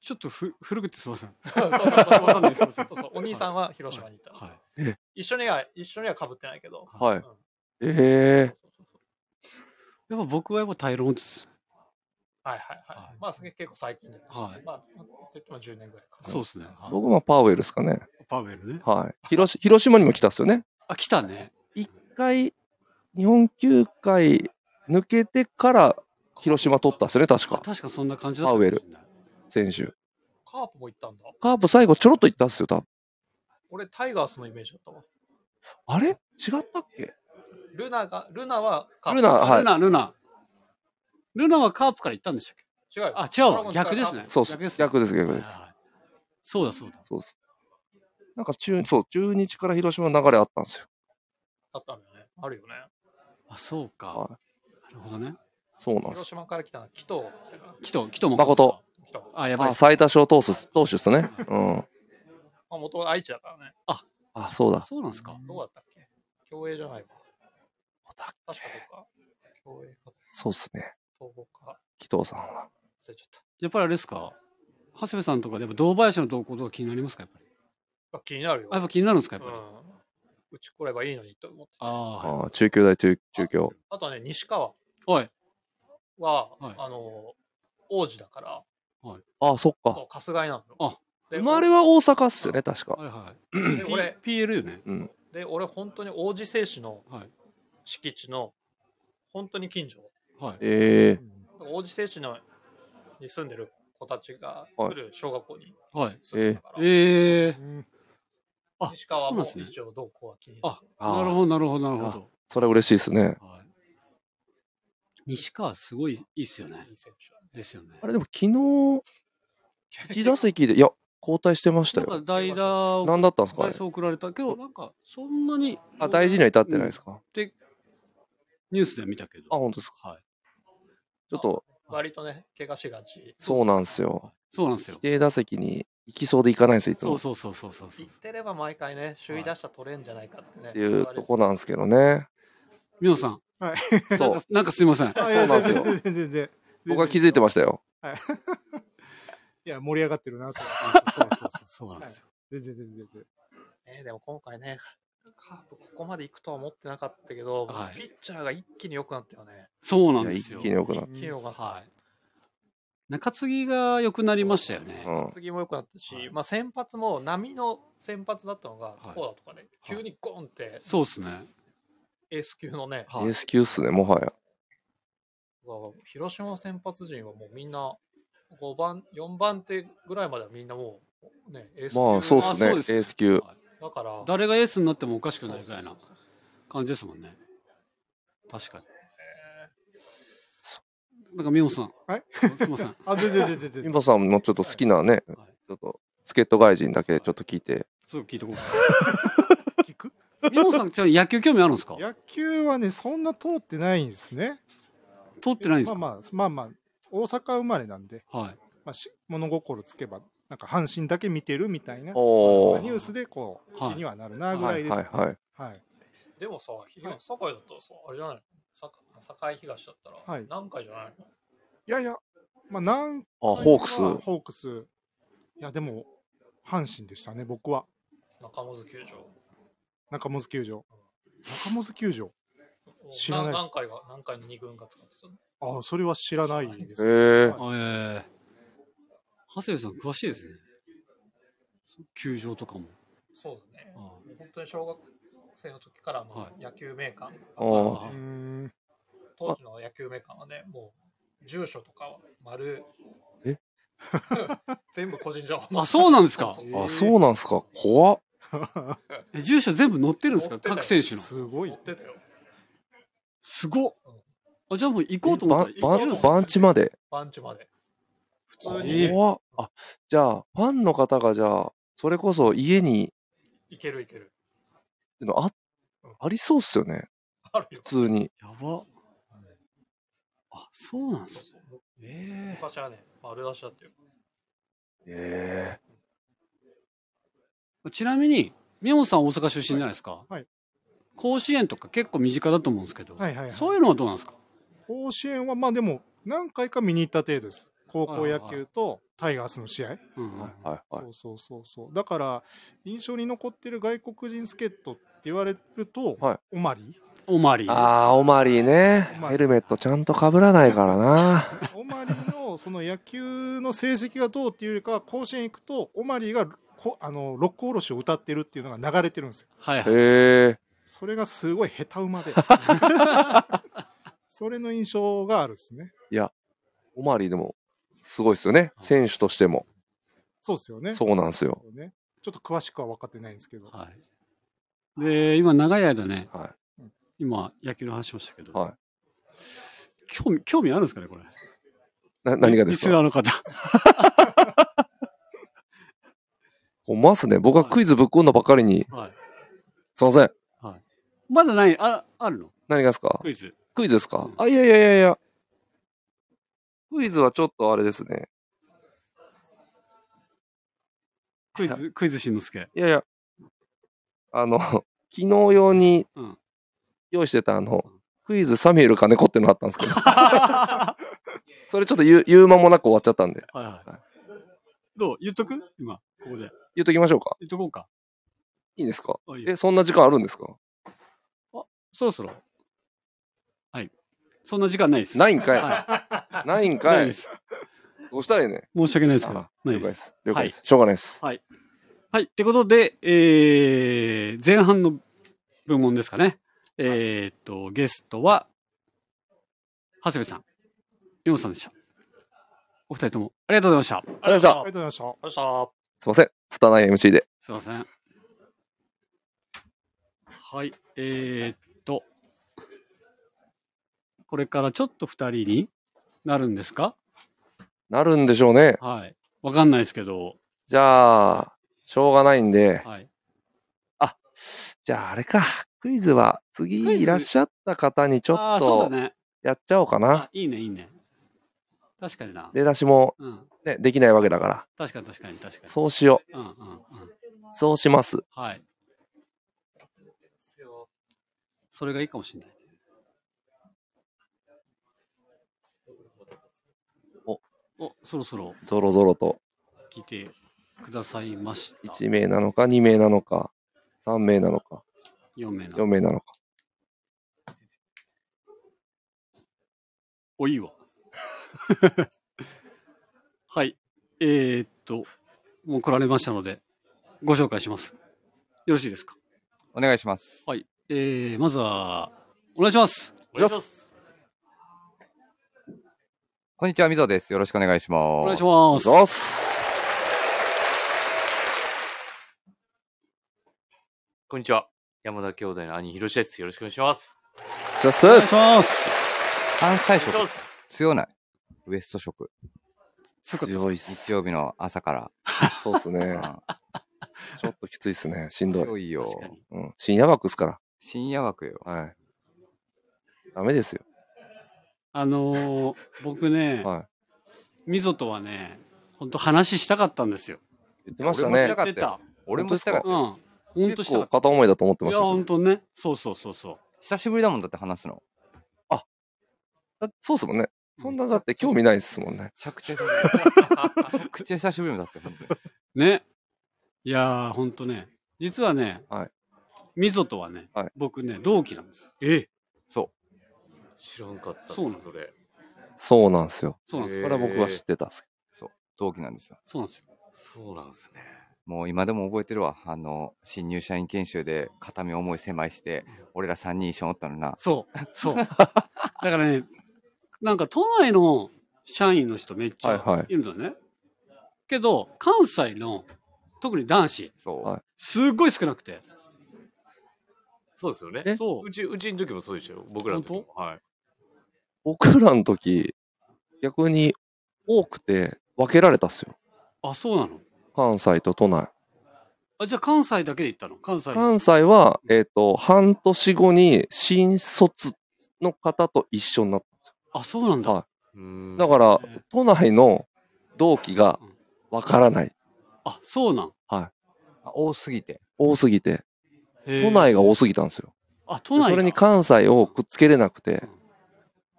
[SPEAKER 1] ちょっとふ古くてすいません。
[SPEAKER 4] そうそう
[SPEAKER 1] わかんないです
[SPEAKER 4] そうそうお兄さんは広島にいた。
[SPEAKER 1] はい。
[SPEAKER 4] 一緒には、一緒には被ってないけど。
[SPEAKER 3] は
[SPEAKER 4] う
[SPEAKER 3] い
[SPEAKER 4] ん。
[SPEAKER 3] ええ
[SPEAKER 1] やっぱ僕はやっぱタイロンズ。
[SPEAKER 4] はいはいは
[SPEAKER 1] はい
[SPEAKER 4] い。まあ、それ結構最近で。
[SPEAKER 1] はい
[SPEAKER 4] まあ、といっても10年ぐらいかな。
[SPEAKER 1] そうですね。はい
[SPEAKER 3] 僕もパウエルですかね。
[SPEAKER 1] パウエルね。
[SPEAKER 3] はい。広し広島にも来たっすよね。
[SPEAKER 1] あ、来たね。
[SPEAKER 3] 一回、日本球界抜けてから広島取ったっすよね、確か。
[SPEAKER 1] 確かそんな感じだったかもしれない。
[SPEAKER 3] 選手。
[SPEAKER 4] カープも行ったんだ。
[SPEAKER 3] カープ最後ちょろっと行ったっすよ、多分。
[SPEAKER 4] 俺、タイガースのイメージだったわ。
[SPEAKER 3] あれ違ったっけ
[SPEAKER 4] ルナが、ルナはカープ。
[SPEAKER 3] ルナ、は
[SPEAKER 1] ル
[SPEAKER 3] い。
[SPEAKER 1] ナ、ルナ。ルナはカープから行ったんでしたっけ
[SPEAKER 4] 違うよ。
[SPEAKER 1] あ、違うわ。逆ですね。
[SPEAKER 3] そうっす。
[SPEAKER 1] ですね。
[SPEAKER 3] 逆です、逆です
[SPEAKER 1] はい。はいそうだ、そうだ。
[SPEAKER 3] そうっす。なんか中、そう、中日から広島の流れあったんですよ。
[SPEAKER 4] あったんだよね。あるよね。
[SPEAKER 1] あ、そうか。
[SPEAKER 3] はい。
[SPEAKER 1] なるほどね。
[SPEAKER 3] そうなんです
[SPEAKER 4] 広。島から来たのは紀藤。
[SPEAKER 1] キト、キトも。
[SPEAKER 3] 誠。
[SPEAKER 4] 紀藤。
[SPEAKER 1] あ、やばい
[SPEAKER 3] あ、
[SPEAKER 1] っす。
[SPEAKER 3] 最多勝投手っす、投手っすね。うん。
[SPEAKER 4] まあ、元々愛知だからね。
[SPEAKER 3] あ、そうだ。
[SPEAKER 1] そうなんですか。
[SPEAKER 4] どこだったっけ競泳じゃないわ。
[SPEAKER 3] だっ
[SPEAKER 4] 確かどっか。競泳か
[SPEAKER 3] そうっすね。
[SPEAKER 4] 東北か。
[SPEAKER 3] 紀藤さんは。
[SPEAKER 4] 忘れちゃった。
[SPEAKER 1] やっぱりあれですか。長谷部さんとかでやっぱ堂林の動向とか気になりますかやっぱり。
[SPEAKER 4] あ気になるよ。
[SPEAKER 1] あ、やっぱ気になるんですかやっ
[SPEAKER 4] う
[SPEAKER 1] ぱり。
[SPEAKER 4] ん。うち来ればいいのにと思って。
[SPEAKER 1] ああ、はい
[SPEAKER 3] あー中京大中、中京。
[SPEAKER 4] あとはね、西川
[SPEAKER 1] おい。
[SPEAKER 4] は、
[SPEAKER 1] はい
[SPEAKER 4] あの、王子だから、
[SPEAKER 3] あ、そっか。
[SPEAKER 4] そう、春日井なのよ。
[SPEAKER 1] あ
[SPEAKER 4] で
[SPEAKER 3] 生まれは大阪っすよね、確か。
[SPEAKER 1] はいは
[SPEAKER 4] で
[SPEAKER 1] い。
[SPEAKER 4] 俺
[SPEAKER 1] P- PL よね。
[SPEAKER 3] うん。
[SPEAKER 4] で、俺、本当に王子製紙の
[SPEAKER 1] はい。
[SPEAKER 4] 敷地の、本当に近所。
[SPEAKER 1] はい。
[SPEAKER 3] ええ
[SPEAKER 4] 王子製紙のに住んでる子たちが
[SPEAKER 3] はい
[SPEAKER 4] 来る小学校に
[SPEAKER 1] はい。
[SPEAKER 4] 住んでたか
[SPEAKER 1] え
[SPEAKER 4] ら、
[SPEAKER 1] え。
[SPEAKER 5] うん
[SPEAKER 1] あ、
[SPEAKER 4] 西川も
[SPEAKER 1] そうなんですね。
[SPEAKER 4] 一応どうこうは気に
[SPEAKER 1] あ
[SPEAKER 4] なる。
[SPEAKER 3] あー
[SPEAKER 1] なるほど、なるほど、なるほ
[SPEAKER 3] それ嬉しいっすね。
[SPEAKER 1] ど。はい。西川すごいいいっすよね
[SPEAKER 4] い。い選手だね
[SPEAKER 1] ですよね
[SPEAKER 3] あ。れでも昨日、1打席で、いや、交代してました
[SPEAKER 1] なんか
[SPEAKER 3] よ。
[SPEAKER 1] 代打を
[SPEAKER 3] 何だったんですかあ
[SPEAKER 1] 代
[SPEAKER 3] れ
[SPEAKER 1] 走送られたけど、なんかそんなに
[SPEAKER 3] あ、大事には至ってないですか、
[SPEAKER 1] ニュースで見たけど。
[SPEAKER 3] あ、本当ですか
[SPEAKER 1] はい。
[SPEAKER 3] ちょっと、
[SPEAKER 4] 割とね、怪我しがち。
[SPEAKER 3] そうなんですよ。
[SPEAKER 1] そうなんですよ
[SPEAKER 3] 規。定打席に行きそうで行かないんですよ、いつ
[SPEAKER 1] そ
[SPEAKER 3] も。
[SPEAKER 1] う
[SPEAKER 3] っ
[SPEAKER 1] そうそうそうそうそう
[SPEAKER 4] 言っ。てれば毎回ね、首位打者取れんじゃないかってね。
[SPEAKER 3] ていうとこなんですけどね。
[SPEAKER 1] みのさん。
[SPEAKER 5] はい
[SPEAKER 1] な
[SPEAKER 3] そ
[SPEAKER 1] ん
[SPEAKER 3] う
[SPEAKER 1] か。 なんかすいません。
[SPEAKER 5] あ
[SPEAKER 3] そうなんですよ
[SPEAKER 5] いや全然全然全然
[SPEAKER 3] 僕は気づいてましたよ。
[SPEAKER 5] いや、盛り上がってるなと思って。
[SPEAKER 1] そうそうそうそうなんですよ。
[SPEAKER 5] 全然全然全然。
[SPEAKER 4] ね、でも今回ね、カープここまで行くとは思ってなかったけど、
[SPEAKER 1] はい
[SPEAKER 4] ピッチャーが一気に良くなったよね。
[SPEAKER 1] そうないん
[SPEAKER 3] や、
[SPEAKER 1] です
[SPEAKER 3] 一
[SPEAKER 1] よ。
[SPEAKER 3] 気に良くなっ
[SPEAKER 4] 一気に良くなった。
[SPEAKER 1] はい。中継ぎが良くなりましたよね
[SPEAKER 3] た。。うん。
[SPEAKER 4] 次も良くなったし、
[SPEAKER 1] はい
[SPEAKER 4] まあ先発も波の先発だったのが
[SPEAKER 1] は、い
[SPEAKER 4] こうだとかね、急にゴンって
[SPEAKER 1] そうですね。
[SPEAKER 4] エース級のね、
[SPEAKER 1] はい。
[SPEAKER 3] S 級っすね、もはや。
[SPEAKER 4] 広島先発陣はもうみんな5番、4番手ぐらいまではみんなもう、ね、エース級
[SPEAKER 3] まあ、そうっ
[SPEAKER 1] あ
[SPEAKER 3] すね
[SPEAKER 1] そう、ですね
[SPEAKER 3] エース級。
[SPEAKER 1] はい
[SPEAKER 4] だから、
[SPEAKER 1] 誰がエースになってもおかし
[SPEAKER 4] そ
[SPEAKER 1] く
[SPEAKER 4] う
[SPEAKER 1] ない
[SPEAKER 4] そう
[SPEAKER 1] み
[SPEAKER 4] そう
[SPEAKER 1] たい
[SPEAKER 4] そう
[SPEAKER 1] な感じですもんね。確かに。なんかみほさん。
[SPEAKER 5] はい
[SPEAKER 1] すすいません。
[SPEAKER 5] あ、全然全然全
[SPEAKER 3] イン
[SPEAKER 5] 然。
[SPEAKER 3] パさんもちょっと好きなね、
[SPEAKER 1] はい
[SPEAKER 3] ちょっと、助っ人外人だけちょっと聞いて。
[SPEAKER 1] すぐ聞いとこ
[SPEAKER 5] 聞く
[SPEAKER 1] う。みほさん、ちなみに野球興味あるんですか
[SPEAKER 5] 野球はね、そんな通ってないんですね。
[SPEAKER 1] 通ってないんです
[SPEAKER 5] まあ
[SPEAKER 1] か
[SPEAKER 5] まあ、まあまあ、大阪生まれなんで、
[SPEAKER 1] はい。
[SPEAKER 5] まあ、し物心つけば、なんか阪神だけ見てるみたいな、
[SPEAKER 3] お
[SPEAKER 5] まあ
[SPEAKER 3] ー
[SPEAKER 5] ニュースでこう、
[SPEAKER 1] はい
[SPEAKER 5] 気にはなるなぐ
[SPEAKER 3] は
[SPEAKER 5] ら
[SPEAKER 3] い
[SPEAKER 5] いです。
[SPEAKER 3] は
[SPEAKER 5] はい
[SPEAKER 3] はい。
[SPEAKER 5] い。
[SPEAKER 4] でもさ、東堺だったらさ、あれじゃないのさ堺東だったら、
[SPEAKER 5] はい
[SPEAKER 4] 何回じゃないの
[SPEAKER 5] いやいや、まあ、なんか
[SPEAKER 3] あ、ホークス。
[SPEAKER 5] ホークス。いや、でも、阪神でしたね、僕は。
[SPEAKER 4] 中本球場。
[SPEAKER 5] 中本球場。中本球場。知らないです
[SPEAKER 4] 何回が何回に二軍が使ってたの
[SPEAKER 5] ああ、それは知らないです、
[SPEAKER 3] へえ
[SPEAKER 5] はい
[SPEAKER 1] ええ長谷部さん詳しいですね。球場とかも。
[SPEAKER 4] そうだね。
[SPEAKER 1] あ
[SPEAKER 4] 本当に小学生の時からも
[SPEAKER 1] は
[SPEAKER 4] う野球名鑑、
[SPEAKER 3] おー
[SPEAKER 5] うーん。
[SPEAKER 4] 当時の野球名鑑はね、もう住所とかは丸、
[SPEAKER 3] え
[SPEAKER 4] 全部個人情報。
[SPEAKER 1] あそうなんですか
[SPEAKER 4] そう
[SPEAKER 5] え
[SPEAKER 4] そう
[SPEAKER 3] あ、そうなんすか。怖っ。
[SPEAKER 1] え住所全部載ってるんですか
[SPEAKER 4] 載ってたよ
[SPEAKER 1] 各選手の。
[SPEAKER 5] すごい
[SPEAKER 4] 持っ。てたよ。
[SPEAKER 1] すごっ
[SPEAKER 4] うん
[SPEAKER 1] あ、じゃあもう行こうと思った
[SPEAKER 3] バ
[SPEAKER 1] ら
[SPEAKER 3] ン
[SPEAKER 1] 行
[SPEAKER 3] バ
[SPEAKER 1] けるんで
[SPEAKER 3] ン
[SPEAKER 1] すか
[SPEAKER 3] バンチまで。
[SPEAKER 4] 番地まで。普通に
[SPEAKER 3] 怖っ。あ、じゃあ、ファンの方がじゃあ、それこそ家に、って
[SPEAKER 4] いけるいける。
[SPEAKER 3] いうのあ、ありそうっすよね。
[SPEAKER 4] あるよ。
[SPEAKER 3] 普通に。
[SPEAKER 1] やば。あ、そうなんで
[SPEAKER 4] そう
[SPEAKER 1] す。
[SPEAKER 4] そう
[SPEAKER 1] ええ
[SPEAKER 4] 昔はね、丸出しだったよ。
[SPEAKER 3] え
[SPEAKER 1] ちなみに、みほさん大阪出身じゃないですか。
[SPEAKER 5] はい
[SPEAKER 1] 甲子園とか結構身近だと思うんですけど、
[SPEAKER 5] はいはいはい。
[SPEAKER 1] そういうのはどうなんですか
[SPEAKER 5] 甲子園は、まあでも、何回か見に行った程度です。高校野球とタイガースの試合。
[SPEAKER 1] うんうん
[SPEAKER 3] はいはい。
[SPEAKER 5] そうそうそうそう。だから、印象に残ってる外国人助っ人って言われると、
[SPEAKER 3] はい
[SPEAKER 5] オマリー。
[SPEAKER 1] オマリー。
[SPEAKER 3] ああ、オマリーね
[SPEAKER 5] オマリ。ー
[SPEAKER 3] ヘルメットちゃんと被らないからな。
[SPEAKER 5] オマリーのその野球の成績がどうっていうよりかは、甲子園行くと、オマリーがこあのロックおろしを歌ってるっていうのが流れてるんですよ。
[SPEAKER 1] はいはい。
[SPEAKER 3] へえ。
[SPEAKER 5] それがすごい下手 馬で。それの印象があるですね。
[SPEAKER 3] オマリーでも、すごいですよね。選手としても。
[SPEAKER 5] そうですよね。
[SPEAKER 3] そうなんですよ。
[SPEAKER 5] そうね。ちょっと詳しくは分かってないんですけど。
[SPEAKER 1] はい、で、今長い間ね、
[SPEAKER 3] は
[SPEAKER 1] 今野球の話しましたけど、
[SPEAKER 3] はい
[SPEAKER 1] 興味、興味あるんですかね、これ。
[SPEAKER 3] い。な、何がです
[SPEAKER 1] リスナ
[SPEAKER 3] か
[SPEAKER 1] ーの方。
[SPEAKER 3] ほんますね。僕はクイズぶっ込んだばっかりに。
[SPEAKER 1] はい。
[SPEAKER 3] すいません。
[SPEAKER 1] まだない、ああるの
[SPEAKER 3] 何がですか
[SPEAKER 1] クイズ。
[SPEAKER 3] クイズですかあ、いやいやいやいや。クイズはちょっとあれですね。
[SPEAKER 1] クイ ズ、クイズしんのす け。
[SPEAKER 3] いやいや。あの、 昨日用に
[SPEAKER 1] うん
[SPEAKER 3] 用意してたあの、クイズサミュエル金子っていうのがあったんで すけど。それちょっと言う言う間もなく終わっちゃったんで。
[SPEAKER 1] はいはい。
[SPEAKER 3] は
[SPEAKER 1] どう言っとく今、ここで。
[SPEAKER 3] 言っときましょうか。
[SPEAKER 1] 言っとこうか。
[SPEAKER 3] いいですか
[SPEAKER 1] あいいよ
[SPEAKER 3] え、そんな時間あるんですか
[SPEAKER 1] そろそろ。はい。そんな時間ないです。
[SPEAKER 3] ないんか。
[SPEAKER 1] はい
[SPEAKER 3] ないん
[SPEAKER 1] い。な
[SPEAKER 3] か
[SPEAKER 1] いで
[SPEAKER 3] い。
[SPEAKER 1] す。
[SPEAKER 3] どうしたらいいね。
[SPEAKER 1] 申し訳ないですけど
[SPEAKER 3] あ。
[SPEAKER 1] ない
[SPEAKER 3] 了
[SPEAKER 1] で。
[SPEAKER 3] 解ですす。了解です。しょうがないです。
[SPEAKER 1] はい。ってことで、えー、前半の部門ですかね。えーっと、ゲストは、長谷部さん、山本さんでした。お二人ともありがとうございました。
[SPEAKER 3] ありがとうございました
[SPEAKER 5] ありがとうございました。
[SPEAKER 4] ました。
[SPEAKER 3] すいません。拙い MC で。
[SPEAKER 1] すいません。はい。えー、っと、これからちょっと二人になるんですか
[SPEAKER 3] なるんでしょうね。
[SPEAKER 1] はい。わかんないですけど、
[SPEAKER 3] じゃあ、しょうがないんで。
[SPEAKER 1] はい。
[SPEAKER 3] じゃあ、あれか。クイズは、次
[SPEAKER 1] クイズ
[SPEAKER 3] いらっしゃった方にちょ
[SPEAKER 1] あ
[SPEAKER 3] っ
[SPEAKER 1] あ、そうだ
[SPEAKER 3] と、
[SPEAKER 1] ね。
[SPEAKER 3] やっちゃおうかな。
[SPEAKER 1] あ、いいね、いいね。確かにな。
[SPEAKER 3] 出だしも、
[SPEAKER 1] うん。
[SPEAKER 3] ね、できないわけだから。
[SPEAKER 1] 確かに確かに確かに。
[SPEAKER 3] そうしよ
[SPEAKER 1] うんうんうん。
[SPEAKER 3] う。そうします。
[SPEAKER 1] はい。それがいいかもしれない。
[SPEAKER 3] お、
[SPEAKER 1] お、そろそろ
[SPEAKER 3] ぞろぞろと。
[SPEAKER 1] 聞いてくださいました。
[SPEAKER 3] 1名なのか、2名なのか、3名なのか、
[SPEAKER 1] 4名な
[SPEAKER 3] 4。名なのか。
[SPEAKER 1] お、 いいわ。はい。えー、っと、もう来られましたので、ご紹介します。よろしいですか
[SPEAKER 6] お願いします。
[SPEAKER 1] はい。えー、まずは、お願いします。
[SPEAKER 4] お願いします。
[SPEAKER 6] こんにちは、みぞです。よろしくお願いします。
[SPEAKER 1] お願いします。
[SPEAKER 3] よし
[SPEAKER 7] こんにちは。山田兄弟の兄、ひろしです。よろしくお願いします。
[SPEAKER 3] じゃあす
[SPEAKER 1] お願いします。
[SPEAKER 6] 関西
[SPEAKER 7] お願い
[SPEAKER 6] 食
[SPEAKER 7] し、ます
[SPEAKER 6] 強ない。ウエスト食。
[SPEAKER 3] 強いっす
[SPEAKER 6] 日。曜日の朝か
[SPEAKER 3] そうっすね。
[SPEAKER 6] ら。
[SPEAKER 3] ちょっときついっすね。しん
[SPEAKER 6] うん、
[SPEAKER 3] どい。
[SPEAKER 6] 強いよ。
[SPEAKER 1] 確かに
[SPEAKER 3] うん。深夜枠っすか
[SPEAKER 6] 深夜枠よ。
[SPEAKER 3] ら。はい。ダメですよ。
[SPEAKER 1] あのー、僕ね、
[SPEAKER 3] はい。
[SPEAKER 1] みぞとはね、本当話したかったんですよ。
[SPEAKER 3] 言ってました
[SPEAKER 6] 俺も
[SPEAKER 3] ね
[SPEAKER 6] しな。かった
[SPEAKER 1] 言っ
[SPEAKER 6] よ
[SPEAKER 1] てた。
[SPEAKER 6] 俺もしたかっ
[SPEAKER 1] う
[SPEAKER 6] た。
[SPEAKER 1] ん。本当し
[SPEAKER 3] 結
[SPEAKER 1] た
[SPEAKER 3] 構
[SPEAKER 1] かっ
[SPEAKER 3] 片思いだと思って
[SPEAKER 1] た。
[SPEAKER 3] ま
[SPEAKER 1] い
[SPEAKER 3] し
[SPEAKER 1] や、
[SPEAKER 3] たけど
[SPEAKER 1] 本当ね。そうそうそうそう。
[SPEAKER 6] 久しぶりだもんだって話すの。
[SPEAKER 3] だってそうっすもんね。そんなだって興味ないっすもんね。
[SPEAKER 6] めちゃく ちゃ久しぶり。めちゃくちゃ久しぶりだって、本当に。
[SPEAKER 1] ね。いやー、ほんとね。実はね、
[SPEAKER 3] はい
[SPEAKER 1] みぞとはね、
[SPEAKER 3] はい
[SPEAKER 1] 僕ね、同期なんです。
[SPEAKER 7] え
[SPEAKER 6] そ
[SPEAKER 7] 知らんかったっす。
[SPEAKER 1] そうなの
[SPEAKER 7] それ。
[SPEAKER 3] そうなんすよ。
[SPEAKER 1] そうなんです
[SPEAKER 6] へ
[SPEAKER 1] よ。
[SPEAKER 6] ー
[SPEAKER 3] それは僕は知ってたっす
[SPEAKER 6] う。そう。同期なんですよ。
[SPEAKER 1] そうなんですよ。
[SPEAKER 7] そうなんですね。
[SPEAKER 6] もう今でも覚えてるわ。あの、新入社員研修で片目重い狭いして、俺ら3人一緒におったのにな。
[SPEAKER 1] そう。そう。だからね、なんか都内の社員の人めっち
[SPEAKER 3] はいは
[SPEAKER 1] ゃ
[SPEAKER 3] い
[SPEAKER 1] いるんだよね。けど、関西の、特に男子、
[SPEAKER 6] そう。
[SPEAKER 3] はい
[SPEAKER 1] すっごい少なくて。
[SPEAKER 7] そうですよね。
[SPEAKER 3] え
[SPEAKER 1] そう
[SPEAKER 7] うち、うちの時もそうでしたよ。僕らの時も。はい。
[SPEAKER 3] 僕らの時、逆に多くて分けられたっすよ。
[SPEAKER 1] あ、そうなの
[SPEAKER 3] 関西と都内。
[SPEAKER 1] あ、じゃあ関西だけで行ったの関西に
[SPEAKER 3] 関西は、えっ、と、半年後に新卒の方と一緒になっ
[SPEAKER 1] あ、そうなんだ。
[SPEAKER 3] は
[SPEAKER 7] うーん
[SPEAKER 3] た。だから
[SPEAKER 1] へえ、
[SPEAKER 3] 都内の同期がわからない。
[SPEAKER 1] あ、そうなん。
[SPEAKER 6] あ多すぎて。
[SPEAKER 3] 多すぎて、
[SPEAKER 1] へー
[SPEAKER 3] 都内が多すぎたんですよ。
[SPEAKER 1] あ、都
[SPEAKER 3] で
[SPEAKER 1] 内が
[SPEAKER 3] それに関西をくっつけれなくて、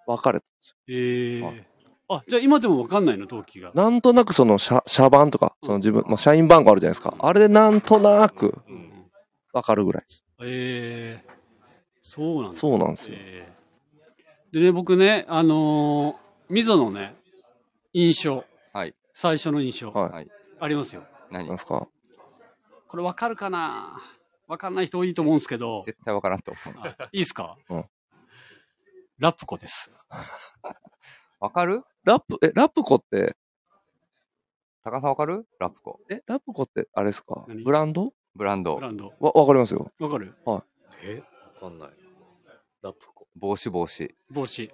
[SPEAKER 3] 別れたんです
[SPEAKER 1] えー
[SPEAKER 6] はい
[SPEAKER 1] あ、じゃあ今でもわかんないの、同期が。
[SPEAKER 3] なんとなくその社、社番とか、その自分、まあ、社員番号あるじゃないですか。あれでなんとなく
[SPEAKER 7] うん
[SPEAKER 3] わかるぐらいです。
[SPEAKER 1] ええそうなんだ。
[SPEAKER 3] そうなんですよ。
[SPEAKER 1] えーでね、僕ね、あのー、溝のね、印象。
[SPEAKER 6] はい
[SPEAKER 1] 最初の印象。
[SPEAKER 3] はい
[SPEAKER 6] はい
[SPEAKER 1] ありますよ。
[SPEAKER 6] 何
[SPEAKER 3] なんですか
[SPEAKER 1] これわかるかなわかんない人多いと思うんですけど、
[SPEAKER 6] 絶対わからんと思う。
[SPEAKER 1] あいいですか、
[SPEAKER 3] うん
[SPEAKER 1] ラップコです。
[SPEAKER 6] わかる
[SPEAKER 3] ラップ、え、ラップコって、
[SPEAKER 6] 高さんわかるラップコ。
[SPEAKER 3] え、ラップコってあれですか
[SPEAKER 1] 何
[SPEAKER 3] ブランド
[SPEAKER 6] ブランド
[SPEAKER 1] ブ。ランド。
[SPEAKER 3] わ、わかりますよ。
[SPEAKER 1] わかる
[SPEAKER 7] えわかんない。ラップコ。
[SPEAKER 6] 帽子帽子。
[SPEAKER 1] 帽子。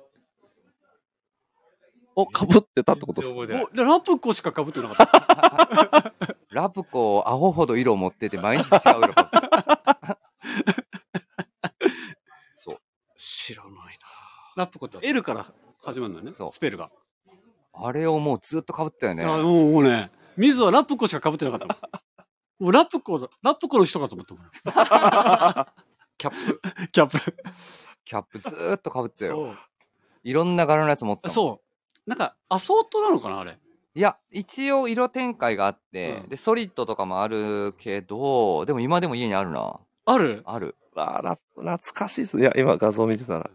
[SPEAKER 3] お、かぶってたってことですか
[SPEAKER 7] 全然覚えてない
[SPEAKER 1] おラップコしか被ってなかった。
[SPEAKER 6] ラプコ、アホほど色を持ってて毎日違う色買ってる。そう。
[SPEAKER 7] 知らないな。
[SPEAKER 1] ラップコって L から始まるのよね、
[SPEAKER 6] そう
[SPEAKER 1] スペルが。
[SPEAKER 6] あれをもうずっと被ってたよね。
[SPEAKER 1] あもうもうね、水はラップコしか被ってなかったもん。もうラップコだ、ラップコの人かと思ったもん。
[SPEAKER 7] キャップ。
[SPEAKER 1] キャップ。
[SPEAKER 6] キャップずーっと被ってたよ。
[SPEAKER 1] そう。
[SPEAKER 6] いろんな柄のやつ持ってたもん
[SPEAKER 1] そう。なんか、アソートなのかな、あれ。
[SPEAKER 6] いや、一応色展開があって、
[SPEAKER 1] うん
[SPEAKER 6] で、ソリッドとかもあるけど、でも今でも家にあるな。
[SPEAKER 1] ある
[SPEAKER 6] ある。
[SPEAKER 3] わあ、ラップ、懐かしいっすね。いや、今画像見てたら。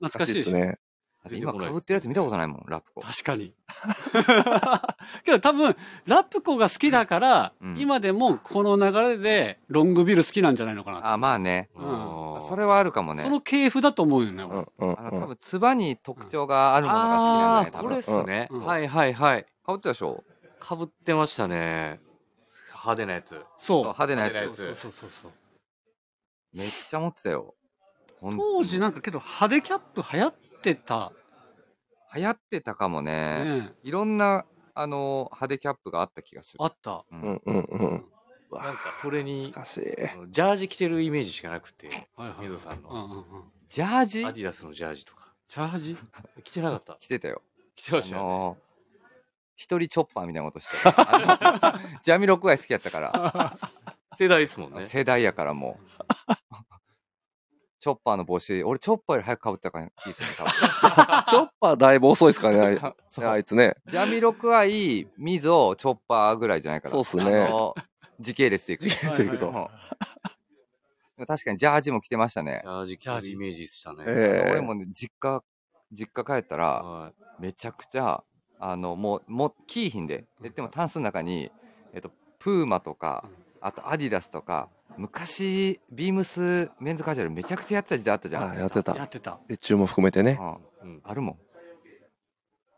[SPEAKER 1] 懐かしいで
[SPEAKER 3] っ
[SPEAKER 1] す
[SPEAKER 3] す
[SPEAKER 1] ね。
[SPEAKER 3] ね。
[SPEAKER 6] だっ
[SPEAKER 7] 出
[SPEAKER 6] て
[SPEAKER 7] てこな
[SPEAKER 6] 今
[SPEAKER 7] いっすね
[SPEAKER 6] 被ってるやつ見たことないもん、ラプコ。
[SPEAKER 1] 確かに。 けど多分、ラップコが好きだから、
[SPEAKER 6] うん
[SPEAKER 1] 今でもこの流れでロングビル好きなんじゃないのかな。
[SPEAKER 6] あ、まあね。
[SPEAKER 1] うん
[SPEAKER 7] あー
[SPEAKER 6] それはあるかもね
[SPEAKER 1] そ。の系譜だと思うよね。
[SPEAKER 3] う
[SPEAKER 1] 俺
[SPEAKER 3] んうん
[SPEAKER 6] あの、多
[SPEAKER 3] うん。
[SPEAKER 6] 分、つばに特徴があるものが好きなん
[SPEAKER 7] あ
[SPEAKER 6] だ
[SPEAKER 7] あ
[SPEAKER 6] よ、
[SPEAKER 7] ー、
[SPEAKER 6] 多
[SPEAKER 7] これ
[SPEAKER 6] 分。
[SPEAKER 7] っすね。
[SPEAKER 1] うん
[SPEAKER 7] はいはいはい。
[SPEAKER 6] 被ってたでしょ
[SPEAKER 7] かぶってましたね。派手なやつ。
[SPEAKER 1] そ
[SPEAKER 6] そうう、。派手なやつ。
[SPEAKER 7] 派手な
[SPEAKER 1] そう
[SPEAKER 7] やつ
[SPEAKER 1] そうそうそう。
[SPEAKER 6] めっちゃ持ってたよ。ほん
[SPEAKER 1] 当時なんかけど派手キャップ流行ってた。
[SPEAKER 6] 流行ってたかもね。
[SPEAKER 1] ね
[SPEAKER 6] いろんな、あの、派手キャップがあった気がする
[SPEAKER 1] あ。った。
[SPEAKER 6] うん
[SPEAKER 3] うんうんうん。
[SPEAKER 7] なんかそれに
[SPEAKER 3] 懐、かしい。
[SPEAKER 7] あのジャージ着てるイメージしかなくて、
[SPEAKER 1] はいはい。
[SPEAKER 7] 水野さんの
[SPEAKER 1] うんうんうん。
[SPEAKER 6] ジャー
[SPEAKER 7] ア
[SPEAKER 6] ジ
[SPEAKER 7] ディダスのジャージとか。
[SPEAKER 1] チャージ
[SPEAKER 7] 着てなかった。
[SPEAKER 6] 着てたよ。
[SPEAKER 7] 着てま
[SPEAKER 6] あ
[SPEAKER 7] したよね。
[SPEAKER 6] のー一人チョッパーみたいなことしてた。あのジャミロクワイ好きやったから、
[SPEAKER 7] 世代ですもんね。
[SPEAKER 6] 世代やからもう。 チョッパーの帽子、俺チョッパーより早く被ってたからいいですよね、多分
[SPEAKER 3] チョッパーだいぶ遅いっすからねあい、ね
[SPEAKER 6] そう
[SPEAKER 3] あいつね。
[SPEAKER 6] ジャミロクワイ、ミゾ、チョッパーぐらいじゃないから。
[SPEAKER 3] そうっすね
[SPEAKER 6] あの時系列でいくと。時
[SPEAKER 1] 系列でいくと
[SPEAKER 6] でも確かにジャージも着てましたね
[SPEAKER 7] ジ。ャージ着てるイメージでしたね。
[SPEAKER 3] え
[SPEAKER 6] 俺
[SPEAKER 3] え
[SPEAKER 6] もね、実家、実家帰ったら、
[SPEAKER 7] はい
[SPEAKER 6] めちゃくちゃあのもうもうキーヒンでででもタンスの中に、えっと、プーマとかあとアディダスとか昔ビームスメンズカジュアルめちゃくちゃやってた時代あったじゃん、
[SPEAKER 3] あやって
[SPEAKER 1] や
[SPEAKER 3] た。
[SPEAKER 1] ってた。
[SPEAKER 3] 別注も含めてね。
[SPEAKER 6] うん
[SPEAKER 7] うん
[SPEAKER 6] あるもん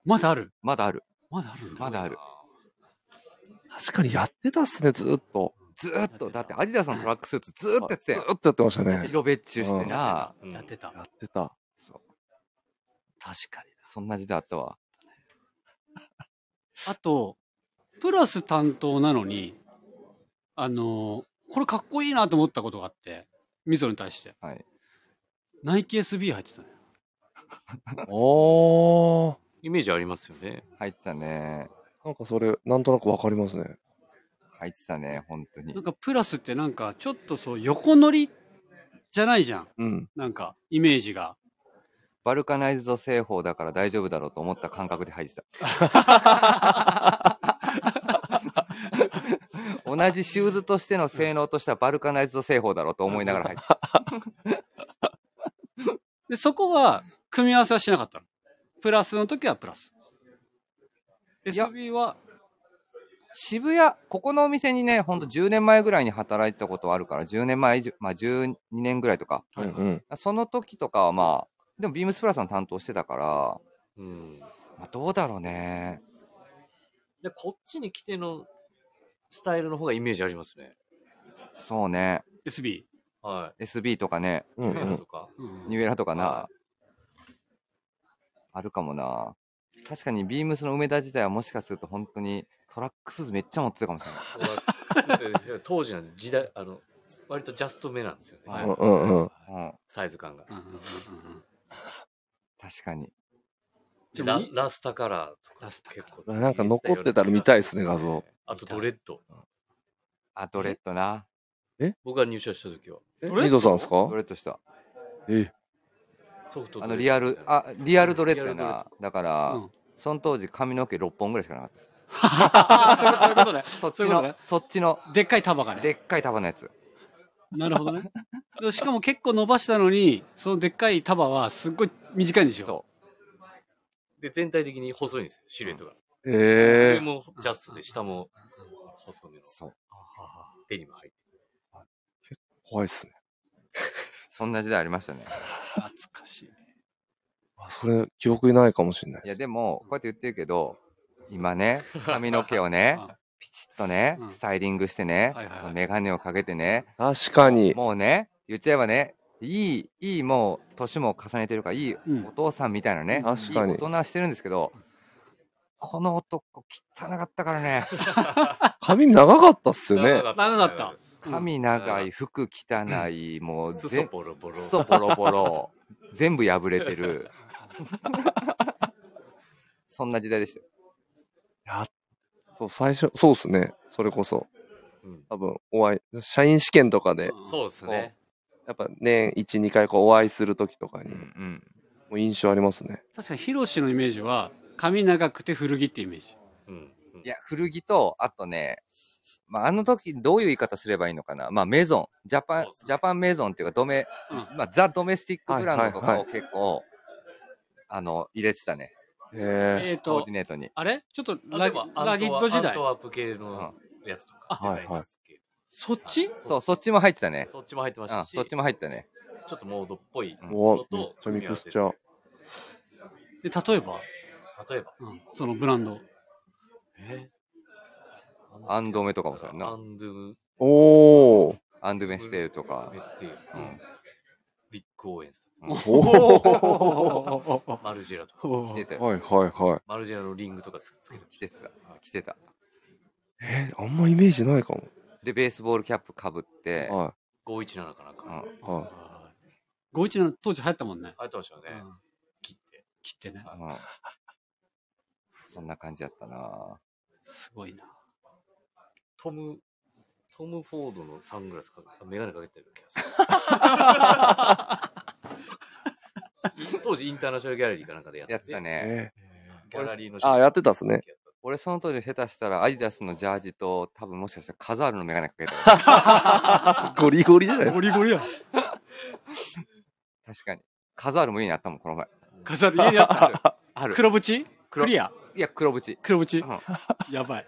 [SPEAKER 1] まだある。
[SPEAKER 6] まだある
[SPEAKER 1] まだあるんだ。
[SPEAKER 6] まだある
[SPEAKER 3] 確かにやってたっすね、ずーっと。
[SPEAKER 6] ずーっとだってアディダスのトラックスーツずーっとやって
[SPEAKER 3] ず
[SPEAKER 6] たよ
[SPEAKER 3] ーっとやってましたね。
[SPEAKER 6] 色別注してな
[SPEAKER 7] うん
[SPEAKER 1] やってた。
[SPEAKER 3] やってた。
[SPEAKER 1] 確かに。
[SPEAKER 6] そんな時代あったわ
[SPEAKER 1] あと、プラス担当なのに、あのーこれかっこいいなと思ったことがあって、ミゾに対して。
[SPEAKER 6] はい
[SPEAKER 1] ナイキ SB 入ってたね。
[SPEAKER 3] おー。
[SPEAKER 7] イメージありますよね。
[SPEAKER 6] 入ってたね
[SPEAKER 3] なんかそれ、なんとなくわかりますね。
[SPEAKER 6] 入ってたね本当に
[SPEAKER 1] なんかプラスってなんかちょっとそう横乗りじゃないじゃん。
[SPEAKER 3] うん。
[SPEAKER 1] なんかイメージが。
[SPEAKER 6] バルカナイズド製法だから大丈夫だろうと思った感覚で入ってた。同じシューズとしての性能としてはバルカナイズド製法だろうと思いながら入ってた。
[SPEAKER 1] で、そこは組み合わせはしなかったの。プラスの時はプラス。
[SPEAKER 6] や
[SPEAKER 1] SB は、
[SPEAKER 6] 渋谷、ここのお店にね、ほんと10年前ぐらいに働いてたことはあるから、10年前以上、まあ12年ぐらいとか、
[SPEAKER 3] うんうん。
[SPEAKER 6] その時とかはまあ、でもビームスプラスの担当してたから、
[SPEAKER 7] うん。
[SPEAKER 6] まあ、どうだろうね。
[SPEAKER 7] で、こっちに来てのスタイルの方がイメージありますね。
[SPEAKER 6] そうね、
[SPEAKER 1] SB。
[SPEAKER 7] は
[SPEAKER 6] SB とかね、
[SPEAKER 3] う
[SPEAKER 7] い。
[SPEAKER 3] んう
[SPEAKER 7] ペア
[SPEAKER 3] ん
[SPEAKER 7] と。か。
[SPEAKER 1] うん
[SPEAKER 6] ニュエラとかな
[SPEAKER 7] は。
[SPEAKER 6] あるかもな。確かにビームスの梅田自体はもしかすると本当にトラックスーツめっちゃ持ってたかもしれない。
[SPEAKER 7] 当時なんで時代、あの、割とジャスト目なんですよね。
[SPEAKER 6] は
[SPEAKER 3] うんうんうん。
[SPEAKER 6] うん、
[SPEAKER 7] サイズ感が。
[SPEAKER 1] うんうんうんうん
[SPEAKER 6] 確かに。
[SPEAKER 1] でも
[SPEAKER 7] ラ
[SPEAKER 1] い
[SPEAKER 7] ラスタカラーとか結構
[SPEAKER 3] なんか残ってたら見たいですね画像。
[SPEAKER 7] あとドレッド。
[SPEAKER 6] あ、ドレッドな。
[SPEAKER 7] 僕が入社した時は。
[SPEAKER 3] え
[SPEAKER 1] どれ
[SPEAKER 3] ミドさんですか
[SPEAKER 6] ドレッドした。
[SPEAKER 3] え
[SPEAKER 7] ソフト
[SPEAKER 6] あの、リアル、あ、リアルドレッドやな。だから、
[SPEAKER 1] うん
[SPEAKER 6] その当時髪の毛6本ぐらいしかなかっ
[SPEAKER 1] ああ、そういうそういうことね。
[SPEAKER 6] たそっち
[SPEAKER 1] そういうこと
[SPEAKER 6] の
[SPEAKER 1] ね
[SPEAKER 6] そっちの
[SPEAKER 1] でっかい束が
[SPEAKER 6] で
[SPEAKER 1] ね。
[SPEAKER 6] っかい束のやつ
[SPEAKER 1] なるほどね。でしかも結構伸ばしたのに、そのでっかい束はすっごい短いんですよ。
[SPEAKER 6] そ
[SPEAKER 7] で、全体的に細いんですよ、シルエットが。
[SPEAKER 3] え
[SPEAKER 7] 上
[SPEAKER 3] え
[SPEAKER 7] もジャストで、下も細めの。
[SPEAKER 6] そう
[SPEAKER 7] 手にも入って
[SPEAKER 3] 怖いっすね。
[SPEAKER 6] そんな時代ありましたね
[SPEAKER 1] 懐かしい。
[SPEAKER 3] あそれ、記憶にないかもしれない
[SPEAKER 6] い
[SPEAKER 3] で
[SPEAKER 6] や
[SPEAKER 3] す。
[SPEAKER 6] でもこうやって言ってるけど今ね髪の毛をね
[SPEAKER 1] うん
[SPEAKER 6] ピチッとね
[SPEAKER 1] うん
[SPEAKER 6] スタイリングしてね
[SPEAKER 1] はいはいはい
[SPEAKER 6] 眼鏡をかけてね
[SPEAKER 3] 確かに。
[SPEAKER 6] もうね言っちゃえばねいいいいもう年も重ねてるからいい
[SPEAKER 1] うん
[SPEAKER 6] お父さんみたいなね、
[SPEAKER 3] 確かに
[SPEAKER 6] いい大人はしてるんですけどこの男汚かったからね
[SPEAKER 3] 髪長かったっすよね。
[SPEAKER 7] 長
[SPEAKER 1] 長かった
[SPEAKER 6] 髪長い服汚い、もう
[SPEAKER 7] す
[SPEAKER 6] ぜ
[SPEAKER 7] そボロボロ。
[SPEAKER 6] そうボロボロ全部破れてるそんな時代でしたよ
[SPEAKER 3] そう、最初、そうっすね。それこそ。
[SPEAKER 7] うん
[SPEAKER 3] 多分、お会い、社員試験とかで、
[SPEAKER 7] そうですね。
[SPEAKER 3] やっぱ年1、2回こうお会いするときとか
[SPEAKER 6] う
[SPEAKER 3] に、も
[SPEAKER 6] んうん
[SPEAKER 3] う印象ありますね。
[SPEAKER 1] 確かにヒロシのイメージは髪長くて古着ってイメージ。
[SPEAKER 7] うん。うん
[SPEAKER 6] いや、古着と、あとね、まあ、あの時どういう言い方すればいいのかな。まあ、メゾン、ジャパン、
[SPEAKER 7] そうですね
[SPEAKER 6] ジャパンメゾンっていうか、ドメ、
[SPEAKER 1] うん
[SPEAKER 6] まあ、ザ・ドメスティックブランドと
[SPEAKER 3] はい
[SPEAKER 6] か
[SPEAKER 3] は
[SPEAKER 6] を結構、あの、入れてたね。
[SPEAKER 3] ええ
[SPEAKER 1] えっ、
[SPEAKER 6] コー
[SPEAKER 1] と
[SPEAKER 6] ディ、ネートに。
[SPEAKER 1] あれちょっと
[SPEAKER 7] 例
[SPEAKER 1] ラ
[SPEAKER 7] え
[SPEAKER 1] ギ
[SPEAKER 7] ば
[SPEAKER 1] ラギット時
[SPEAKER 7] アン
[SPEAKER 1] 代
[SPEAKER 7] ト。ワープ系のやつとか。
[SPEAKER 3] はいはい
[SPEAKER 1] そっち
[SPEAKER 6] そう、そっちも入ってたね。
[SPEAKER 7] そっちも入ってまし
[SPEAKER 6] うん、
[SPEAKER 7] たし、
[SPEAKER 6] そっちも入ってたね。
[SPEAKER 7] ちょっとモードっぽい。
[SPEAKER 6] うん
[SPEAKER 3] お
[SPEAKER 7] の
[SPEAKER 3] わめっちゃミクスチャー。
[SPEAKER 1] で、例えば、
[SPEAKER 7] 例えば、
[SPEAKER 1] うん、そのブランド。
[SPEAKER 7] え
[SPEAKER 6] アンドメとかもそうや
[SPEAKER 7] ア
[SPEAKER 6] な。
[SPEAKER 7] ンドゥ・
[SPEAKER 3] おー。
[SPEAKER 6] アンドメステールとか
[SPEAKER 7] メ。スティー
[SPEAKER 6] う
[SPEAKER 7] ル、
[SPEAKER 6] ん。
[SPEAKER 7] ビッグ・オーエンス、
[SPEAKER 1] お
[SPEAKER 7] マルジェラとか、
[SPEAKER 6] 着てたよ。
[SPEAKER 3] はいはいはい。
[SPEAKER 7] マルジェラのリングとかつつけて
[SPEAKER 6] 着てた。着てた。
[SPEAKER 3] えあんまイメージないかも。
[SPEAKER 6] で、ベースボールキャップかぶって、
[SPEAKER 3] は
[SPEAKER 7] 517かなん
[SPEAKER 6] う
[SPEAKER 7] か。
[SPEAKER 6] ん。
[SPEAKER 3] いは
[SPEAKER 1] 517当時流行ったもんね。
[SPEAKER 7] 入ってましたよね
[SPEAKER 1] う。ん
[SPEAKER 7] 切って。
[SPEAKER 1] 切ってね。
[SPEAKER 6] うん。そんな感じやったな
[SPEAKER 1] すごいな。
[SPEAKER 7] トム、トム・フォードのサングラスか、メガネかけてる気がす る当時インターナショナルギャラリーかなんかでやって
[SPEAKER 6] やってた
[SPEAKER 3] い。
[SPEAKER 6] ね。
[SPEAKER 3] え
[SPEAKER 7] ギャラリーの
[SPEAKER 3] あやってたっすね。
[SPEAKER 6] 俺その当時下手したらアディダスのジャージと多分もしかしたらカザールのメガネかけてた
[SPEAKER 3] ーゴリゴリじゃないです
[SPEAKER 1] ゴ
[SPEAKER 3] か。
[SPEAKER 1] リゴリや。
[SPEAKER 6] 確かにカザールも家にあったもんこの前
[SPEAKER 1] 飾る家にあった。
[SPEAKER 6] ある
[SPEAKER 1] 黒縁
[SPEAKER 6] 黒
[SPEAKER 1] クリア
[SPEAKER 6] いや黒縁い
[SPEAKER 1] 黒縁
[SPEAKER 6] うん
[SPEAKER 1] やばい。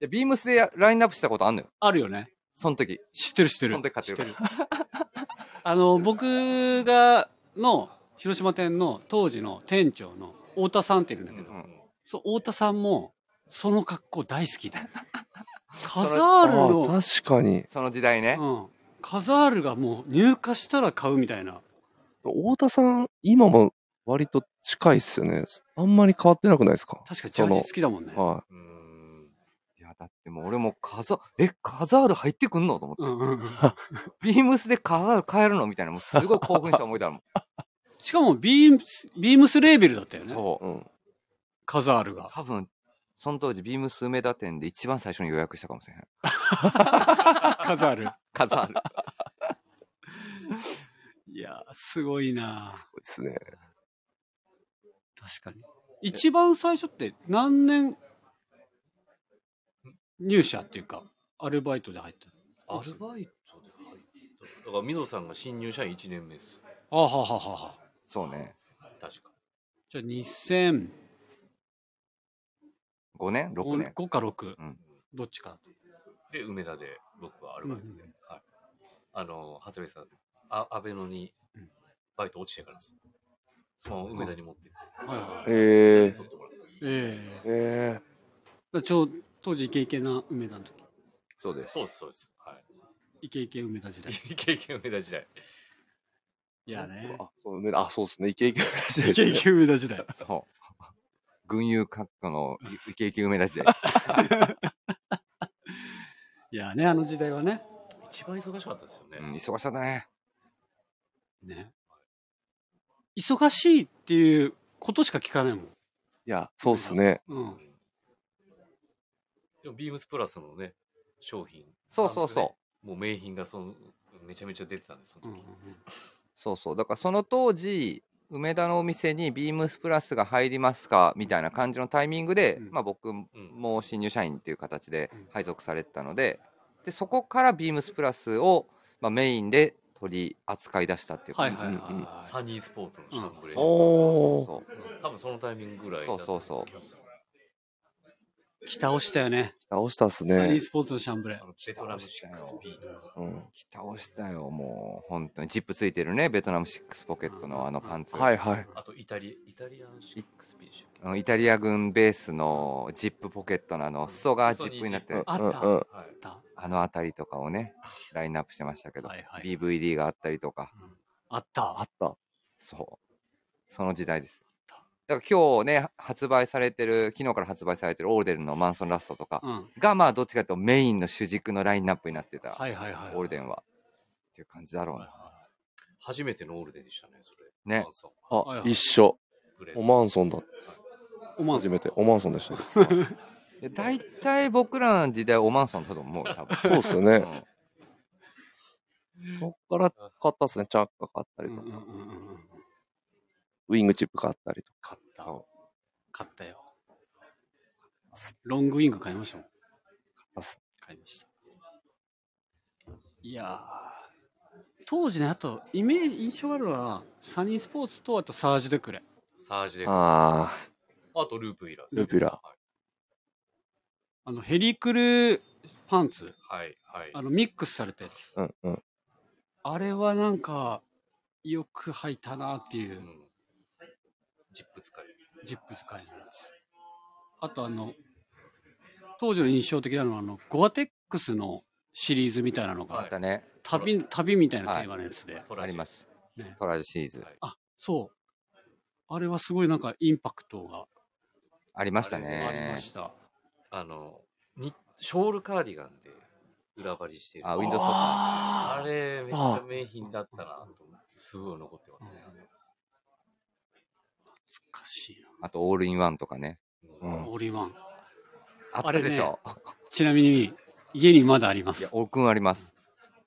[SPEAKER 6] やビームスでやラインナップしたことあんのよ
[SPEAKER 1] あるよね。
[SPEAKER 6] その時
[SPEAKER 1] 知ってる知ってる。
[SPEAKER 6] その時買ってる
[SPEAKER 1] 知ってるあの、僕が、の、広島店の当時の店長の太田さんっているんだけど、
[SPEAKER 6] うん
[SPEAKER 1] そう、太田さんも、その格好大好きだよ。カ
[SPEAKER 6] れ
[SPEAKER 1] ザールの、
[SPEAKER 3] あー確かに。
[SPEAKER 6] その時代ね、
[SPEAKER 1] うん、カザールがもう入荷したら買うみたいな
[SPEAKER 3] 太田さん、今も割と近いっすよね。あんまり変わってなくないですか
[SPEAKER 1] 確かジャージ好きだもんね、
[SPEAKER 3] は
[SPEAKER 7] うーん。
[SPEAKER 6] いやだってもう俺もカザえカザール入ってくんのと思って
[SPEAKER 1] うんうんうん、
[SPEAKER 6] ビームスでカザール買えるのみたいなもうすごい興奮した思いだもん
[SPEAKER 1] しかもビームスビームスレーベルだったよね
[SPEAKER 6] そ
[SPEAKER 3] い。
[SPEAKER 6] う
[SPEAKER 3] うん。
[SPEAKER 1] カザールが
[SPEAKER 6] 多分その当時ビームス梅田店で一番最初に予約したかもしれへん
[SPEAKER 1] カザール
[SPEAKER 6] カザー ル
[SPEAKER 1] いやーすごいな
[SPEAKER 3] そうですね。
[SPEAKER 1] 確かに一番最初って何年入社っていうかアルバイトで入ったの
[SPEAKER 7] アルバイトで入った。だから、水野さんが新入社員1年目です。
[SPEAKER 1] あはははは
[SPEAKER 6] そうね
[SPEAKER 7] 確か。
[SPEAKER 1] じゃあ2005
[SPEAKER 6] 5年6年
[SPEAKER 1] か6、
[SPEAKER 6] うん
[SPEAKER 1] どっちか
[SPEAKER 7] で、梅田で僕はアルバイト
[SPEAKER 1] うんう
[SPEAKER 7] で。はい。あの、長谷部さん、あアベノに
[SPEAKER 1] うん
[SPEAKER 7] バイト落ちてからです。そのまま梅田に持ってって
[SPEAKER 1] はいはい
[SPEAKER 3] ええ
[SPEAKER 7] 取ってもらった。
[SPEAKER 1] ええだか
[SPEAKER 3] え
[SPEAKER 1] らちょう当時イケイケな梅田の時
[SPEAKER 6] そうです
[SPEAKER 7] そうです、そうです。は
[SPEAKER 1] イケイケ梅田時 代
[SPEAKER 7] い。経験梅田時代。
[SPEAKER 1] いやね
[SPEAKER 3] あ、そう梅田あ、そうですね。イケイケらしい
[SPEAKER 1] イケ
[SPEAKER 3] です
[SPEAKER 1] イ
[SPEAKER 3] ね。
[SPEAKER 1] ケ梅田時代。
[SPEAKER 6] そう。群雄閣下の イケイケ梅田時代。
[SPEAKER 1] いやね、あの時代はね。
[SPEAKER 7] 一番忙しかったですよね。
[SPEAKER 6] うん、忙しかったね。
[SPEAKER 1] ね。忙しいっていうことしか聞かないもん。
[SPEAKER 3] いや、そうですね。
[SPEAKER 1] うん。
[SPEAKER 7] でも、ビームスプラスのね、商品。
[SPEAKER 6] そうそうそう。
[SPEAKER 7] う。もう名品がその、めちゃめちゃ出てたんです、そ
[SPEAKER 1] うんう
[SPEAKER 7] の
[SPEAKER 1] んうん
[SPEAKER 7] 時。
[SPEAKER 6] そうそう。だからその当時、梅田のお店にビームスプラスが入りますかみたいな感じのタイミングで、
[SPEAKER 1] うん
[SPEAKER 6] まあ、僕も新入社員っていう形で配属されてたのででそこからビームスプラスを、まあ、メインで取り扱い出したっていうか
[SPEAKER 1] はいはいはい
[SPEAKER 6] うんうん
[SPEAKER 1] は
[SPEAKER 7] サニースポーツのシャンブレー、
[SPEAKER 3] おー
[SPEAKER 6] そう
[SPEAKER 7] 多分そのタイミングぐらい
[SPEAKER 6] そうそうそう
[SPEAKER 7] う
[SPEAKER 1] い。北をしたよね。
[SPEAKER 3] 倒したっす
[SPEAKER 1] サニー
[SPEAKER 3] ね。
[SPEAKER 1] スポーツのシャンブレ
[SPEAKER 7] あ。のベトナムシックス B とか
[SPEAKER 3] うん
[SPEAKER 6] 北をしたよもう本当にジップついてるねベトナムシックスポケットのあのパンツ、
[SPEAKER 3] はいはい。
[SPEAKER 7] あとイタリイタリアンシックス B でしたっけ
[SPEAKER 6] あのイタリア軍ベースのジップポケットのあの裾がジップになって
[SPEAKER 3] う
[SPEAKER 6] る
[SPEAKER 3] ん
[SPEAKER 1] あった
[SPEAKER 3] うんうん
[SPEAKER 7] はい
[SPEAKER 1] あっ
[SPEAKER 6] あの辺りとかをねラインナップしてましたけど、
[SPEAKER 1] はいはい
[SPEAKER 6] BVD があったりとか
[SPEAKER 1] た。あった。
[SPEAKER 3] あった。
[SPEAKER 6] そうその時代ですだから今日ね発売されてる昨日から発売されてるオールデルのマンソンラストとか
[SPEAKER 1] うん。
[SPEAKER 6] がまあどっちかというとメインの主軸のラインナップになってた、
[SPEAKER 1] はいはいはい。
[SPEAKER 6] オールデンはっていう感じだろうな、
[SPEAKER 7] 初めてのオールデンでしたねそれ
[SPEAKER 6] ね
[SPEAKER 7] マンソン
[SPEAKER 1] はい
[SPEAKER 3] あ
[SPEAKER 1] は、い
[SPEAKER 3] 一緒。
[SPEAKER 7] ブレード
[SPEAKER 3] オマンソンだ。
[SPEAKER 1] おまん
[SPEAKER 3] 初めて。オマンソンでした。
[SPEAKER 6] いや大体僕らの時代オマンソンだと思うよ多 分
[SPEAKER 3] そうっすよねそっから買ったっすね。チャッカ買った
[SPEAKER 1] う
[SPEAKER 3] り
[SPEAKER 1] んう
[SPEAKER 3] と
[SPEAKER 1] んう
[SPEAKER 3] か
[SPEAKER 1] んう、んうん。
[SPEAKER 3] ウィングチップ買ったりと
[SPEAKER 1] 買った。
[SPEAKER 6] そ
[SPEAKER 1] 買ったよ。ロングウィング買いましたもん。
[SPEAKER 3] たっす
[SPEAKER 1] 買いました。いやー当時ね、あと、イメージ、印象あるのは、サニースポーツと、あとサージュデクレ。
[SPEAKER 7] サージで
[SPEAKER 3] か。
[SPEAKER 7] あ
[SPEAKER 3] あ
[SPEAKER 7] とループイラー
[SPEAKER 3] ループイラ
[SPEAKER 1] あの、ヘリクルパンツ。
[SPEAKER 7] はいはい
[SPEAKER 1] あ
[SPEAKER 7] はい
[SPEAKER 1] の、ミックスされたやつ。
[SPEAKER 3] あ、うんうん。
[SPEAKER 1] あれはなんか、よく履いたなっていう
[SPEAKER 7] う、んジップ使い
[SPEAKER 1] ジップ使いのやつ。あとあの、当時の印象的なのは、あの、ゴアテックスのシリーズみたいなの
[SPEAKER 6] うあ
[SPEAKER 1] が
[SPEAKER 6] っ、たね
[SPEAKER 1] 旅、旅みたいなテーマのやつで。
[SPEAKER 7] ト
[SPEAKER 6] あ
[SPEAKER 7] ラジ
[SPEAKER 6] り
[SPEAKER 7] ル
[SPEAKER 6] ます
[SPEAKER 1] ね
[SPEAKER 6] トラジシリーズ、
[SPEAKER 7] はい
[SPEAKER 1] あ、そう。あれはすごいなんかインパクトが
[SPEAKER 6] ありました
[SPEAKER 1] あり
[SPEAKER 6] ね
[SPEAKER 1] ました。
[SPEAKER 7] あのにショールカーディガンで裏張りしてる
[SPEAKER 6] あウィンドウソッカ
[SPEAKER 1] あ
[SPEAKER 7] あれめっちゃ名品だったなと思ってすごい残ってますね、
[SPEAKER 1] 懐かしいな。
[SPEAKER 6] ーあとオールインワンとかね
[SPEAKER 3] うん
[SPEAKER 1] オールインワン。
[SPEAKER 6] あったでしょ、
[SPEAKER 1] ちなみに、家にまだありま
[SPEAKER 6] い
[SPEAKER 1] す。
[SPEAKER 6] やおくんあります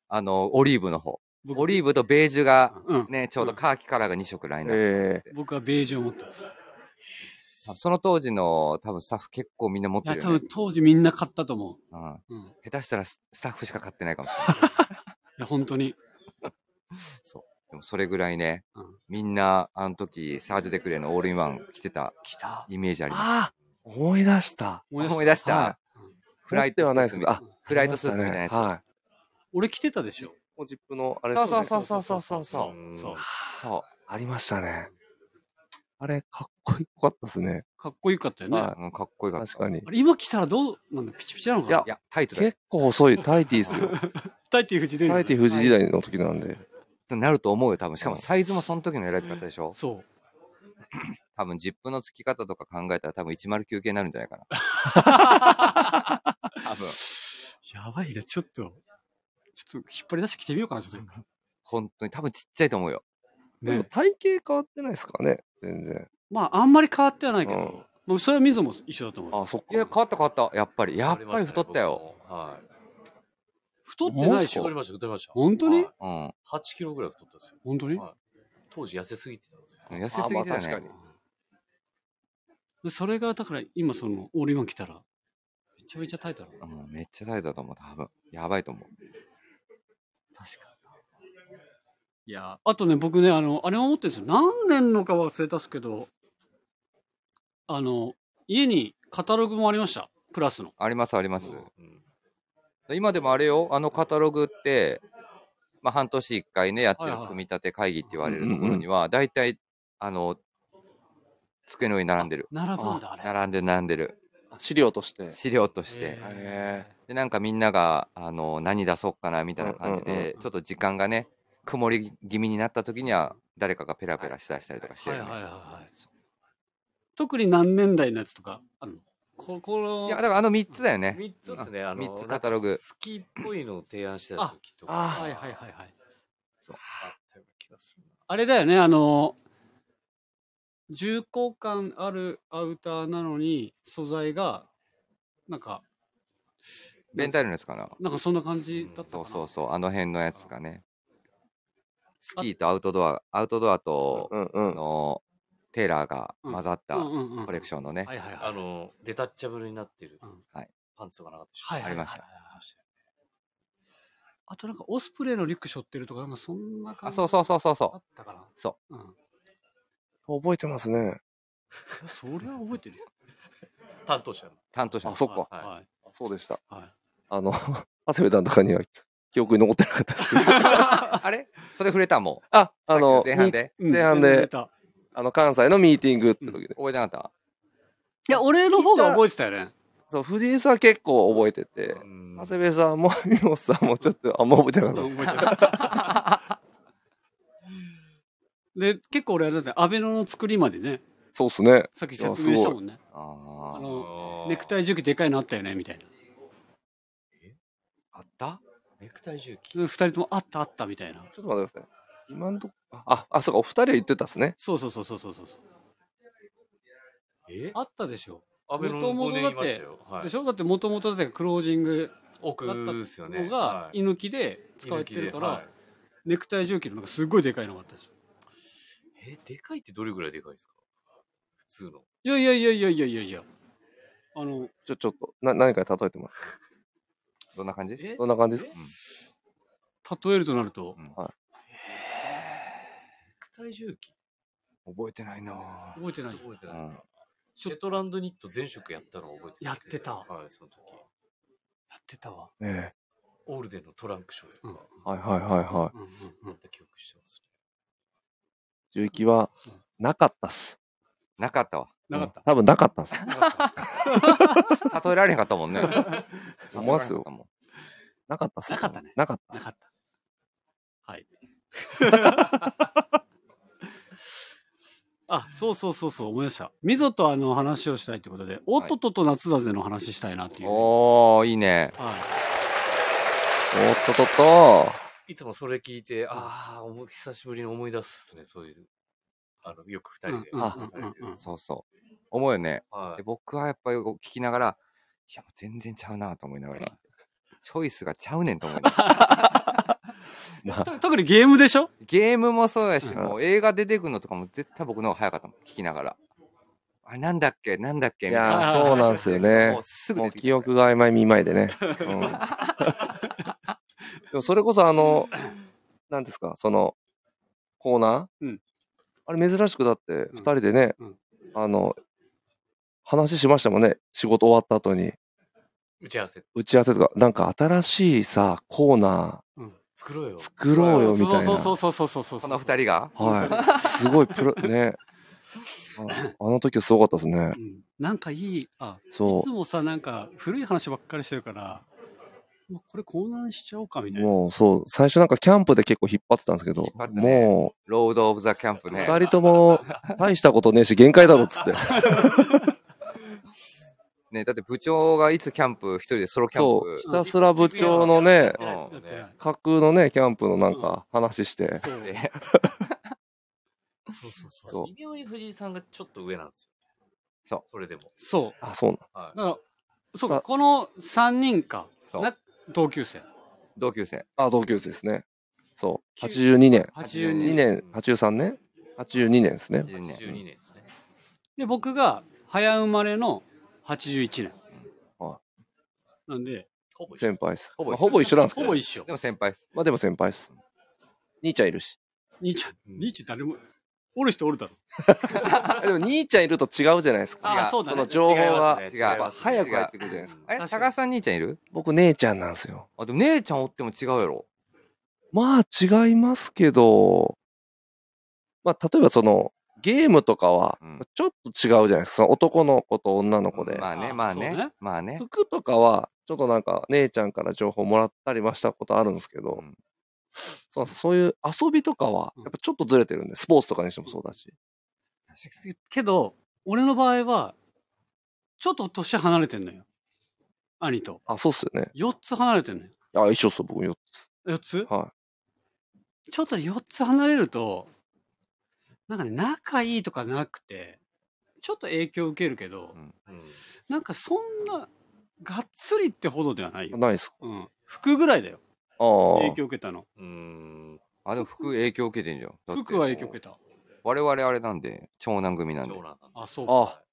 [SPEAKER 6] あのオリーブの方
[SPEAKER 1] 僕
[SPEAKER 6] オリーブとベージュが
[SPEAKER 1] うん。
[SPEAKER 6] ねちょうどカーキカラーが2色ラインナップ
[SPEAKER 3] ええ
[SPEAKER 1] 僕はベージュを持ってます。
[SPEAKER 6] その当時の多分スタッフ結構みんな持っ
[SPEAKER 1] い
[SPEAKER 6] て
[SPEAKER 1] や、
[SPEAKER 6] る
[SPEAKER 1] 多
[SPEAKER 6] よね
[SPEAKER 1] 分、当時みんな買ったと思
[SPEAKER 6] うん、
[SPEAKER 1] う。うん。い
[SPEAKER 6] 下手したらススタッフしか買ってないかもしれない
[SPEAKER 1] や、本当に。
[SPEAKER 6] でもそれぐらいね、
[SPEAKER 1] うん
[SPEAKER 6] みんなあの時サージュ・デクレのオールインワン着てた
[SPEAKER 1] 来た。
[SPEAKER 6] イメージあります
[SPEAKER 3] ああ思い出した。
[SPEAKER 1] 思い出
[SPEAKER 6] 思い
[SPEAKER 1] した
[SPEAKER 6] 出した、
[SPEAKER 3] は
[SPEAKER 6] フライ
[SPEAKER 3] 持って
[SPEAKER 6] ト
[SPEAKER 3] はないで
[SPEAKER 6] ス
[SPEAKER 3] す
[SPEAKER 6] ーツ
[SPEAKER 3] け
[SPEAKER 6] み
[SPEAKER 3] ど、
[SPEAKER 6] たい
[SPEAKER 3] あ、
[SPEAKER 6] フライトスーツみたいなやつ、
[SPEAKER 3] は
[SPEAKER 1] 俺来てたでしょ。
[SPEAKER 3] い。ジップのあれ
[SPEAKER 6] そうそう
[SPEAKER 3] ですね
[SPEAKER 6] そうそうそうそうそう
[SPEAKER 7] うん
[SPEAKER 1] そう。
[SPEAKER 6] そ
[SPEAKER 3] ありましたね。あれ、かっこよかったですね。
[SPEAKER 1] かっこよかったよね。
[SPEAKER 3] は
[SPEAKER 6] う、うん、かっこよ
[SPEAKER 3] い。
[SPEAKER 6] かった
[SPEAKER 3] 確かに
[SPEAKER 1] あ。れ、今来たらどうなんだピチピチなのかない
[SPEAKER 3] や
[SPEAKER 6] いやタイトだよ
[SPEAKER 3] 結構細いタイティーっすよ。
[SPEAKER 1] タイティフジで。
[SPEAKER 3] タイティ富士時代の時なんで。
[SPEAKER 6] ってなると思うよ多分しかもサイズもその時の選び方でしょ
[SPEAKER 1] そう。
[SPEAKER 6] 多分ジップの付き方とか考えたら多分109系になるんじゃないか な多分
[SPEAKER 1] やばいな、ちょっと。ちょっと引っ張り出してきてみようかな、ちょっと。
[SPEAKER 6] 本当に多分ちっちゃいと思うよ
[SPEAKER 3] でも
[SPEAKER 1] ね。
[SPEAKER 3] 体型変わってないですからね。全然。
[SPEAKER 1] まあ、あんまり変わってはないけ
[SPEAKER 3] う
[SPEAKER 1] ど
[SPEAKER 3] ん、
[SPEAKER 1] まあそれは水も一緒だと思う。
[SPEAKER 3] あ、そっ
[SPEAKER 6] いや
[SPEAKER 3] か。
[SPEAKER 6] 変わった変わったやっぱりやっぱり太ったよ、
[SPEAKER 7] 太りましたね僕
[SPEAKER 1] 太って
[SPEAKER 7] もはい
[SPEAKER 1] ないでし
[SPEAKER 7] 太り
[SPEAKER 1] ょ。
[SPEAKER 7] ました太りました
[SPEAKER 1] 本当に
[SPEAKER 7] はい
[SPEAKER 6] うん
[SPEAKER 7] 8キロぐらい太ったんですよ
[SPEAKER 1] 本当に
[SPEAKER 7] はい当時痩せすぎてたんですよ
[SPEAKER 6] 痩せすぎてた
[SPEAKER 3] あまあ確かに
[SPEAKER 6] ね
[SPEAKER 1] でそれが、だから今その、オールインワン来たら、めちゃめちゃタイトだな。
[SPEAKER 6] うん、めっちゃタイトだと思う多分やばいと思う
[SPEAKER 1] いや、あとね、僕ね、あの、あれも持ってるんですよ。何年のか忘れたっすけど、あの、家にカタログもありました。プラスの。
[SPEAKER 6] ありますあります、
[SPEAKER 7] うん
[SPEAKER 6] 今でもあれよあのカタログって、まあ、半年1回ねやってる
[SPEAKER 1] はいはい
[SPEAKER 6] 組み立て会議って言われ
[SPEAKER 3] う
[SPEAKER 6] る
[SPEAKER 3] んうん
[SPEAKER 6] と
[SPEAKER 3] うん
[SPEAKER 6] ころには大体あの机の上に並んでる
[SPEAKER 1] 並ぶんだ、あれ。
[SPEAKER 6] 並んでる並んでる
[SPEAKER 3] 資料として。
[SPEAKER 6] 資料として
[SPEAKER 1] へー
[SPEAKER 3] へ
[SPEAKER 6] でなんかみんながあの何出そうかなみたいな感じで、
[SPEAKER 3] うんうん
[SPEAKER 6] ちょっと時間がね曇り気味になった時には誰かがペラペラしたりしたりとかして
[SPEAKER 1] は
[SPEAKER 6] る
[SPEAKER 1] い
[SPEAKER 6] よ
[SPEAKER 1] は
[SPEAKER 6] ね、
[SPEAKER 1] いはいはい。特に何年代のやつとか、あの、ここ
[SPEAKER 6] い
[SPEAKER 1] の、
[SPEAKER 6] やだからあの3つだよね
[SPEAKER 7] 3つですねあの
[SPEAKER 6] 三つカタログ
[SPEAKER 7] なんかスキーっぽいのを提案してた時とか
[SPEAKER 3] あ
[SPEAKER 1] はいはいはいはい。
[SPEAKER 7] そうあったような気がするな
[SPEAKER 1] あれだよね、あの、重厚感あるアウターなのに、素材が、なんか、
[SPEAKER 6] ベンタイルのやつかな
[SPEAKER 1] なんかそんな感じだったかな。
[SPEAKER 6] そうそうそうあの辺のやつかねスキーとアウトドア、アウトドアと、
[SPEAKER 3] うんう
[SPEAKER 6] あ
[SPEAKER 3] ん。
[SPEAKER 6] の、テーラーが混ざった
[SPEAKER 1] うんうんうん
[SPEAKER 6] コレクションのね
[SPEAKER 1] は、いはいはい。
[SPEAKER 7] あの、デタッチャブルになってる
[SPEAKER 1] うん
[SPEAKER 6] はい
[SPEAKER 7] パンツとかなかったでしょ
[SPEAKER 1] はいはいはいはい
[SPEAKER 6] ありました
[SPEAKER 1] あとなんかオスプレイのリュック背負ってるとか、なんかそんな感
[SPEAKER 6] あ、
[SPEAKER 1] じ。
[SPEAKER 6] そうそうそうそう
[SPEAKER 1] あ
[SPEAKER 6] そ
[SPEAKER 1] ったかな。。
[SPEAKER 6] そう
[SPEAKER 1] うん。
[SPEAKER 3] 覚えてますね。
[SPEAKER 1] それは覚えてるよ。
[SPEAKER 7] 担当者の。
[SPEAKER 6] う、担当者
[SPEAKER 3] あ、そっか。
[SPEAKER 7] はい
[SPEAKER 1] はい。
[SPEAKER 3] そうでした。
[SPEAKER 1] はい。
[SPEAKER 3] あの、 長谷部さんとかには記憶に残ってなかったですけど。
[SPEAKER 6] あれそれ触れたもう。
[SPEAKER 3] あ、あの、
[SPEAKER 6] 前半
[SPEAKER 3] み
[SPEAKER 6] で。
[SPEAKER 1] うん
[SPEAKER 3] 前半で
[SPEAKER 1] 全然出た
[SPEAKER 3] あの、関西のミーティングって時で。
[SPEAKER 6] 覚えてなかった
[SPEAKER 1] いや、俺の方が覚えてたよ ね。
[SPEAKER 3] そう、藤井さんは結構覚えてて、
[SPEAKER 7] うん
[SPEAKER 3] 長谷部さんも、みもさんもちょっとあんま覚えてなかっ
[SPEAKER 1] 覚えてた。 で、結構俺あれだって、アベノの作りまでね、
[SPEAKER 3] た。そうっすね。
[SPEAKER 1] さっき説明したもんね。あ
[SPEAKER 6] あー
[SPEAKER 1] の、
[SPEAKER 7] あー
[SPEAKER 1] ネクタイ重機でかいのあったよね、みたいな。
[SPEAKER 6] あった
[SPEAKER 7] ネクタイ重機。
[SPEAKER 1] 二人ともあったあったみたいな。
[SPEAKER 3] ちょっと待ってください。今んとこ、あ、あ、そうか、お二人は言ってたっすね。
[SPEAKER 1] そうそうそうそうそうそう。
[SPEAKER 7] え
[SPEAKER 1] あったでしょ。
[SPEAKER 7] 安倍の
[SPEAKER 1] 元々
[SPEAKER 7] 5年
[SPEAKER 1] だ
[SPEAKER 7] 言
[SPEAKER 1] って
[SPEAKER 7] いましたよ。は
[SPEAKER 1] で
[SPEAKER 7] い
[SPEAKER 1] し。ょだってもともとだってクロージング
[SPEAKER 7] 奥
[SPEAKER 1] だった
[SPEAKER 7] ですよね。
[SPEAKER 1] のが
[SPEAKER 7] はい
[SPEAKER 1] 居抜きで使われてるから、
[SPEAKER 7] はい
[SPEAKER 1] ネクタイ重機のなんかすごいでかいのがあったでしょ。
[SPEAKER 7] え、でかいってどれぐらいでかいですか普通の。
[SPEAKER 1] いやいやいやいやいやいやいや。あの、
[SPEAKER 3] ちょ、ちょっと、な、何かに例えてます。
[SPEAKER 6] どんな感じ
[SPEAKER 7] え
[SPEAKER 3] そんな感じですか
[SPEAKER 1] 例えるとなると、
[SPEAKER 7] ネクタイ重機
[SPEAKER 6] 覚えてないなぁ
[SPEAKER 1] 覚えてない。
[SPEAKER 7] 覚えて
[SPEAKER 6] う
[SPEAKER 7] ない。
[SPEAKER 6] ん
[SPEAKER 7] シェトランドニット全色やったのを覚えてる
[SPEAKER 1] やってた
[SPEAKER 7] はい、その時。
[SPEAKER 1] やってたわ。
[SPEAKER 3] ええ。
[SPEAKER 7] オールデンのトランクショーとか、
[SPEAKER 3] はいはいはいは
[SPEAKER 1] うんうんう
[SPEAKER 7] や
[SPEAKER 1] ん
[SPEAKER 7] っ。た記憶してます、
[SPEAKER 3] い。重機は、なかったっす。
[SPEAKER 6] なかったわ。
[SPEAKER 1] なかった。
[SPEAKER 3] 多分なかったっす。
[SPEAKER 6] 例えられへんかったもんね。
[SPEAKER 3] 思わすよ
[SPEAKER 6] 例えられへんかったもん
[SPEAKER 3] なかったっす。
[SPEAKER 1] なかったね
[SPEAKER 3] なかった
[SPEAKER 1] な
[SPEAKER 3] っす
[SPEAKER 1] か。った。はい。あ、そうそうそうそう、思い出した。みぞとあの話をしたいってことで、おっとっとと夏だぜの話したいなっていう。は
[SPEAKER 6] おー、いいね。
[SPEAKER 1] い。
[SPEAKER 3] おっとっとっと。
[SPEAKER 7] いつもそれ聞いて、ああ、思い久しぶりに思い出すっすね、そういう。あの、よく二人で
[SPEAKER 1] うんうん
[SPEAKER 7] 話されて
[SPEAKER 1] うんうんうん
[SPEAKER 7] る。
[SPEAKER 6] そうそう。思うよね。
[SPEAKER 7] は
[SPEAKER 6] で
[SPEAKER 7] い。
[SPEAKER 6] 僕はやっぱり聞きながら、いや、もう全然ちゃうなと思いなが ら、チョイスがちゃうねんと思いながら
[SPEAKER 3] まあ、
[SPEAKER 1] た特にゲームでしょ
[SPEAKER 6] ゲームもそうやし、
[SPEAKER 3] うん
[SPEAKER 6] もう映画出てくるのとかも絶対僕の方が早かったもん、聞きながら。あ、なんだっけなんだっけ
[SPEAKER 3] い
[SPEAKER 6] みたい
[SPEAKER 3] や
[SPEAKER 6] な
[SPEAKER 3] ー、そうなんですよね。
[SPEAKER 6] もうすぐ
[SPEAKER 3] も
[SPEAKER 6] 出
[SPEAKER 3] う
[SPEAKER 6] てき
[SPEAKER 3] 記
[SPEAKER 6] たか
[SPEAKER 3] 憶が曖昧見舞いでね。うん、 でもそれこそあの、なんですか、その、コーナー、
[SPEAKER 1] うん
[SPEAKER 3] あれ珍しくだって、
[SPEAKER 1] ん
[SPEAKER 3] 二人でね、
[SPEAKER 1] うん
[SPEAKER 3] あの、話しましたもんね。仕事終わった後に、
[SPEAKER 7] 打ち合わせ
[SPEAKER 3] 打ち合わせとか、なんか新しいさ、コーナ
[SPEAKER 7] 作ろうよ
[SPEAKER 3] ー。作ろうよみたいな。
[SPEAKER 1] そうそうそうそうそうそうそう。
[SPEAKER 6] らこの二人が
[SPEAKER 3] はい。すごいプロ、ね。ああの時はすごかったですね。
[SPEAKER 1] うんなんかいい、あ、い
[SPEAKER 3] そ
[SPEAKER 1] つもさ、なんか古い話ばっかりしてるから、もうこれコーナーにしちゃおうかみ
[SPEAKER 3] う。
[SPEAKER 1] たいな。
[SPEAKER 3] もうそう、最初なんかキャンプで結構引っ張ってたんですけど
[SPEAKER 6] 引っ張っ、てね
[SPEAKER 3] もう、
[SPEAKER 6] ロード・オブ・ザ・キャンプね。
[SPEAKER 3] 二人とも大したことねえし限界だろっつって
[SPEAKER 6] ね、だって部長がいつキャンプ、一人でソロキャン
[SPEAKER 3] そう
[SPEAKER 6] プ。
[SPEAKER 3] ひたすら部長のね
[SPEAKER 6] うん
[SPEAKER 7] やって
[SPEAKER 1] や
[SPEAKER 7] ない
[SPEAKER 1] っ
[SPEAKER 7] で
[SPEAKER 1] て
[SPEAKER 7] すよ
[SPEAKER 1] な
[SPEAKER 7] ね
[SPEAKER 1] い
[SPEAKER 3] 架空のねキャンプのなんか話して
[SPEAKER 1] そう
[SPEAKER 6] で
[SPEAKER 7] そうそう
[SPEAKER 3] そ
[SPEAKER 7] そうう。微妙に藤井さんがちょっと上なんですよ。。
[SPEAKER 6] そう
[SPEAKER 7] それでも。
[SPEAKER 1] そ
[SPEAKER 3] あそうな
[SPEAKER 7] は
[SPEAKER 1] う。
[SPEAKER 7] い。
[SPEAKER 1] だから、そう
[SPEAKER 3] あ
[SPEAKER 1] か、この3人か。
[SPEAKER 6] そう
[SPEAKER 1] な同級生。
[SPEAKER 6] 同級生。
[SPEAKER 3] あ同級生ですねそう82年
[SPEAKER 1] 82
[SPEAKER 3] 2
[SPEAKER 6] 82
[SPEAKER 1] 年。
[SPEAKER 3] 年83年82年ですね
[SPEAKER 6] 82年
[SPEAKER 7] 十二年ですね。
[SPEAKER 1] で、僕が早生まれの81年。
[SPEAKER 3] うんは
[SPEAKER 1] なんで、
[SPEAKER 7] ほぼ一緒。
[SPEAKER 3] 先輩です
[SPEAKER 6] ほぼ一緒
[SPEAKER 3] まあほぼ一緒なんですけ
[SPEAKER 1] ほ
[SPEAKER 3] ど
[SPEAKER 1] ぼ一緒
[SPEAKER 6] で。も先輩です。
[SPEAKER 3] まあでも先輩です兄ちゃんいる し
[SPEAKER 1] 兄ちゃん、兄ちゃん誰も、おる人おるだろ。
[SPEAKER 3] でも兄ちゃんいると違うじゃないですか
[SPEAKER 1] ああ、そうだ
[SPEAKER 3] そ
[SPEAKER 1] ね
[SPEAKER 3] の。情報が
[SPEAKER 7] 違いますね
[SPEAKER 6] 違う
[SPEAKER 7] 違いますね
[SPEAKER 3] 早く入ってくるじゃないですか
[SPEAKER 6] あれ
[SPEAKER 1] 確か
[SPEAKER 6] 高
[SPEAKER 1] に
[SPEAKER 6] 橋さん兄ちゃんいる
[SPEAKER 3] 僕姉ちゃんなんですよ
[SPEAKER 6] あ、でも姉ちゃんおっても違うやろ。
[SPEAKER 3] まあ違いますけど、まあ例えばそのゲームとかは
[SPEAKER 6] うん
[SPEAKER 3] ちょっと違うじゃないですか。その男の子と女の子で。
[SPEAKER 6] まあね、
[SPEAKER 1] あ
[SPEAKER 6] まあ
[SPEAKER 1] そうね
[SPEAKER 6] ね。まあね。
[SPEAKER 3] 服とかはちょっとなんか姉ちゃんから情報もらったりはしたことあるんですけど、
[SPEAKER 6] うん
[SPEAKER 3] そうなんですそういう遊びとかは
[SPEAKER 1] うん
[SPEAKER 3] やっぱちょっとずれてるんで、スポーツとかにしてもそうだし。
[SPEAKER 1] けど、俺の場合は、ちょっと年離れてんのよ。兄と。
[SPEAKER 3] あ、そうっすよね。
[SPEAKER 1] 4つ離れてんのよ。
[SPEAKER 3] あ、一緒っすよ、僕4
[SPEAKER 1] 4つ
[SPEAKER 3] つ。は
[SPEAKER 1] ちょっと4つ離れると、なんかね、仲いいとかなくて、ちょっと影響受けるけど、
[SPEAKER 6] うん
[SPEAKER 7] うん。
[SPEAKER 1] なんかそんな、がっつりってほどではない
[SPEAKER 3] い。
[SPEAKER 1] よ。
[SPEAKER 3] ないっすか。
[SPEAKER 1] うん。服ぐらいだよ。
[SPEAKER 3] ああ。
[SPEAKER 1] 影響受けたの。
[SPEAKER 7] うーん。
[SPEAKER 6] あ、でも服影響受けてんじゃん。だって
[SPEAKER 1] 服は影響受けた。
[SPEAKER 6] 我々あれなんで、長男組なんで
[SPEAKER 7] 長。男なんで
[SPEAKER 1] あ、そうか。
[SPEAKER 3] あ、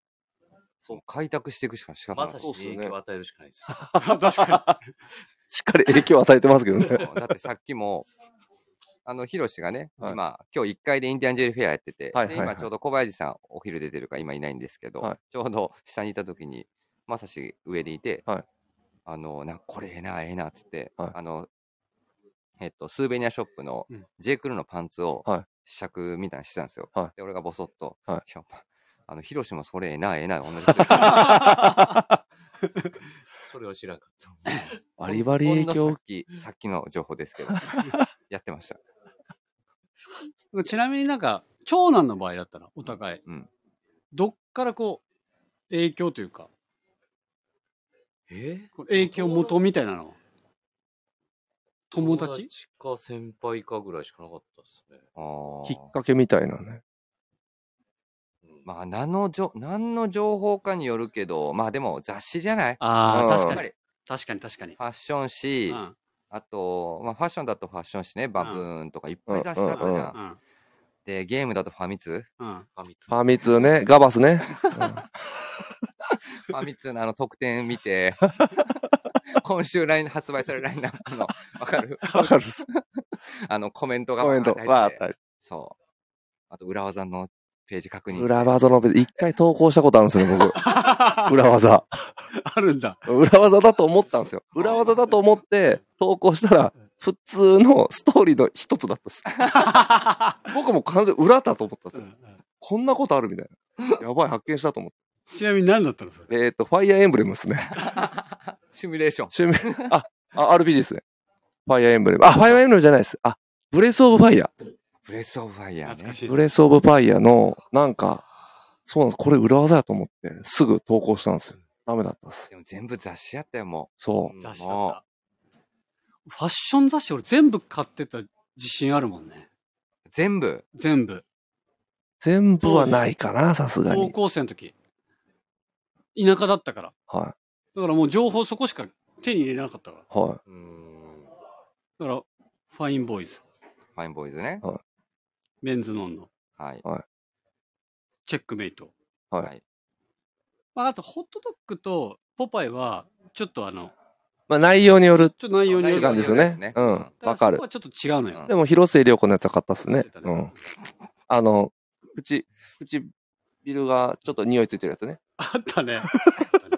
[SPEAKER 6] そう開拓していくしか仕方
[SPEAKER 7] ま
[SPEAKER 6] ない
[SPEAKER 7] さし。に影響を与えるしかないですよ。
[SPEAKER 1] 確か
[SPEAKER 3] しっかり影響を与えてますけどね。
[SPEAKER 6] だってさっきも、あの、ヒロシがね、
[SPEAKER 3] はい
[SPEAKER 6] 今、今日1階でインディアンジェルフェアやってて、
[SPEAKER 3] はい
[SPEAKER 6] で
[SPEAKER 3] はいはい
[SPEAKER 6] 今ちょうど小林さんお昼出てるから今いないんですけど、
[SPEAKER 3] はい
[SPEAKER 6] ちょうど下にいた時に、まさし上にいて、
[SPEAKER 3] はい
[SPEAKER 6] あの、なこれええな、ええなっつって、
[SPEAKER 3] はい
[SPEAKER 6] あの、えっと、スーベニアショップの
[SPEAKER 1] うん
[SPEAKER 6] J. クルーのパンツを
[SPEAKER 3] はい
[SPEAKER 6] 試着みたいなのしてたんですよ。
[SPEAKER 3] はい
[SPEAKER 6] で、俺がボソッと、
[SPEAKER 3] はい
[SPEAKER 6] やあの、ヒロシもそれええな、ええな、同じこと言ってた
[SPEAKER 7] それは知らんかった。
[SPEAKER 3] バリバリ
[SPEAKER 6] ほん
[SPEAKER 3] 影響
[SPEAKER 6] のさっ。き、さっきの情報ですけど、やってま した。
[SPEAKER 1] に。 ちなみになんか、長男の場合だったら、お互い、
[SPEAKER 6] うん
[SPEAKER 1] どっからこう、影響というか、
[SPEAKER 7] え
[SPEAKER 1] こう影響元みたいなのは友達
[SPEAKER 7] か先輩かぐらいしかなかったですね。
[SPEAKER 6] あー
[SPEAKER 3] きっかけみたいなね。
[SPEAKER 7] うん
[SPEAKER 6] まあ、何のじょ、何の情報かによるけど、まあでも雑誌じゃない
[SPEAKER 1] ああ、
[SPEAKER 3] うん
[SPEAKER 1] 確
[SPEAKER 6] やっ
[SPEAKER 1] か
[SPEAKER 6] ぱ
[SPEAKER 1] に。
[SPEAKER 6] り
[SPEAKER 1] 確かに確かに。
[SPEAKER 6] ファッション誌、
[SPEAKER 1] うん
[SPEAKER 6] あと、まあファッションだとファッション誌ね、バブーンとかいっぱい雑誌だった
[SPEAKER 3] うん
[SPEAKER 6] じゃん。
[SPEAKER 3] うんうん
[SPEAKER 1] うん。
[SPEAKER 6] で、ゲームだとファミ通
[SPEAKER 1] うん。
[SPEAKER 7] ファミツ
[SPEAKER 3] ファミ通ね、ガバス ね。
[SPEAKER 6] ファミ通のあの特典 見て、今週ライン発売されるラインナップの、わかる
[SPEAKER 3] わかるっす。
[SPEAKER 6] あのコメントが
[SPEAKER 3] コメント。
[SPEAKER 6] わーって入
[SPEAKER 3] わ
[SPEAKER 6] ってて
[SPEAKER 3] ーっ
[SPEAKER 6] そう。あと、裏技のページ確
[SPEAKER 3] と
[SPEAKER 6] 認。
[SPEAKER 3] 裏技のページ、一回投稿したことあるんですよね、 僕。裏技。
[SPEAKER 1] あるんだ。
[SPEAKER 3] 裏技だと思ったんですよ。裏技だと思って投稿したら、普通のストーリーの一つだったっす。 僕も完全裏だと思ったんですよ。こんなことあるみたいな。やばい、発見したと思って。
[SPEAKER 1] ちなみに何だったのそれ。
[SPEAKER 3] えっ、と、ファイヤーエンブレムですね。
[SPEAKER 6] シミュレーション。
[SPEAKER 3] 趣味、あ、あ RPG ですね。ファイヤーエンブレム。あ、ファイヤーエンブレムじゃないです。あ、ブレスオブファイヤ
[SPEAKER 6] ブレスオブファイヤー、ね。
[SPEAKER 1] 懐かしい
[SPEAKER 3] ー。ブ。レスオブファイヤーの、なんか、そうなんです。これ裏技やと思って、すぐ投稿したんですよ。ダメだったっす。
[SPEAKER 6] でも全部雑誌やったよ、も
[SPEAKER 3] そう。
[SPEAKER 1] 雑誌だ
[SPEAKER 6] もう
[SPEAKER 1] った。ファッション雑誌俺全部買ってた自信あるもんね。
[SPEAKER 6] う。全部。
[SPEAKER 1] 全部。
[SPEAKER 3] 全部はないかな、さすが
[SPEAKER 1] 高
[SPEAKER 3] に。
[SPEAKER 1] 校生の時。田舎だったから。
[SPEAKER 3] は
[SPEAKER 1] だからもう情報そこしか手に入れなかったから。
[SPEAKER 3] い。は
[SPEAKER 7] うーん。
[SPEAKER 1] だから、ファインボーイズ、
[SPEAKER 6] ファインボーイズね。
[SPEAKER 1] メンズノンの、
[SPEAKER 6] はい。
[SPEAKER 1] チェックメイト。
[SPEAKER 3] い。はい。
[SPEAKER 6] はい。
[SPEAKER 1] まあ、あと、ホットドッグとポパイは、ちょっとあの、
[SPEAKER 3] まあ内容によるって
[SPEAKER 1] ちょっと内容によ
[SPEAKER 3] いう
[SPEAKER 1] る
[SPEAKER 3] 感じですよ
[SPEAKER 6] 内容によ
[SPEAKER 3] ね
[SPEAKER 6] る。
[SPEAKER 3] う
[SPEAKER 6] やつ
[SPEAKER 3] ん。わ
[SPEAKER 6] ね
[SPEAKER 3] か
[SPEAKER 1] だらそ
[SPEAKER 3] る
[SPEAKER 1] こ。はちょっと違うのよ。
[SPEAKER 3] でも、広末涼子のやつは買ったっすね。う
[SPEAKER 1] うん
[SPEAKER 3] ん。あの、口、口ビルがちょっと匂いついてるやつね。
[SPEAKER 1] あった ね。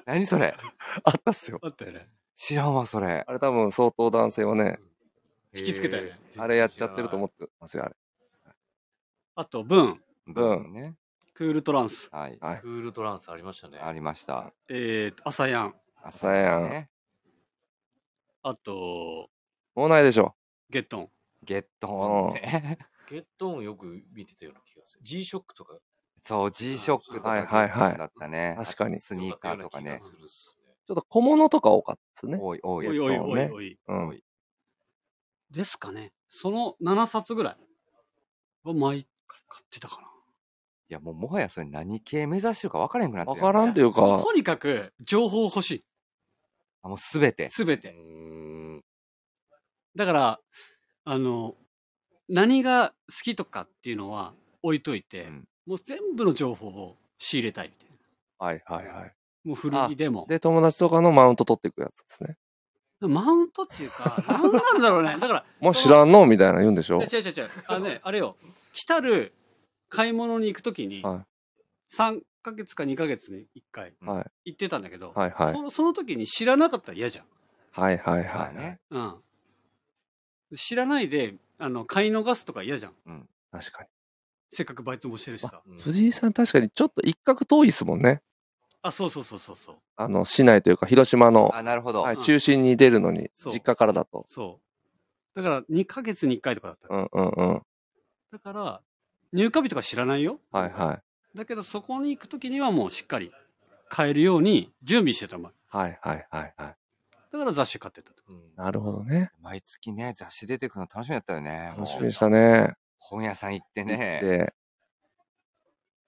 [SPEAKER 6] 何それ
[SPEAKER 3] あったっすよ。
[SPEAKER 1] あったよね。
[SPEAKER 6] 知らんわ、それ。
[SPEAKER 3] あれ多分相当男性はね、
[SPEAKER 1] 引きつけたよね。
[SPEAKER 3] あれやっちゃってると思ってますよ、あれ。
[SPEAKER 1] あと、ブーン、
[SPEAKER 6] うん。ね。
[SPEAKER 1] クールトランス、
[SPEAKER 6] はい。
[SPEAKER 3] はい。
[SPEAKER 7] クールトランスありましたね。
[SPEAKER 6] ありました。
[SPEAKER 1] えーと、アサヤン、
[SPEAKER 6] 朝
[SPEAKER 3] 朝や
[SPEAKER 6] ね。
[SPEAKER 1] あと、
[SPEAKER 3] もうないでしょ。
[SPEAKER 1] ゲットン。
[SPEAKER 6] ゲットーンね。
[SPEAKER 7] ゲットオンよく見てたような気がする。G-SHOCK とか。
[SPEAKER 6] そう、G-SHOCK とか
[SPEAKER 3] はいはいはい
[SPEAKER 6] ゲットーンだったね。
[SPEAKER 3] 確かに
[SPEAKER 6] あとスニーカーとかね。
[SPEAKER 3] ちょっと小物とか多かったですね。
[SPEAKER 6] 多い多
[SPEAKER 1] お
[SPEAKER 6] い。
[SPEAKER 1] いおいお
[SPEAKER 3] ゲッ
[SPEAKER 1] い
[SPEAKER 3] トン
[SPEAKER 1] おい。
[SPEAKER 3] うん。
[SPEAKER 1] ですかね。その7冊ぐらいは毎回買ってたか
[SPEAKER 6] いや、もうもはやそれ何系目指してるか分からへんくなって
[SPEAKER 3] わ
[SPEAKER 6] る
[SPEAKER 3] からんという
[SPEAKER 1] な。もう
[SPEAKER 3] か、
[SPEAKER 1] とにかく、情報欲しい。
[SPEAKER 6] あもうすべて。
[SPEAKER 1] すべ
[SPEAKER 7] うー
[SPEAKER 1] て。
[SPEAKER 7] ん。
[SPEAKER 1] だから、あの、何が好きとかっていうのは置いといて、
[SPEAKER 6] うん
[SPEAKER 1] もう全部の情報を仕入れたいみたいな。
[SPEAKER 3] はいはいはい。
[SPEAKER 1] もう古着でも。
[SPEAKER 3] で、友達とかのマウント取っていくやつですね。
[SPEAKER 1] マウントっていう か、なんなんだろうね。だから、
[SPEAKER 3] もう知らんのみたいな言うんでしょ
[SPEAKER 1] いや違う違う違う。あ のね、あれよ。来たる買い物に行くときに、
[SPEAKER 3] は
[SPEAKER 1] 3ヶ月か2ヶ月に1回
[SPEAKER 3] はい
[SPEAKER 1] 行ってたんだけど、
[SPEAKER 3] はいはい
[SPEAKER 1] そその時に知らなかったら嫌じゃん。
[SPEAKER 3] はいはい
[SPEAKER 6] ま
[SPEAKER 3] はいは
[SPEAKER 6] あ
[SPEAKER 3] い。
[SPEAKER 6] ね。
[SPEAKER 1] うん。知らないで、あの、買い逃すとか嫌じゃん。
[SPEAKER 3] 確か
[SPEAKER 1] せっかくバイトもしてるしさ。
[SPEAKER 7] うん
[SPEAKER 3] に。藤井さん確かにちょっと一角遠いですもんね。
[SPEAKER 1] あ、そうそうそうそうそう。
[SPEAKER 3] あの、市内というか、広島の、
[SPEAKER 6] あ、なるほど。
[SPEAKER 3] はい、
[SPEAKER 1] うん
[SPEAKER 3] 中心に出るのに、
[SPEAKER 1] そう
[SPEAKER 3] 実家からだと。
[SPEAKER 1] そう。だから2ヶ月に1回とかだった。
[SPEAKER 3] うんうんうん。は
[SPEAKER 1] だから、入荷日とか知らないよ。
[SPEAKER 3] いはい。
[SPEAKER 1] だけどそこに行く時にはもうしっかり買えるように準備してたま
[SPEAKER 3] はいはいはいはい。
[SPEAKER 1] だから雑誌買ってた。
[SPEAKER 7] うん
[SPEAKER 3] なるほどね。
[SPEAKER 6] 毎月ね、雑誌出てくるの楽しみだったよね。。
[SPEAKER 3] 楽しみでしたたね。
[SPEAKER 6] 本屋さん行ってね。
[SPEAKER 3] で、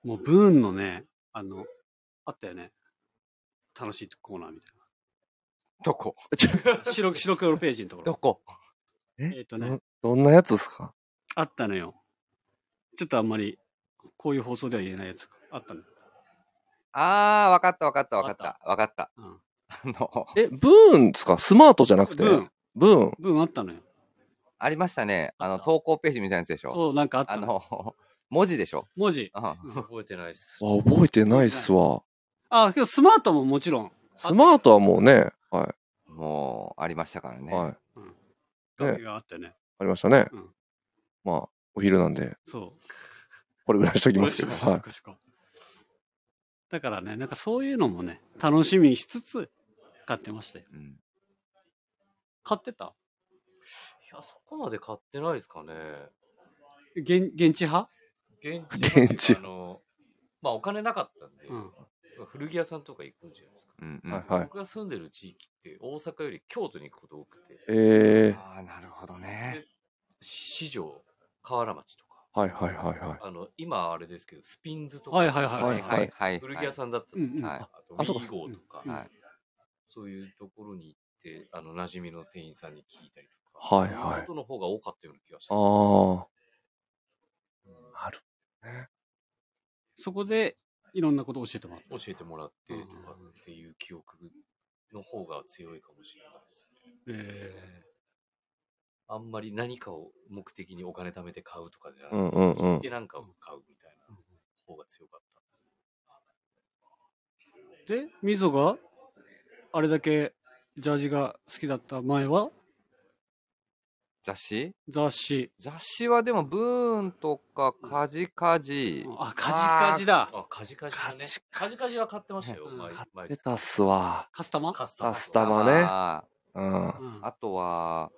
[SPEAKER 1] もうブーンのね、あの、あったよね。楽しいコーナーみたい
[SPEAKER 6] どこ
[SPEAKER 1] な。白白黒ページのとこ
[SPEAKER 6] ど
[SPEAKER 1] ろ。
[SPEAKER 6] こ
[SPEAKER 1] えっ、とね、
[SPEAKER 3] どんなやつですか
[SPEAKER 1] あったのよ。ちょっとあんまり、こういう放送では言えないやつがあったの。
[SPEAKER 6] あー、わかったわかったわかっ
[SPEAKER 1] わ
[SPEAKER 6] た。わかった。
[SPEAKER 1] う
[SPEAKER 6] あ
[SPEAKER 1] ん
[SPEAKER 6] の、
[SPEAKER 3] え、ブーンですかスマートじゃなくて
[SPEAKER 1] ブーン、
[SPEAKER 3] ブーン。
[SPEAKER 1] ブーンあったのよ。
[SPEAKER 6] ありましたね。あ
[SPEAKER 4] あっ
[SPEAKER 6] の、
[SPEAKER 4] た
[SPEAKER 6] 投稿ページみたいなやつでしょ。
[SPEAKER 1] そう、なんかあっ
[SPEAKER 6] あ
[SPEAKER 1] たの。
[SPEAKER 6] の、 文字でしょ。
[SPEAKER 1] 文字。
[SPEAKER 6] うん
[SPEAKER 7] 覚えてないです。
[SPEAKER 3] あ、覚えてないっすわ。
[SPEAKER 1] あ、けどスマートももちろん。
[SPEAKER 3] スマートはもうね、は
[SPEAKER 6] もう、ありましたから
[SPEAKER 3] い、
[SPEAKER 6] ね。
[SPEAKER 3] はい、あ
[SPEAKER 1] 画面があってね。
[SPEAKER 3] りましたね。
[SPEAKER 1] うん
[SPEAKER 3] まあ、お昼なんで、
[SPEAKER 1] そう。
[SPEAKER 3] これぐらいにしときますけ
[SPEAKER 1] よ
[SPEAKER 3] ど、
[SPEAKER 1] しよし
[SPEAKER 3] はい
[SPEAKER 1] よ。しよしだからね、なんかそういうのもね、楽しみにしつつ、買ってましたよ。
[SPEAKER 6] うん
[SPEAKER 1] 買ってた
[SPEAKER 7] いや、そこまで買ってないですかね。
[SPEAKER 1] 現現地派
[SPEAKER 7] 現地はっていうか
[SPEAKER 3] 現地
[SPEAKER 7] あの、まあお金なかったんで、
[SPEAKER 1] うん
[SPEAKER 7] 古着屋さんとか行くんじゃないですか。
[SPEAKER 6] うんうん。
[SPEAKER 3] は
[SPEAKER 6] あ
[SPEAKER 3] いはい
[SPEAKER 7] 僕が住んでる地域って大阪より京都に行くこと多くて、
[SPEAKER 3] え
[SPEAKER 6] あー、なるほ どね。
[SPEAKER 7] 市場、河原町とか、
[SPEAKER 3] ー、はいはいはいはい。
[SPEAKER 7] あの、今あれですけど、スピンズとか、
[SPEAKER 1] はいはいはい。
[SPEAKER 6] はいはいはい。
[SPEAKER 7] 古着屋さんだった
[SPEAKER 1] うん
[SPEAKER 7] り
[SPEAKER 1] うん
[SPEAKER 6] はい
[SPEAKER 7] あと、ウ
[SPEAKER 3] あそう
[SPEAKER 7] ィ
[SPEAKER 3] か
[SPEAKER 7] ーゴーとか、
[SPEAKER 1] うん
[SPEAKER 6] はい
[SPEAKER 7] そういうところに行って、あの、馴染みの店員さんに聞いたりとか、
[SPEAKER 3] はいはい
[SPEAKER 7] そういうことの方が多かったような気がし
[SPEAKER 3] あ
[SPEAKER 7] た。
[SPEAKER 3] ー。
[SPEAKER 1] そこで、いろんなことを教えてもらった。
[SPEAKER 7] 教えてもらってとかっていう記憶の方が強いかもしれないですね。
[SPEAKER 1] え
[SPEAKER 7] あんまり何かを目的にお金貯めて買うとかじゃなく
[SPEAKER 3] う
[SPEAKER 7] て、
[SPEAKER 3] んうんうん。
[SPEAKER 7] でなんかを買うみたいな方が強かったんですね。
[SPEAKER 1] ーで、みぞが、あれだけジャージが好きだった前は、
[SPEAKER 6] 雑誌
[SPEAKER 1] 雑誌。
[SPEAKER 6] 雑誌はでも、ブーンとか、カジカジ。
[SPEAKER 1] あ、カジカジだ。
[SPEAKER 7] あ、カジカジだ
[SPEAKER 3] カ
[SPEAKER 7] ね
[SPEAKER 3] ジ。カ
[SPEAKER 7] カ
[SPEAKER 3] ジ
[SPEAKER 7] ジカジは買ってましたよ。
[SPEAKER 1] うん
[SPEAKER 7] 毎
[SPEAKER 1] 買
[SPEAKER 7] 毎
[SPEAKER 3] 出
[SPEAKER 7] 月
[SPEAKER 3] たっすわ。
[SPEAKER 1] カスタマ
[SPEAKER 7] カスタマ
[SPEAKER 3] カ
[SPEAKER 7] ー
[SPEAKER 3] ス
[SPEAKER 7] と
[SPEAKER 3] タ
[SPEAKER 7] か
[SPEAKER 3] マね。
[SPEAKER 6] あ
[SPEAKER 3] うん。
[SPEAKER 1] うん
[SPEAKER 6] ーあとは、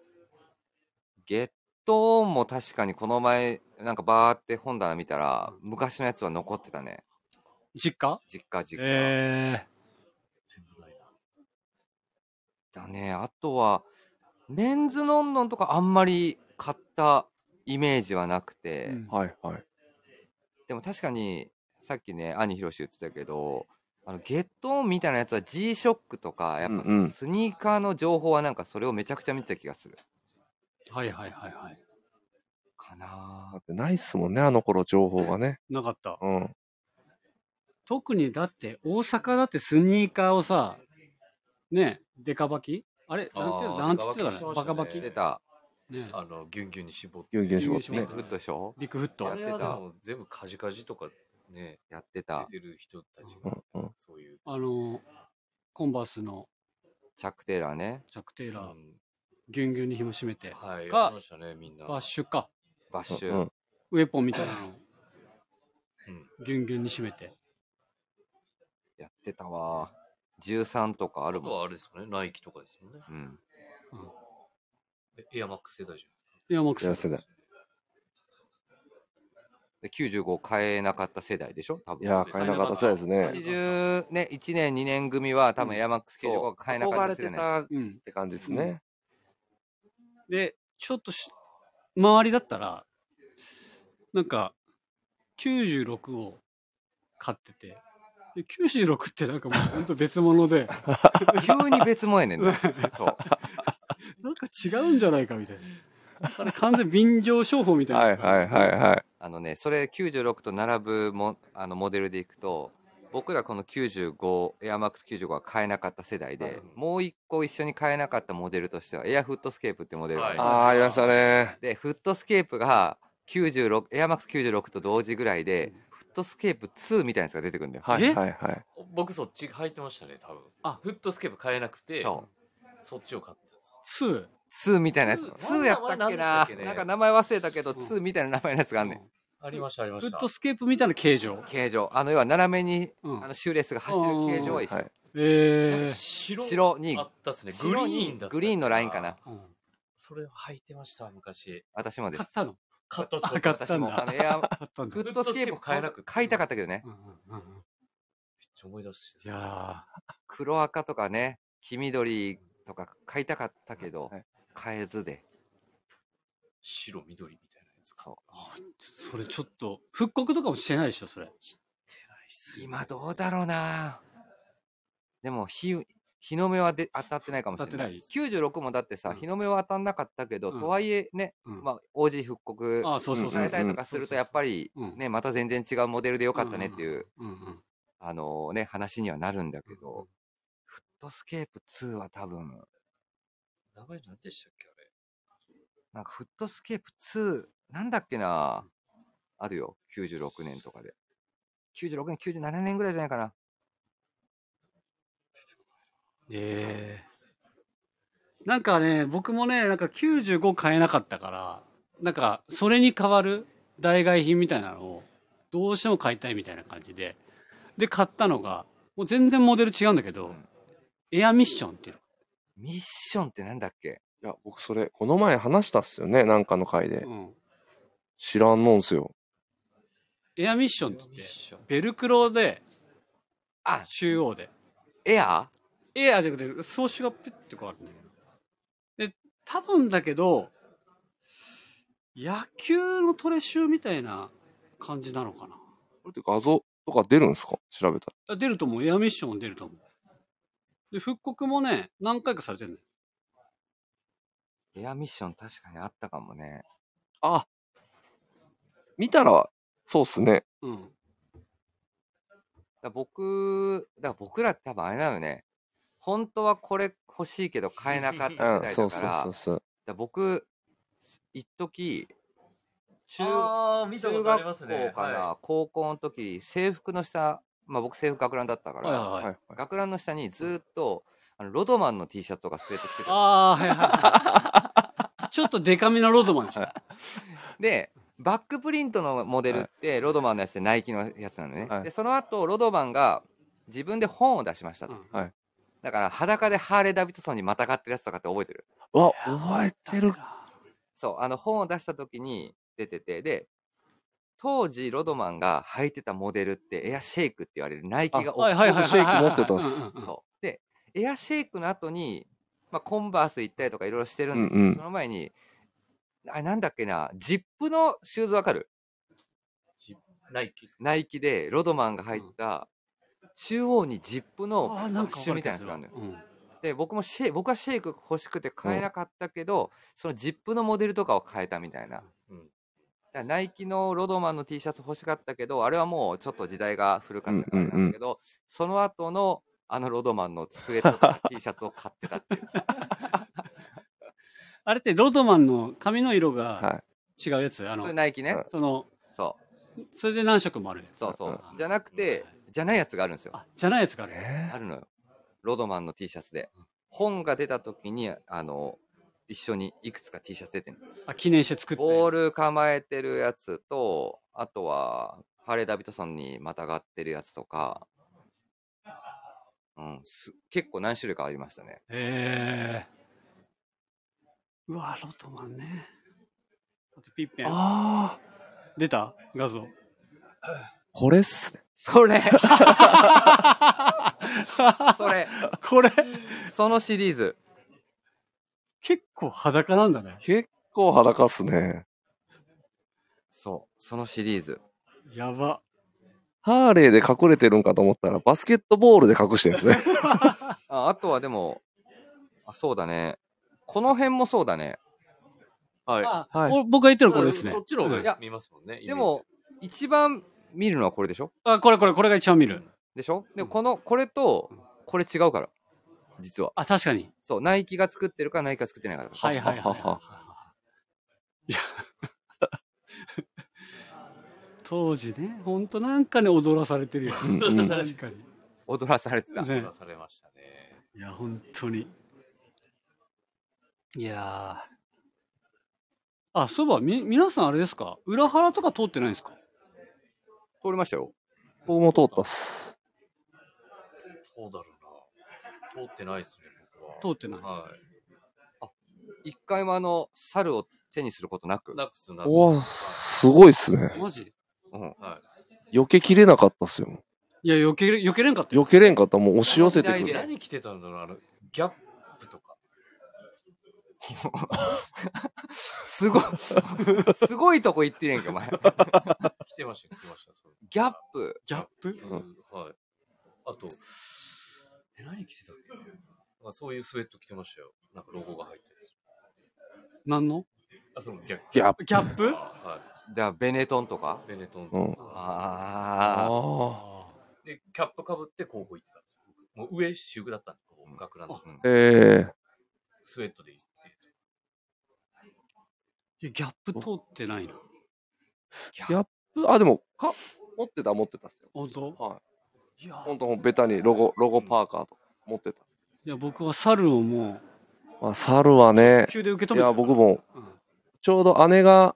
[SPEAKER 6] ゲットも確かにこの前、なんかバーって本棚見たら、昔のやつは残ってたね。
[SPEAKER 1] 実家
[SPEAKER 6] 実家、実家。
[SPEAKER 1] え
[SPEAKER 7] 全部ないな。
[SPEAKER 6] だね。あとは、メンズノンノンとかあんまり買ったイメージはなく
[SPEAKER 1] え
[SPEAKER 6] て、
[SPEAKER 3] はいはい。
[SPEAKER 6] でも確かに、さっきね、兄ひろし言ってたけど、あのゲットオンみたいなやつは G-SHOCK とか、やっぱ
[SPEAKER 3] うんうん
[SPEAKER 6] スニーカーの情報はなんかそれをめちゃくちゃ見てた気がする。
[SPEAKER 1] はいはいはいはい。
[SPEAKER 6] かな
[SPEAKER 3] だ
[SPEAKER 6] ぁ
[SPEAKER 3] ってないっすもんね、あの頃情報がね。
[SPEAKER 1] なかった。
[SPEAKER 3] うん。
[SPEAKER 1] 特にだって、大阪だってスニーカーをさ、ねえ、デカバキあれ
[SPEAKER 7] あー
[SPEAKER 1] なんていうのなんつってたか
[SPEAKER 7] デ
[SPEAKER 1] ら、
[SPEAKER 7] カバキしてました
[SPEAKER 1] バカ
[SPEAKER 7] ね
[SPEAKER 1] バ
[SPEAKER 6] し
[SPEAKER 1] キ
[SPEAKER 6] て
[SPEAKER 1] ね
[SPEAKER 6] た。
[SPEAKER 1] え
[SPEAKER 7] あの、ギュンギュンに絞って。
[SPEAKER 3] ギュンギュン絞って
[SPEAKER 6] ビッ
[SPEAKER 3] ね
[SPEAKER 6] グ。フットでしょ
[SPEAKER 1] ビッグフッ
[SPEAKER 6] や
[SPEAKER 1] ト
[SPEAKER 6] っ。
[SPEAKER 7] あ
[SPEAKER 6] て
[SPEAKER 7] れ
[SPEAKER 6] た
[SPEAKER 7] はでも全部カジカジとかね、
[SPEAKER 6] やって
[SPEAKER 7] 出
[SPEAKER 6] た。
[SPEAKER 7] てる人たち
[SPEAKER 3] う
[SPEAKER 7] が
[SPEAKER 3] ん、うん。
[SPEAKER 7] そういう。
[SPEAKER 1] あの、コンバースの
[SPEAKER 6] チャックテーラーね。
[SPEAKER 1] ジャック・テイ
[SPEAKER 7] う
[SPEAKER 1] ラー、
[SPEAKER 7] ん
[SPEAKER 1] ギュンギュンに紐締めて、
[SPEAKER 7] はい、
[SPEAKER 1] が
[SPEAKER 7] やってましたね、みんな。
[SPEAKER 1] バッシュか、
[SPEAKER 6] バッシュ。
[SPEAKER 3] うんうん
[SPEAKER 1] ウェポンみたいなのを
[SPEAKER 7] うん
[SPEAKER 1] ギュンギュンに締めて。
[SPEAKER 6] やってたわ。13とかあ
[SPEAKER 7] あ
[SPEAKER 6] る
[SPEAKER 7] と
[SPEAKER 6] もん。
[SPEAKER 7] はあれですよね、ナイキとかですよね。
[SPEAKER 6] うん。
[SPEAKER 7] えエアマックス世代じ
[SPEAKER 1] いや、マック
[SPEAKER 3] いや
[SPEAKER 1] ス
[SPEAKER 3] 世。代
[SPEAKER 6] で、95買えなかった世代でしょ多
[SPEAKER 3] い
[SPEAKER 6] 分。
[SPEAKER 3] やー、買えなかったそうですね。っ
[SPEAKER 6] 80ね、1年、2年組は多
[SPEAKER 1] う
[SPEAKER 6] 分
[SPEAKER 1] ん
[SPEAKER 6] エアマックス95が買えなかった世代なんです
[SPEAKER 3] 憧れて
[SPEAKER 6] よ
[SPEAKER 1] うん。
[SPEAKER 3] て感じですね。
[SPEAKER 1] で、ちょっとし、周りだったら、なんか、96を買ってて、で96ってなんかもうほんと別物で、
[SPEAKER 6] 急に別もんやねんな。 そう。
[SPEAKER 1] なんか違うんじゃないかみたいな。あれ完全便乗商法みたいな。
[SPEAKER 3] はいはいはいは
[SPEAKER 6] あのね、それ96と並ぶもあのモデルでいくと、僕らこの95、エアマックス95は買えなかった世代で、もう一個一緒に買えなかったモデルとしては、エアフットスケープってモデルがある
[SPEAKER 3] い。
[SPEAKER 6] んですよ
[SPEAKER 3] ああ、いましたね。
[SPEAKER 6] で、フットスケープが96、エアマックス96と同時ぐらいで、フットスケープ2みたいなやつが出てくるんだよ。
[SPEAKER 3] は
[SPEAKER 1] え
[SPEAKER 3] いはいはい。
[SPEAKER 7] ゃん。僕そっち履いてましたね、多分。
[SPEAKER 1] あ
[SPEAKER 7] フットスケープ買えなくて、
[SPEAKER 6] そ
[SPEAKER 7] そっちを買ったんです。
[SPEAKER 1] 2。
[SPEAKER 6] う。2みたいなやつ。
[SPEAKER 7] 2
[SPEAKER 6] 2やったっけ
[SPEAKER 7] 名前何でした
[SPEAKER 6] な
[SPEAKER 7] っけね
[SPEAKER 6] なんか名前忘れたけど、
[SPEAKER 1] うん
[SPEAKER 6] 2みたいな名前のやつがあんねん。
[SPEAKER 7] ありました、ありま
[SPEAKER 1] フ
[SPEAKER 7] し
[SPEAKER 1] ッ
[SPEAKER 7] た。
[SPEAKER 1] トスケープみたいな形状。
[SPEAKER 6] 形状。あの、要は斜めに、
[SPEAKER 1] うん
[SPEAKER 6] あの、シューレースが走る形状は一緒
[SPEAKER 3] はい。
[SPEAKER 1] え
[SPEAKER 7] 白
[SPEAKER 6] 白に
[SPEAKER 7] あったっすね。グリ
[SPEAKER 6] 白に
[SPEAKER 7] ーンだった
[SPEAKER 6] グリーンのラインかな。
[SPEAKER 1] ーうん
[SPEAKER 7] それを履いてました、昔。
[SPEAKER 6] 私もで
[SPEAKER 1] 買っ
[SPEAKER 6] す。
[SPEAKER 1] たの
[SPEAKER 7] 買った
[SPEAKER 1] 買った
[SPEAKER 6] 私も、
[SPEAKER 1] んだ
[SPEAKER 6] あの、エア、
[SPEAKER 1] 買ったんだ
[SPEAKER 6] フ。ットスケープ買えなく買いたかったけどね。
[SPEAKER 1] うんうんうんうん
[SPEAKER 7] めっちゃ思い出して。
[SPEAKER 1] いや
[SPEAKER 6] 黒赤とかね、黄緑とか買いたかったけど
[SPEAKER 3] はい、
[SPEAKER 6] 買えずで。
[SPEAKER 7] 白、緑みたいなやつ買っ
[SPEAKER 1] ー
[SPEAKER 6] そう
[SPEAKER 1] それちょっと、復刻とかもしてないでしょ、それ。
[SPEAKER 7] てないっすよ。
[SPEAKER 6] 今どうだろうなでも、ひ、日の目はで当たってないかもしれない。
[SPEAKER 1] 当
[SPEAKER 6] 96もだってさ、
[SPEAKER 1] うん
[SPEAKER 6] 日の目は当たんなかったけど、
[SPEAKER 1] うん
[SPEAKER 6] とはいえね、
[SPEAKER 1] うん
[SPEAKER 6] まあ、王子復刻
[SPEAKER 1] あそうそうそう
[SPEAKER 6] されたりとかすると、やっぱり
[SPEAKER 1] うん
[SPEAKER 6] ね、また全然違うモデルでよかったねっていう、
[SPEAKER 1] うんうん
[SPEAKER 6] あのね、話にはなるんだけど、フットスケープ2は多分、
[SPEAKER 7] 名前何でしたっけあれ。
[SPEAKER 6] なんかフットスケープ2、なんだっけな、あるよ、96年とかで。96年、97年ぐらいじゃないかな。
[SPEAKER 1] ええなんかね、僕もね、なんか95買えなかったから、なんかそれに代わる代替品みたいなのをどうしても買いたいみたいな感じで、で買ったのが、もう全然モデル違うんだけど、
[SPEAKER 6] うん
[SPEAKER 1] エアミッションっていうの。
[SPEAKER 6] ミッションってなんだっけ
[SPEAKER 3] いや、僕それ、この前話したっすよね、なんかの回で。
[SPEAKER 1] うん
[SPEAKER 3] 知らんのんすよ。
[SPEAKER 1] エアミッションって
[SPEAKER 7] ミ
[SPEAKER 1] 言
[SPEAKER 7] ッ
[SPEAKER 1] って、
[SPEAKER 7] ション。
[SPEAKER 1] ベルクロで、
[SPEAKER 6] あ、
[SPEAKER 1] 中央で。
[SPEAKER 6] エア
[SPEAKER 1] エアーじゃなくて、装飾がピュッてこうあるんだけど。で、多分だけど、野球のトレシューみたいな感じなのかな。
[SPEAKER 3] これって画像とか出るんすか調べたら。
[SPEAKER 1] あ出ると思う。エアミッションも出ると思う。で、復刻もね、何回かされてるのよ。
[SPEAKER 6] エアミッション確かにあったかもね。
[SPEAKER 3] あ見たら、そうっすね。
[SPEAKER 1] うん。
[SPEAKER 6] だから僕、だから僕らって多分あれなのよね。本当はこれ欲しいけど買えなかっ
[SPEAKER 3] う
[SPEAKER 6] た世
[SPEAKER 3] ん、
[SPEAKER 6] 代
[SPEAKER 3] そ
[SPEAKER 6] だ
[SPEAKER 3] う
[SPEAKER 6] か
[SPEAKER 3] そう
[SPEAKER 6] ら、
[SPEAKER 3] そうそう。
[SPEAKER 6] だから僕、一時中
[SPEAKER 7] あー見たこ
[SPEAKER 6] 中
[SPEAKER 7] とあり
[SPEAKER 6] 学
[SPEAKER 7] ます
[SPEAKER 6] 校
[SPEAKER 7] ね
[SPEAKER 6] かな、
[SPEAKER 7] は
[SPEAKER 6] 高校の時、制服の下、まあ僕制服学ランだったから、
[SPEAKER 1] はいはい
[SPEAKER 3] はい
[SPEAKER 1] はい。
[SPEAKER 3] はい。
[SPEAKER 6] 学ランの下にずーっと、あのロドマンの T シャツとか据えてきてた。
[SPEAKER 1] ああー、はいはい はい。ちょっとデカめのロードマンでした。
[SPEAKER 6] で、バックプリントのモデルって、ロドマンのやつでナイキのやつなのね。
[SPEAKER 3] はい
[SPEAKER 6] で、その後、ロドマンが自分で本を出しましたと。
[SPEAKER 1] うん
[SPEAKER 3] はい
[SPEAKER 6] だから、裸でハーレー・ダビッドソンにまたがってるやつとかって覚えてる
[SPEAKER 3] うわ、覚えてる。
[SPEAKER 6] そう、あの本を出した時に出てて、で、当時ロドマンが履いてたモデルってエアシェイクって言われるナイキが
[SPEAKER 1] はいはいはいはいはい。
[SPEAKER 3] 僕シェイク持ってたっす
[SPEAKER 1] うんうんうん
[SPEAKER 6] そう。で、エアシェイクの後に、まあ、コンバース行ったりとかいろいろしてるんですけど、
[SPEAKER 3] うんうん
[SPEAKER 6] その前に、あれなんだっけな、ジップのシューズわかる
[SPEAKER 7] ジナイキですか
[SPEAKER 6] ナイキでロドマンが入った、中央にジップの
[SPEAKER 1] ああ、なんか分
[SPEAKER 6] バッシ
[SPEAKER 1] か
[SPEAKER 6] ュ
[SPEAKER 1] る
[SPEAKER 6] み
[SPEAKER 1] 気
[SPEAKER 6] たい
[SPEAKER 1] が
[SPEAKER 6] なや
[SPEAKER 1] す
[SPEAKER 6] つ
[SPEAKER 1] る
[SPEAKER 6] があるのよ。
[SPEAKER 1] うん
[SPEAKER 6] で、僕もシェイ、僕はシェイク欲しくて買えなかったけど、そのジップのモデルとかを変えたみたいな。
[SPEAKER 7] うん
[SPEAKER 6] だからナイキのロドマンの T シャツ欲しかったけど、あれはもうちょっと時代が古かったからなんだけど、その後のあのロドマンのスウェットとか T シャツを買ってたっていう。
[SPEAKER 1] あれってロードマンの髪の色が
[SPEAKER 3] は
[SPEAKER 1] 違うやつ。あ
[SPEAKER 6] そ
[SPEAKER 1] の
[SPEAKER 6] れ、ナイキね
[SPEAKER 3] はい。
[SPEAKER 1] その、
[SPEAKER 6] そう。
[SPEAKER 1] それで何色もあるやつ。
[SPEAKER 6] そうそう。
[SPEAKER 1] ん
[SPEAKER 6] じゃなくて、じゃないやつがあるんですよ。
[SPEAKER 1] あ、じゃないやつがある
[SPEAKER 3] い。
[SPEAKER 1] ね。
[SPEAKER 3] え
[SPEAKER 6] あるのよ。ロドマンの T シャツで。本が出た時に、あの、一緒にいくつか T シャツ出てる
[SPEAKER 1] あ、記念して作って。
[SPEAKER 6] ボール構えてるやつと、あとは、ハーレー・ダビッドソンにまたがってるやつとか、うん、す結構何種類かありましたね。
[SPEAKER 1] えー。うわ、ロトマンね。あとピッペン。
[SPEAKER 3] ああ、
[SPEAKER 1] 出た画像。
[SPEAKER 3] これっすね。
[SPEAKER 6] それ それ
[SPEAKER 1] これ、
[SPEAKER 6] そのシリーズ。
[SPEAKER 1] 結構裸なんだね。
[SPEAKER 3] 結構裸っすね。
[SPEAKER 6] そう、そのシリーズ。
[SPEAKER 1] やば。
[SPEAKER 3] ハーレーで隠れてるんかと思ったら、バスケットボールで隠してるんですね。
[SPEAKER 6] ああとはでも、あ、そうだね。この辺もそうだね。
[SPEAKER 7] はい。
[SPEAKER 1] あ
[SPEAKER 3] はい
[SPEAKER 1] お僕が言ってるのこれですね。
[SPEAKER 7] そっちの方
[SPEAKER 1] うん
[SPEAKER 6] いや
[SPEAKER 7] が見ますもんね。
[SPEAKER 6] でも、一番見るのはこれでしょ
[SPEAKER 1] あ、これこれ、これが一番見る。
[SPEAKER 6] でしょで、
[SPEAKER 1] うん
[SPEAKER 6] この、これと、これ違うから。実は。
[SPEAKER 1] あ、確かに。
[SPEAKER 6] そう、ナイキが作ってるか、ナイキが作ってないから。
[SPEAKER 1] はいはいはい
[SPEAKER 3] はは
[SPEAKER 1] はい。いや、当時ね、ほんとなんかね、踊らされてるよ。
[SPEAKER 3] うんうん
[SPEAKER 1] 確かに。
[SPEAKER 6] 踊らされてた。
[SPEAKER 1] ね
[SPEAKER 7] 出、されましたね。
[SPEAKER 1] いや、本当に。いやー。あ、そういえば、み、皆さんあれですか裏腹とか通ってないですか
[SPEAKER 6] 通りましたよ。
[SPEAKER 3] 僕も通ったっす。
[SPEAKER 7] そうだろうな。通ってないですね、僕
[SPEAKER 1] 通
[SPEAKER 7] は。
[SPEAKER 1] ってない。
[SPEAKER 7] は
[SPEAKER 6] 一回もあの、猿を手にすることなく
[SPEAKER 7] い。。ナックスな。
[SPEAKER 3] おわ、すごいっすね。
[SPEAKER 1] マジ
[SPEAKER 6] うん。
[SPEAKER 7] はい。
[SPEAKER 3] 避けきれなかったっすよ。
[SPEAKER 1] いや、避けれ、避けれんかったよ。
[SPEAKER 3] 避けれんかったらもう押し寄せてく
[SPEAKER 6] い
[SPEAKER 3] る。
[SPEAKER 6] や
[SPEAKER 7] 何着てたんだろうあの、ギャップとか。
[SPEAKER 6] すごい、すごいとこ行ってるやんけ、お前。
[SPEAKER 7] 着てました、着てました。それ
[SPEAKER 6] ギャップ。
[SPEAKER 1] ギャップ
[SPEAKER 7] うんはい。あと、え何着てたっけかそういうスウェット着てましたよ。なんかロゴが入ってる。
[SPEAKER 1] 何の
[SPEAKER 7] あ、その逆。
[SPEAKER 3] ギャップ。
[SPEAKER 1] ギャップ
[SPEAKER 7] は
[SPEAKER 6] じゃあ、ベネトンとか
[SPEAKER 7] い。ベネトン
[SPEAKER 3] う
[SPEAKER 7] と
[SPEAKER 3] ん
[SPEAKER 7] か。
[SPEAKER 6] ああ。
[SPEAKER 7] で、キャップかぶって高校行ってたんですよ。僕もう上、私服だったんで、こう学ランの
[SPEAKER 6] うん
[SPEAKER 3] えー、
[SPEAKER 7] スウェットで行って。
[SPEAKER 1] いやギャップ通ってないな。
[SPEAKER 3] ギャップ、あ、でも、か、持ってた、持ってたっすよ。
[SPEAKER 1] 本当
[SPEAKER 3] はい
[SPEAKER 1] や
[SPEAKER 3] い。、ほんと、ほんとベタにロゴ、ロゴパーカーとか持ってたっす。
[SPEAKER 1] いや僕は猿をも
[SPEAKER 3] まあ、猿はね
[SPEAKER 1] う、急で受け
[SPEAKER 3] い
[SPEAKER 1] 止めてた
[SPEAKER 3] や、僕も、
[SPEAKER 1] うん
[SPEAKER 3] ちょうど姉が、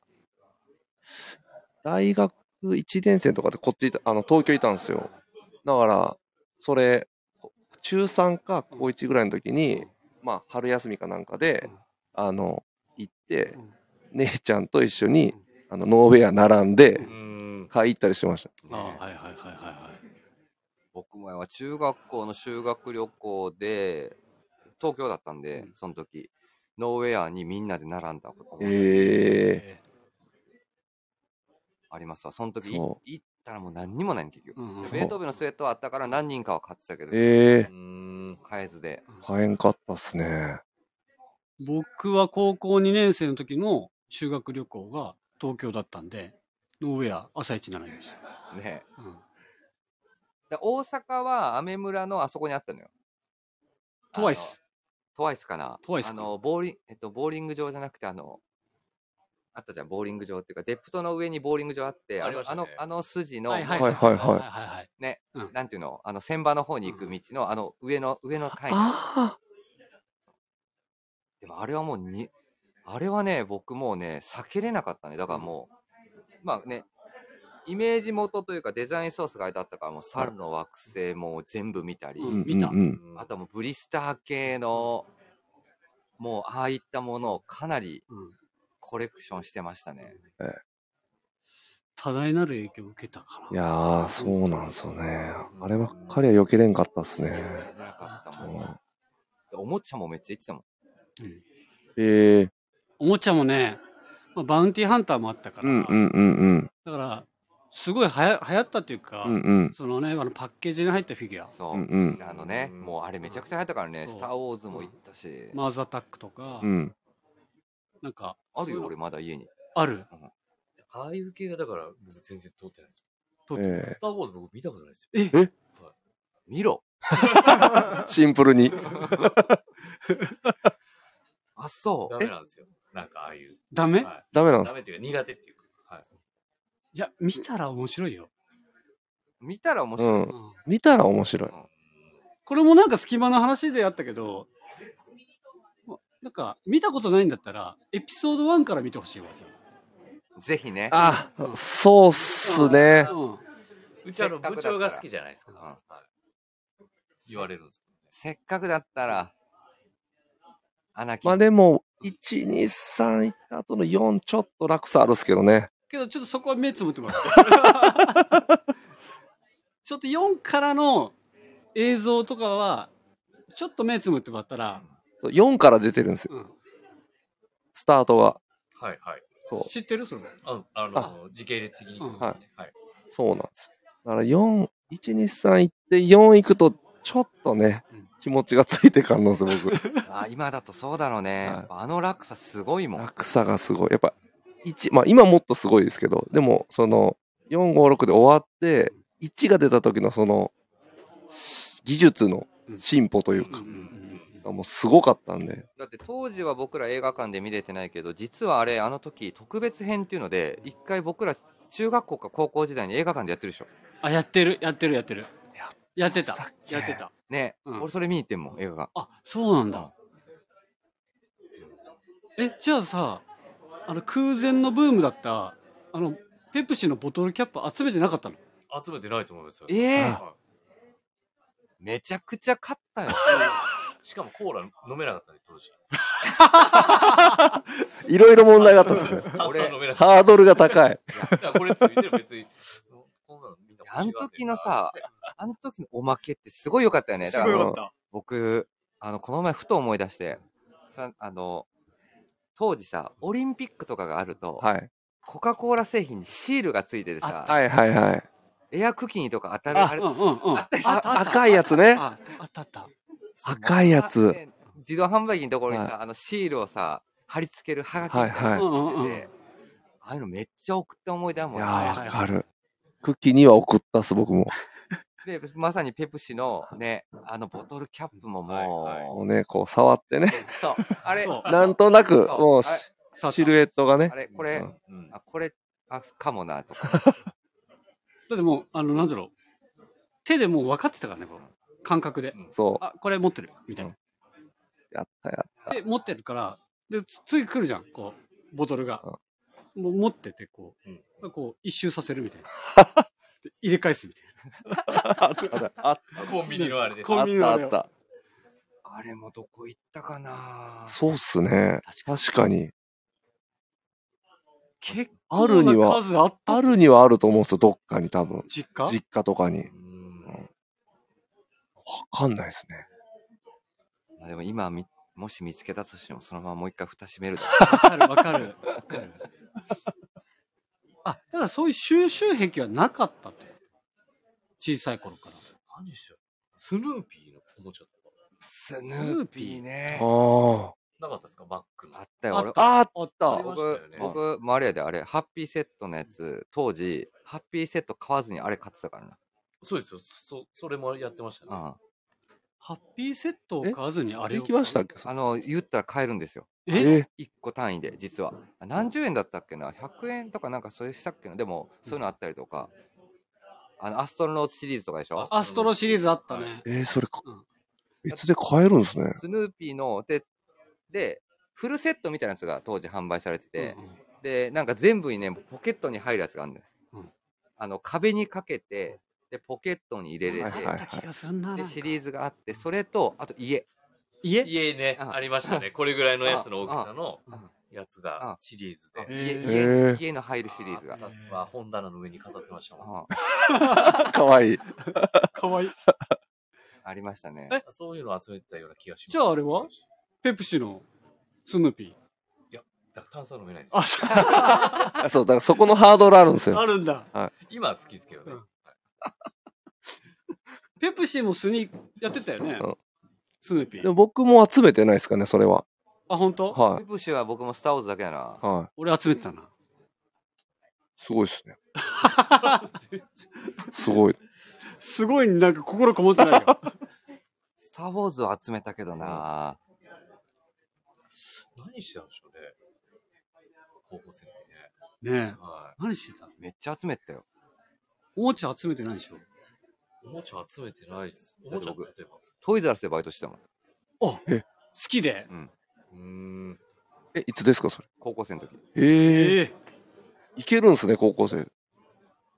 [SPEAKER 3] 大学1年生とかでこっちいた、あの、東京いたんですよ。だから、それ、中3か高1ぐらいの時に、まあ、春休みかなんかで、あの、行って
[SPEAKER 1] うん、
[SPEAKER 3] 姉ちゃんと一緒に、あの、ノーウェア並んで
[SPEAKER 7] う、ん。
[SPEAKER 3] 買い行ったりしてました。
[SPEAKER 1] あ
[SPEAKER 6] ね
[SPEAKER 1] はいはいはいはい
[SPEAKER 6] 僕もは中学校の修学旅行で、東京だったんで、その時、ノーウェアにみんなで並んだことが
[SPEAKER 3] え
[SPEAKER 1] はい。
[SPEAKER 6] ありますわ。その時い
[SPEAKER 3] そ
[SPEAKER 6] 行ったらもう何にもないの結局。
[SPEAKER 1] うんうん
[SPEAKER 6] でベートーベンのスウェットはあったから何人かは買ってたけ
[SPEAKER 3] ー、
[SPEAKER 6] ど、
[SPEAKER 3] えー、
[SPEAKER 7] うん。
[SPEAKER 6] 買えずで。
[SPEAKER 3] 買えんかったっすね。
[SPEAKER 1] 僕は高校2年生の時の修学旅行が東京だったんで、ノーウェア朝一並びました。
[SPEAKER 6] ね
[SPEAKER 1] うん
[SPEAKER 6] だ大阪は雨村のあそこにあったのよ。
[SPEAKER 1] トワイス。
[SPEAKER 6] あの。トワイスかな。
[SPEAKER 1] トワイスか
[SPEAKER 6] あの、ボーリン、えっと、ボーリング場じゃなくて、あの、あったじゃん、ボーリング場っていうか、デプトの上にボーリング場あって、
[SPEAKER 7] あり
[SPEAKER 6] の
[SPEAKER 7] まし
[SPEAKER 6] あ
[SPEAKER 7] たね
[SPEAKER 6] の、あの筋の、
[SPEAKER 1] はいはい
[SPEAKER 3] はいはいはい
[SPEAKER 1] はい。
[SPEAKER 6] なんていうの、あの、船場の方に行く道の、あの、上の、上の階にある
[SPEAKER 3] あ
[SPEAKER 6] でもあれはもうに、あれはね、僕もうね、避けれなかったね。だからもう、まあね、イメージ元というかデザインソースがあれだったから、もう猿の惑星も全部見たり、
[SPEAKER 1] う
[SPEAKER 3] あ、
[SPEAKER 1] ん
[SPEAKER 3] うん
[SPEAKER 1] 見た
[SPEAKER 3] うんうん
[SPEAKER 6] あとはもうブリスター系の、もうああいったものをかなり
[SPEAKER 1] うん
[SPEAKER 6] コレクションしてましたね。
[SPEAKER 1] 多大なる影響を受けたか
[SPEAKER 3] い
[SPEAKER 1] ら。
[SPEAKER 3] やー、そうなんすよね。あればっかりは避けれんかったっすね。
[SPEAKER 6] やれなかったもん。おもちゃもめっちゃいってたもん。
[SPEAKER 1] うん
[SPEAKER 3] ええ
[SPEAKER 1] おもちゃもね、まあ、バウンティーハンターもあったから、
[SPEAKER 3] うんうんうんうん。
[SPEAKER 1] だから、すごいはや流行ったっていうか、
[SPEAKER 3] うんうん。
[SPEAKER 1] そのね、あのパッケージに入ったフィギュア、
[SPEAKER 6] そう。
[SPEAKER 3] うんうん
[SPEAKER 6] あのね、もうあれめちゃくちゃ流行ったからね、
[SPEAKER 1] そう
[SPEAKER 6] スター・ウォーズも行ったし、
[SPEAKER 1] マーズアタックとか、
[SPEAKER 3] うん。
[SPEAKER 1] なんか、
[SPEAKER 6] ある
[SPEAKER 1] そういう
[SPEAKER 6] よ、
[SPEAKER 1] の
[SPEAKER 6] 俺まだ家に。
[SPEAKER 1] ある。
[SPEAKER 7] ああいう系がだから僕全然通ってないです。
[SPEAKER 1] 撮って
[SPEAKER 3] え
[SPEAKER 7] スター・ウォーズ僕見たことないですよ。
[SPEAKER 6] 見ろ
[SPEAKER 3] えシンプルに。
[SPEAKER 6] あ、そ
[SPEAKER 7] ダメなんですよ。なんかああいう。
[SPEAKER 1] ダメ
[SPEAKER 7] は、
[SPEAKER 3] ダメないんで
[SPEAKER 7] ダ
[SPEAKER 3] す
[SPEAKER 7] メっていうか苦手っていうか。はい。
[SPEAKER 1] いや、見たら面白いよ。
[SPEAKER 6] う。見たら面
[SPEAKER 3] う
[SPEAKER 6] 白い。
[SPEAKER 1] うん
[SPEAKER 3] ん。見たら面白い。
[SPEAKER 1] これもなんか隙間の話であったけど、まなんか、見たことないんだったら、エピソード1から見てほしいわ、じゃ
[SPEAKER 6] ぜひね。
[SPEAKER 3] あ、そうっすね
[SPEAKER 1] あ。うん
[SPEAKER 7] うちあの
[SPEAKER 6] せっかくだ
[SPEAKER 7] 部
[SPEAKER 6] ったら
[SPEAKER 7] 長が好きじゃないですか。
[SPEAKER 6] うん
[SPEAKER 7] はい言われるんです
[SPEAKER 6] せっかくだったら、アナキン。
[SPEAKER 3] まあでも、1、2、3行った後の4、ちょっと落差あるっすけどね。
[SPEAKER 1] けど、ちょっとそこは目つぶってもらって。 ちょっと4からの映像とかは、ちょっと目つぶってもらったら、
[SPEAKER 3] 4から出てるんですよ。
[SPEAKER 1] うん
[SPEAKER 3] スタートが。
[SPEAKER 7] けど。はいはい。
[SPEAKER 3] そう。
[SPEAKER 1] 知ってるそれは。
[SPEAKER 7] ああの、時系列的に、。
[SPEAKER 1] うん
[SPEAKER 3] はい
[SPEAKER 7] はい。
[SPEAKER 3] そうなんですよ。だから4、1、2、3行って4行くと、ちょっとね
[SPEAKER 1] うん、
[SPEAKER 3] 気持ちがついてかんのです僕。
[SPEAKER 6] あ今だとそうだろうね。
[SPEAKER 3] はい
[SPEAKER 6] やっぱあの落差すごいもん。
[SPEAKER 3] 落差がすごいやっぱ1まあ今もっとすごいですけどでもその456で終わって1が出た時のそのし技術の進歩というか、もうすごかったんで
[SPEAKER 6] だって当時は僕ら映画館で見れてないけど、実はあれ、あの時特別編っていうので、一回僕ら中学校か高校時代に映画館でやってるでしょ。
[SPEAKER 1] あ、やってる、やってる、やってる。やってた
[SPEAKER 3] さっ。き
[SPEAKER 1] やってた。
[SPEAKER 6] ね、
[SPEAKER 1] うん
[SPEAKER 6] 俺それ見に行ってんもん、映画
[SPEAKER 1] あ、そうなん
[SPEAKER 6] 館
[SPEAKER 1] だ。。え、じゃあさ、あの空前のブームだった、あの、ペプシのボトルキャップ集めてなかったの
[SPEAKER 7] 集めてないと思うんですよ。
[SPEAKER 6] ええ
[SPEAKER 7] は
[SPEAKER 6] めちゃくちゃ勝ったよ。
[SPEAKER 7] いしかもコーラ飲めなかったんで、当時。
[SPEAKER 3] いろいろ問題があったんですね
[SPEAKER 7] 炭酸飲めなかっ
[SPEAKER 3] ハードルが高い
[SPEAKER 7] た。いやこれついてる別に。こんなのみんな欲しがってる
[SPEAKER 6] あの時のさ、あの時のおまけってすごい良かったよね。だ
[SPEAKER 5] す
[SPEAKER 6] か
[SPEAKER 5] ご
[SPEAKER 6] ら
[SPEAKER 5] いよかった。
[SPEAKER 6] 僕あのこの前ふと思い出してさあの当時さオリンピックとかがあると、
[SPEAKER 3] はい
[SPEAKER 6] コカ・コーラ製品にシールがついててさ、
[SPEAKER 3] はいはいはい
[SPEAKER 6] エアクキニとか当たるあれ
[SPEAKER 1] うんうんうん。あ
[SPEAKER 6] あったでしょ
[SPEAKER 3] あ赤いやつね
[SPEAKER 1] ああったあった。
[SPEAKER 3] 赤いやつ。
[SPEAKER 6] ね自動販売機のところにさ、
[SPEAKER 3] はい
[SPEAKER 6] あのシールをさ、貼り付けるハガキみたいなのがついてて、ああいうのめっちゃ送った思い出ある
[SPEAKER 3] い
[SPEAKER 6] もん
[SPEAKER 3] や
[SPEAKER 6] ね。
[SPEAKER 1] はいはい
[SPEAKER 3] ー、わかる。クッキーには送ったっす、僕も。
[SPEAKER 6] で、まさにペプシのね、あのボトルキャップももう、
[SPEAKER 7] はい
[SPEAKER 3] もうね、こう、触ってね。
[SPEAKER 6] そう、あれ、
[SPEAKER 1] そう
[SPEAKER 3] なんとなく、
[SPEAKER 6] そう
[SPEAKER 3] もうし、
[SPEAKER 1] さあ
[SPEAKER 3] シルエットがね
[SPEAKER 6] あ。れ、これ、
[SPEAKER 3] うん
[SPEAKER 7] うん
[SPEAKER 6] あ、これ、あ、かもな、とか。
[SPEAKER 1] だってもう、あの、なんだろう。手でもう分かってたからね、この感覚で。
[SPEAKER 3] そ
[SPEAKER 1] あ、これ持ってる、みたいな。
[SPEAKER 3] う。やったやった。
[SPEAKER 1] で、持ってるから、で、つ次来るじゃん、こう、ボトルが。もう持ってて、こう、こう、一周させるみたいな。 で入れ返すみたい
[SPEAKER 3] あっ
[SPEAKER 7] コンビニのあれで
[SPEAKER 1] な。
[SPEAKER 7] す。
[SPEAKER 1] コンビニの
[SPEAKER 3] た
[SPEAKER 1] あ
[SPEAKER 3] あ
[SPEAKER 1] れ
[SPEAKER 3] っ
[SPEAKER 1] を
[SPEAKER 3] た。
[SPEAKER 6] あれもどこ行ったかな
[SPEAKER 3] そうっすね。確かに。
[SPEAKER 1] 結
[SPEAKER 3] あるに
[SPEAKER 1] 構な
[SPEAKER 3] は、
[SPEAKER 1] 数あった。
[SPEAKER 3] あるにはあると思うんですよ、どっかに多分。
[SPEAKER 1] 実家
[SPEAKER 3] 実家とかに。わ
[SPEAKER 7] うん
[SPEAKER 3] かんないですね。
[SPEAKER 6] まあでも今み、もし見つけたとしても、そのままもう一回蓋閉めるだ
[SPEAKER 1] わかる わかる。わかる。あ、ただそういう収集癖はなかったって。小さい頃から。
[SPEAKER 7] 何しよう。スヌーピーのおもちゃとか。
[SPEAKER 6] スヌ
[SPEAKER 1] ー
[SPEAKER 6] ー
[SPEAKER 1] ピ
[SPEAKER 6] ピ
[SPEAKER 1] ー
[SPEAKER 6] ーね。
[SPEAKER 3] あ
[SPEAKER 7] なかったですかバッグの
[SPEAKER 6] あ。ったよ、
[SPEAKER 1] あっ
[SPEAKER 6] 俺。
[SPEAKER 3] あ。ああっ
[SPEAKER 7] あ
[SPEAKER 3] た
[SPEAKER 7] り。ましたよ
[SPEAKER 6] 僕
[SPEAKER 7] ね、
[SPEAKER 6] 僕、もうあれやで、あれ、ハッピーセットのやつ、当時、ハッピーセット買わずにあれ買ってたから
[SPEAKER 7] そうですよ。そ、それもやってましたね。
[SPEAKER 6] な。
[SPEAKER 1] ハッピーセットを買わずにあ
[SPEAKER 3] あ
[SPEAKER 1] れ
[SPEAKER 3] れ
[SPEAKER 1] を
[SPEAKER 3] 行きましたっけ
[SPEAKER 6] うん。あの、言ったら買えるんですよ。
[SPEAKER 1] え
[SPEAKER 6] 1個単位で、実は。あ何十円だったっけな ?100 円とかなんかそれしたっけなでも、そういうのあったりとか。あの、アストロノーツシリーズとかでしょ
[SPEAKER 1] アストロシリーズあったね。
[SPEAKER 7] は
[SPEAKER 3] えー、それか
[SPEAKER 1] うん。
[SPEAKER 3] 別で買えるんです ね。
[SPEAKER 6] スヌーピーの、で、で、フルセットみたいなやつが当時販売されてて、
[SPEAKER 1] うんうん
[SPEAKER 6] で、なんか全部にね、ポケットに入るやつがあるんだよ。
[SPEAKER 1] うん
[SPEAKER 6] あの、壁にかけて、で、ポケットに入れれて、
[SPEAKER 3] はいはいはい
[SPEAKER 1] あった気がすんな。
[SPEAKER 6] で、シリーズがあって、それと、あと家。
[SPEAKER 1] 家
[SPEAKER 7] 家ね、
[SPEAKER 6] あ
[SPEAKER 7] ありましたね。これぐらいのやつの大きさの
[SPEAKER 6] あ
[SPEAKER 7] やつが
[SPEAKER 6] あ
[SPEAKER 7] シリーズ
[SPEAKER 6] あ
[SPEAKER 7] で。
[SPEAKER 6] 家
[SPEAKER 1] へ
[SPEAKER 3] ー
[SPEAKER 6] 家家の入るシリーズが
[SPEAKER 7] あ。私は本棚の上に飾ってましたもん。
[SPEAKER 6] あ
[SPEAKER 3] かわいい。
[SPEAKER 1] かわいい。
[SPEAKER 6] ありましたね。
[SPEAKER 1] え
[SPEAKER 7] そういうのを集めてたような気がします。
[SPEAKER 1] じゃああれはいペプシのスヌーピー。
[SPEAKER 7] や炭酸飲めないです。
[SPEAKER 1] あ、そう
[SPEAKER 3] あそう、だからそこのハードルあるんですよ。
[SPEAKER 1] あるんだ。
[SPEAKER 7] 今は好きですけどね
[SPEAKER 1] うん。ペプシもスニーやってたよね
[SPEAKER 3] うん。
[SPEAKER 1] スヌーピ
[SPEAKER 3] でも
[SPEAKER 1] ー。
[SPEAKER 3] 僕も集めてないですかね、それは。
[SPEAKER 1] あ、本当？
[SPEAKER 3] は
[SPEAKER 6] ペプシは僕もスター・ウォーズだけだな。
[SPEAKER 3] い。は
[SPEAKER 1] 俺集めてたな。
[SPEAKER 3] い。すごいですね。すごい。
[SPEAKER 1] すごいなんか心こもってないよ。
[SPEAKER 6] スター・ウォーズを集めたけどな。
[SPEAKER 7] 何してたんでしょうね。高校生の時ね。
[SPEAKER 1] ねえ。
[SPEAKER 7] は
[SPEAKER 1] 何してた
[SPEAKER 6] めっちゃ集めてたよ。
[SPEAKER 1] おもちゃ集めてないでしょ
[SPEAKER 7] い。おもちゃ集めてないです。おもちゃってば。
[SPEAKER 6] トイザらスでバイトしてたもん。
[SPEAKER 1] 好きで。
[SPEAKER 7] うーん。
[SPEAKER 3] え、いつですか、それ。
[SPEAKER 6] 高校生の時。
[SPEAKER 3] ええ
[SPEAKER 1] ええ。
[SPEAKER 3] いけるんですね、高校生。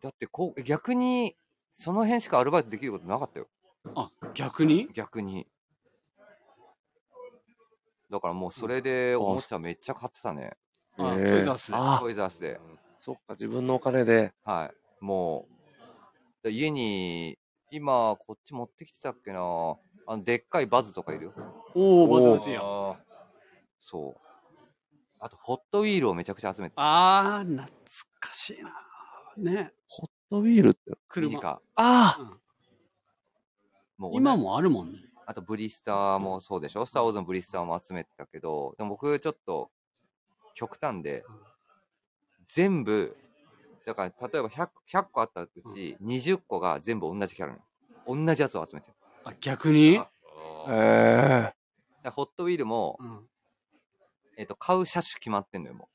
[SPEAKER 6] だってこう、逆に、その辺しかアルバイトできることなかったよ。
[SPEAKER 1] あ、逆に
[SPEAKER 6] 逆に。だからもうそれでおもちゃめっちゃ買ってたね。
[SPEAKER 1] あ、
[SPEAKER 3] え
[SPEAKER 1] ト
[SPEAKER 3] え
[SPEAKER 1] イザース。
[SPEAKER 3] あ
[SPEAKER 6] トイザースで。
[SPEAKER 3] そっか、自分のお金で。
[SPEAKER 6] はい。もう、だ家に、今、こっち持ってきてたっけな。あの、でっかいバズとかいるよ。
[SPEAKER 1] おお、バズ
[SPEAKER 3] おー
[SPEAKER 1] ルティア。
[SPEAKER 7] あ
[SPEAKER 6] そう。あと、ホットウィールをめちゃくちゃ集めてた。
[SPEAKER 1] あー、懐かしいな。ね
[SPEAKER 3] ホットウィールって。
[SPEAKER 1] 車。
[SPEAKER 6] ミニカ
[SPEAKER 3] ああ
[SPEAKER 1] うん
[SPEAKER 6] ーもう
[SPEAKER 1] 今
[SPEAKER 6] 同じ
[SPEAKER 1] もあるもんね。
[SPEAKER 6] あと、ブリスターもそうでしょ。スター・ウォーズのブリスターも集めてたけど、でも僕、ちょっと、極端で、全部、だから、例えば 100, 100個あったうち、20個が全部同じキャラなの。同じやつを集めてる。
[SPEAKER 1] あ、逆に
[SPEAKER 6] あ
[SPEAKER 7] ーあー。
[SPEAKER 3] え
[SPEAKER 6] だからホットウィールも、
[SPEAKER 1] うん。
[SPEAKER 6] えっと、買う車種決まってんのよ、も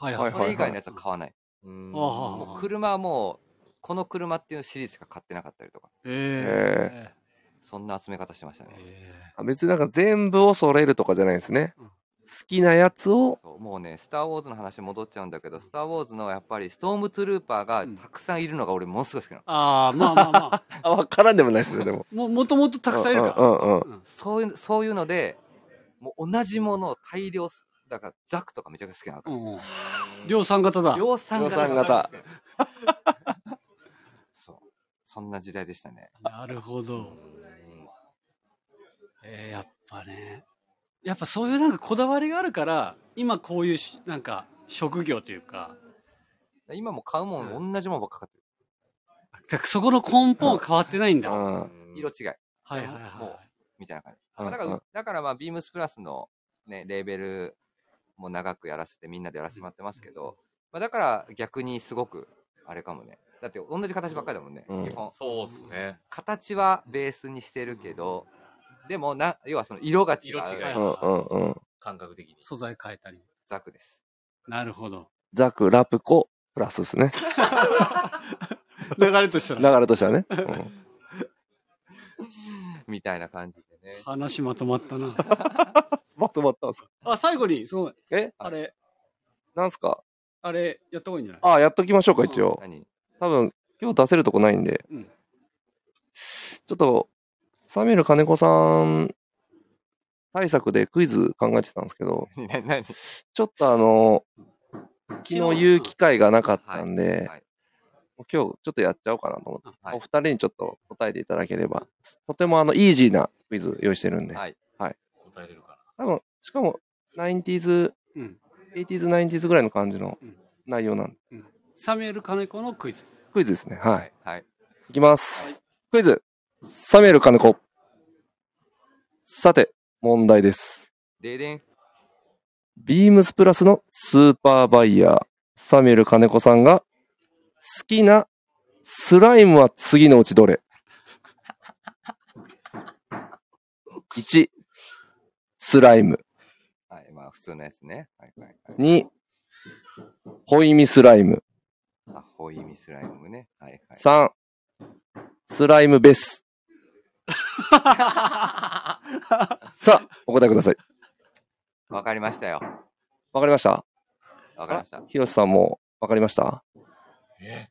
[SPEAKER 1] はい
[SPEAKER 3] は
[SPEAKER 1] はい
[SPEAKER 6] う。
[SPEAKER 1] い
[SPEAKER 6] そ
[SPEAKER 1] は
[SPEAKER 6] れ以外のやつは買わない。
[SPEAKER 7] うーん
[SPEAKER 1] あはは
[SPEAKER 6] もう車はもうこの車っていうシリーズしか買ってなかったりとか
[SPEAKER 1] い。
[SPEAKER 3] え
[SPEAKER 1] え
[SPEAKER 6] そんな集め方してました
[SPEAKER 1] え。
[SPEAKER 6] ね
[SPEAKER 1] え
[SPEAKER 3] ー。別になんか全部を揃えるとかじゃないんですね。
[SPEAKER 1] うん
[SPEAKER 3] 好きなやつを。
[SPEAKER 6] そうもうね「スター・ウォーズ」の話戻っちゃうんだけど「スター・ウォーズ」のやっぱりストームトゥルーパーがたくさんいるのが俺ものすごい好きなの
[SPEAKER 1] ああ、まあまあまあ。
[SPEAKER 3] あ、わからんでもないですね、でも。
[SPEAKER 1] も、もともとたくさんいる
[SPEAKER 3] う
[SPEAKER 1] か
[SPEAKER 3] んうんうん。
[SPEAKER 1] ら。うん。
[SPEAKER 6] そういうそういうのでもう同じものを大量だからザクとかめちゃくちゃ好きな
[SPEAKER 1] うんうん。量産型だ
[SPEAKER 6] の。量産型
[SPEAKER 3] 量産型
[SPEAKER 6] そうそんな時代でしたね
[SPEAKER 1] なるほど。えー、やっぱね。やっぱそういうなんかこだわりがあるから、今こういうし、なんか、職業というか、
[SPEAKER 6] 今も買うも
[SPEAKER 1] うん
[SPEAKER 6] 同じもんばっか買ってる
[SPEAKER 1] だからそこの根本は変わってないんだ。
[SPEAKER 3] う
[SPEAKER 1] は
[SPEAKER 3] ん
[SPEAKER 7] うん
[SPEAKER 6] 色違い
[SPEAKER 1] いはい
[SPEAKER 6] も
[SPEAKER 1] は
[SPEAKER 6] うみたいな感じまあだか
[SPEAKER 3] うんう
[SPEAKER 6] ら
[SPEAKER 3] ん、
[SPEAKER 6] だからまあ、ビームスプラスのね、レーベルも長くやらせて、みんなでやらせてもらってますけど、まあ、だから逆にすごく、あれかもね。だって同じ形ばっかりだもんね、
[SPEAKER 3] うん
[SPEAKER 6] 基本。
[SPEAKER 7] そうですね。
[SPEAKER 6] 形はベースにしてるけど、でもな、要はその色が違う。
[SPEAKER 7] 色違い
[SPEAKER 6] はい
[SPEAKER 3] うんうんうん。
[SPEAKER 7] 感覚的に。
[SPEAKER 1] 素材変えたり。
[SPEAKER 6] ザクです。
[SPEAKER 1] なるほど。
[SPEAKER 3] ザク、ラプコ、プラスですね。
[SPEAKER 1] 流れとした
[SPEAKER 3] 流
[SPEAKER 1] ら。
[SPEAKER 3] れとしてはね。うん
[SPEAKER 6] みたいな感じでね。
[SPEAKER 1] 話まとまったな。
[SPEAKER 3] まとまったんですか
[SPEAKER 1] あ、最後に、そう、
[SPEAKER 3] え
[SPEAKER 1] あれ、
[SPEAKER 3] なんすか
[SPEAKER 1] あれ、やった方がいいんじゃない
[SPEAKER 3] ああ、やっときましょうか、一応。
[SPEAKER 6] 何
[SPEAKER 3] 多分、今日出せるとこないんで。
[SPEAKER 1] うん
[SPEAKER 3] ちょっと、サミュエル金子さん対策でクイズ考えてたんですけど、
[SPEAKER 6] 何何何
[SPEAKER 3] ちょっとあの、昨日言う機会がなかったん
[SPEAKER 6] はい
[SPEAKER 3] で、
[SPEAKER 6] はい
[SPEAKER 3] 今日ちょっとやっちゃおうかなと思って、
[SPEAKER 6] はい
[SPEAKER 3] お二人にちょっと答えていただければ、とてもあの、イージーなクイズ用意してるんで、
[SPEAKER 6] はい
[SPEAKER 7] 答えれるか
[SPEAKER 3] 多分、しかも、90s、
[SPEAKER 1] うん。
[SPEAKER 3] 80s、90s ぐらいの感じの
[SPEAKER 1] うん
[SPEAKER 3] 内容なんで、
[SPEAKER 1] サミュエル金子のクイズ。
[SPEAKER 3] クイズですね。
[SPEAKER 6] は
[SPEAKER 3] はい
[SPEAKER 6] い。はい。
[SPEAKER 3] いきます。クイズ。サミュエル金子。さて、問題です。
[SPEAKER 6] ででん。
[SPEAKER 3] ビームスプラスのスーパーバイヤー、サミュエル金子さんが、好きなスライムは次のうちどれ ?1、スライム。
[SPEAKER 6] はい。まあ、普通のやつね。はいはいはい。
[SPEAKER 3] 2、ホイミスライム。
[SPEAKER 6] あ、ホイミスライムね。はいはい。
[SPEAKER 3] 3、スライムベス。さあ、お答えください。
[SPEAKER 6] わかりましたよ。
[SPEAKER 3] わかりました
[SPEAKER 6] わかりました。
[SPEAKER 3] ひろしさんもわかりました
[SPEAKER 5] え、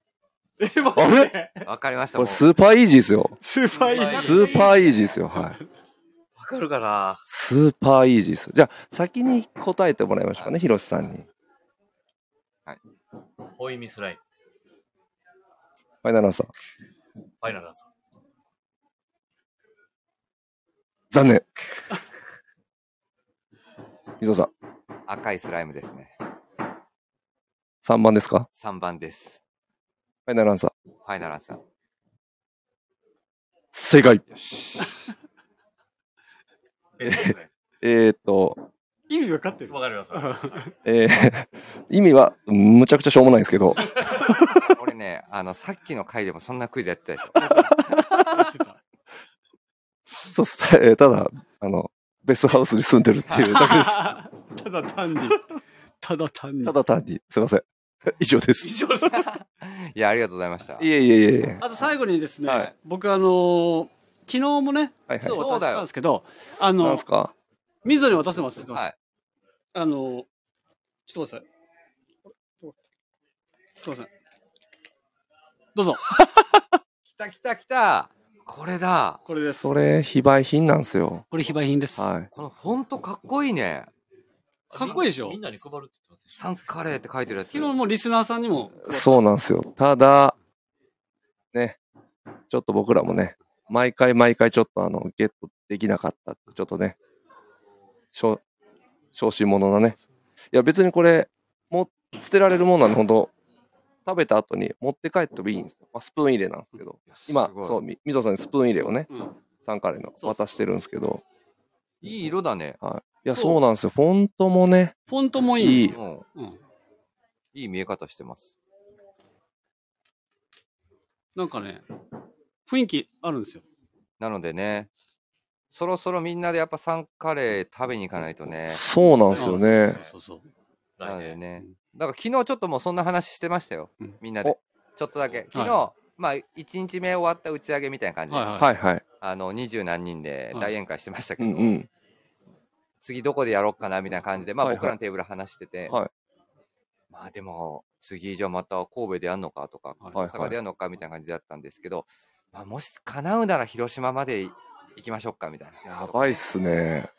[SPEAKER 5] もう
[SPEAKER 3] あ
[SPEAKER 5] ね
[SPEAKER 6] わかりました。
[SPEAKER 3] これ
[SPEAKER 6] もう
[SPEAKER 3] スーパーイージーですよ。
[SPEAKER 5] スーパーイージー。
[SPEAKER 3] スーパーイージーですよ。はい。
[SPEAKER 7] な。わかるかな
[SPEAKER 3] スーパーイージーです。じゃあ、先に答えてもらいましょうかね、ひろしさんに。フ
[SPEAKER 7] ホイミスライム。
[SPEAKER 3] ァイナルアンサー。
[SPEAKER 7] ファイナルアンサー。
[SPEAKER 3] 残念。みぞ
[SPEAKER 6] 赤いスライムですね。
[SPEAKER 3] さん、3番ですか
[SPEAKER 6] 3番です。
[SPEAKER 3] ファイナルアンサー。
[SPEAKER 6] ファイナルアンサー。
[SPEAKER 3] 正解。
[SPEAKER 7] ベストスライ
[SPEAKER 3] えー、っと、
[SPEAKER 1] 意味分かってる
[SPEAKER 7] ム。わかります。わかります
[SPEAKER 3] えー 意味は、むちゃくちゃしょうもないんですけど、
[SPEAKER 6] 俺ね、あの、さっきの回でもそんなクイズやってたでしょ。
[SPEAKER 3] そうっす、えーただ、あの、ベストハウスに住んでるっていうだけ で す。
[SPEAKER 1] ただ単に。ただ単に。
[SPEAKER 3] ただ単に、すいません。 以上です。
[SPEAKER 7] 以上です。
[SPEAKER 6] いや、ありがとうございました。
[SPEAKER 3] いえいえいえいえ。
[SPEAKER 1] あと最後にですね、
[SPEAKER 6] はい
[SPEAKER 1] 僕あのー昨日もね、
[SPEAKER 3] はい
[SPEAKER 1] 今。
[SPEAKER 3] はい
[SPEAKER 1] 日
[SPEAKER 6] そう
[SPEAKER 1] 渡
[SPEAKER 6] だ
[SPEAKER 1] し
[SPEAKER 6] よ
[SPEAKER 1] たんですけど、あ
[SPEAKER 3] な
[SPEAKER 1] の
[SPEAKER 3] んす、か
[SPEAKER 1] みぞに渡せますって言ってま
[SPEAKER 6] は
[SPEAKER 1] し
[SPEAKER 6] い。
[SPEAKER 1] た。あのーちょっと待ってください。ちょっと待ってください。どうぞ、
[SPEAKER 6] 来た来た来たこれだ
[SPEAKER 1] これです。
[SPEAKER 3] それ、非売品なんですよ。
[SPEAKER 1] これ非売品です。
[SPEAKER 3] はい。
[SPEAKER 6] このフォントかっこいいね。
[SPEAKER 1] かっこいいでしょ
[SPEAKER 7] みんなに配るって言ってます
[SPEAKER 6] サンカレーって書いてるやつ。
[SPEAKER 1] 昨日もうリスナーさんにも、
[SPEAKER 3] そうなんですよ。ただ、ね、ちょっと僕らもね、毎回毎回ちょっとあの、ゲットできなかったって、ちょっとね、しょ小心者なね。いや、別にこれ、も捨てられるもんなんで、ほんと、食べた後に持って帰ってもいいんですよ。まあ、スプーン入れなんですけど、今、
[SPEAKER 6] すごい
[SPEAKER 3] そう、みみぞさんにスプーン入れをね、
[SPEAKER 1] うん
[SPEAKER 3] サンカレーの渡してるんですけど、
[SPEAKER 6] いい色だね。
[SPEAKER 3] いや、
[SPEAKER 1] そう
[SPEAKER 3] そうなんですよ。フォントもね、
[SPEAKER 1] フォントもいいん
[SPEAKER 3] い
[SPEAKER 1] で
[SPEAKER 3] い
[SPEAKER 1] すよ。
[SPEAKER 6] うん。
[SPEAKER 1] うん
[SPEAKER 6] いい見え方してます。
[SPEAKER 1] なんかね、雰囲気あるんですよ。
[SPEAKER 6] なのでね、そろそろみんなでやっぱサンカレー食べに行かないとね。
[SPEAKER 3] そうなんですよね。
[SPEAKER 1] そうそうそう。
[SPEAKER 7] よ。
[SPEAKER 6] な
[SPEAKER 7] 来
[SPEAKER 6] ので
[SPEAKER 7] 年
[SPEAKER 6] ね
[SPEAKER 1] うん。
[SPEAKER 6] だから昨日ちょっともうそんな話してましたよ
[SPEAKER 1] うん。
[SPEAKER 6] みんなで
[SPEAKER 3] お。
[SPEAKER 6] ちょっとだけ。昨日、
[SPEAKER 1] は
[SPEAKER 6] まあ、1日目終わった打ち上げみたいな感じで、
[SPEAKER 1] はいはい。
[SPEAKER 3] はいはい。
[SPEAKER 6] あの、二十何人で
[SPEAKER 1] はい
[SPEAKER 6] 大宴会してましたけ
[SPEAKER 3] う
[SPEAKER 6] ど、
[SPEAKER 3] んうん。
[SPEAKER 6] 次どこでやろうかなみたいな感じで、まあ
[SPEAKER 3] はいはい
[SPEAKER 6] 僕らのテーブル話してて、
[SPEAKER 3] はい
[SPEAKER 6] まあでも、次じゃあまた神戸でやんのかとか、
[SPEAKER 1] はい
[SPEAKER 6] 大阪でやんのかみたいな感じだったんですけど、まあ、もし叶うなら広島まで行きましょうかみたいな。
[SPEAKER 3] やばいっすね。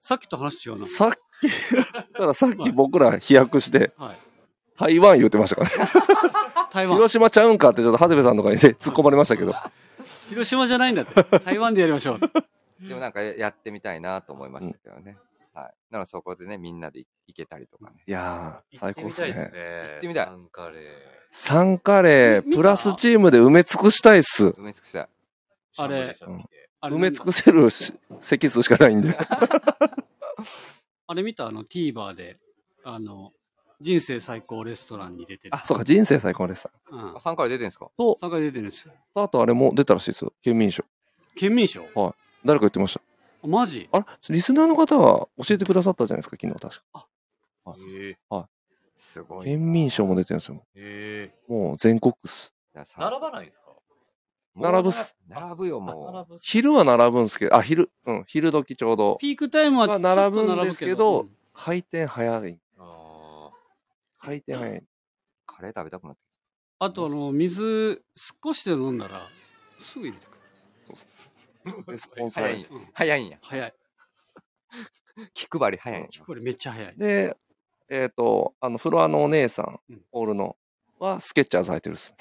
[SPEAKER 1] さっきと話違うな。
[SPEAKER 3] さっき、たださっき僕ら飛躍して、
[SPEAKER 1] はい。
[SPEAKER 3] 台湾言ってましたからね。
[SPEAKER 1] 台湾。
[SPEAKER 3] 広島ちゃうんかってちょっと長谷部さんとかにね、突っ込まれましたけど。
[SPEAKER 1] 広島じゃないんだって。台湾でやりましょう。
[SPEAKER 6] でもなんかやってみたいなと思いましたけどね。はい。なのでそこでね、みんなで行けたりとかね。
[SPEAKER 3] いやー、
[SPEAKER 7] 行っ
[SPEAKER 3] 最
[SPEAKER 7] て
[SPEAKER 3] 高っ
[SPEAKER 7] み
[SPEAKER 3] す
[SPEAKER 7] たいです
[SPEAKER 3] ね。
[SPEAKER 7] ね。
[SPEAKER 6] 行ってみたい
[SPEAKER 7] サンカレー。
[SPEAKER 3] サンカレ
[SPEAKER 1] み見
[SPEAKER 3] ー、
[SPEAKER 1] た
[SPEAKER 3] プラスチームで埋め尽くしたいっす。
[SPEAKER 6] 埋め尽くしたい。
[SPEAKER 1] あれ
[SPEAKER 7] シャンブレーシャツ着て
[SPEAKER 1] あれ
[SPEAKER 3] 埋め尽くせるし席数しかないんで。
[SPEAKER 1] あれ見たあの TVer で、あの、人生最高レストランに出てる。
[SPEAKER 3] あ、そうか、人生最高でした。
[SPEAKER 1] うん
[SPEAKER 6] あ。3から出てるんですか
[SPEAKER 3] と、
[SPEAKER 1] 参加出てるんですよ。
[SPEAKER 3] あとあれも出たらしいですよ。県民賞。
[SPEAKER 1] 県民賞
[SPEAKER 3] 誰か言ってました。
[SPEAKER 1] あマジ
[SPEAKER 3] あれリスナーの方は教えてくださったじゃないですか、昨日確か。
[SPEAKER 7] え
[SPEAKER 6] すごい。
[SPEAKER 3] 県民賞も出てるんですよ。
[SPEAKER 7] ええ
[SPEAKER 3] もう全国っす。
[SPEAKER 6] だから
[SPEAKER 7] え
[SPEAKER 6] さ
[SPEAKER 7] 並ばないんですか
[SPEAKER 3] 並ぶっす。
[SPEAKER 6] 並ぶよ、
[SPEAKER 7] 並
[SPEAKER 6] も
[SPEAKER 7] ぶっす
[SPEAKER 3] 昼は並ぶんですけど、あ、昼、うん、昼時ちょうど。
[SPEAKER 1] ピークタイムはちょっと
[SPEAKER 3] まあ
[SPEAKER 1] 並
[SPEAKER 3] 並
[SPEAKER 1] ぶ
[SPEAKER 3] ぶんですけど回転早い。
[SPEAKER 7] ああ。
[SPEAKER 3] 回転早い。
[SPEAKER 6] う。カレー食べたくなってき
[SPEAKER 1] あとあの、水少しで飲んだら、すぐ入れてくる。
[SPEAKER 3] レスポンス
[SPEAKER 6] た。
[SPEAKER 3] 早
[SPEAKER 6] 早
[SPEAKER 3] い
[SPEAKER 6] いん
[SPEAKER 3] で
[SPEAKER 6] や
[SPEAKER 3] す。
[SPEAKER 1] うん。
[SPEAKER 6] 早いんや。
[SPEAKER 1] 早い。
[SPEAKER 6] 気配り早いんや。
[SPEAKER 1] これめっちゃ 早い。
[SPEAKER 3] で、えっ、と、あの、フロアのお姉さん
[SPEAKER 1] うん、
[SPEAKER 3] オールの、は、スケッチャーズ入ってるっす。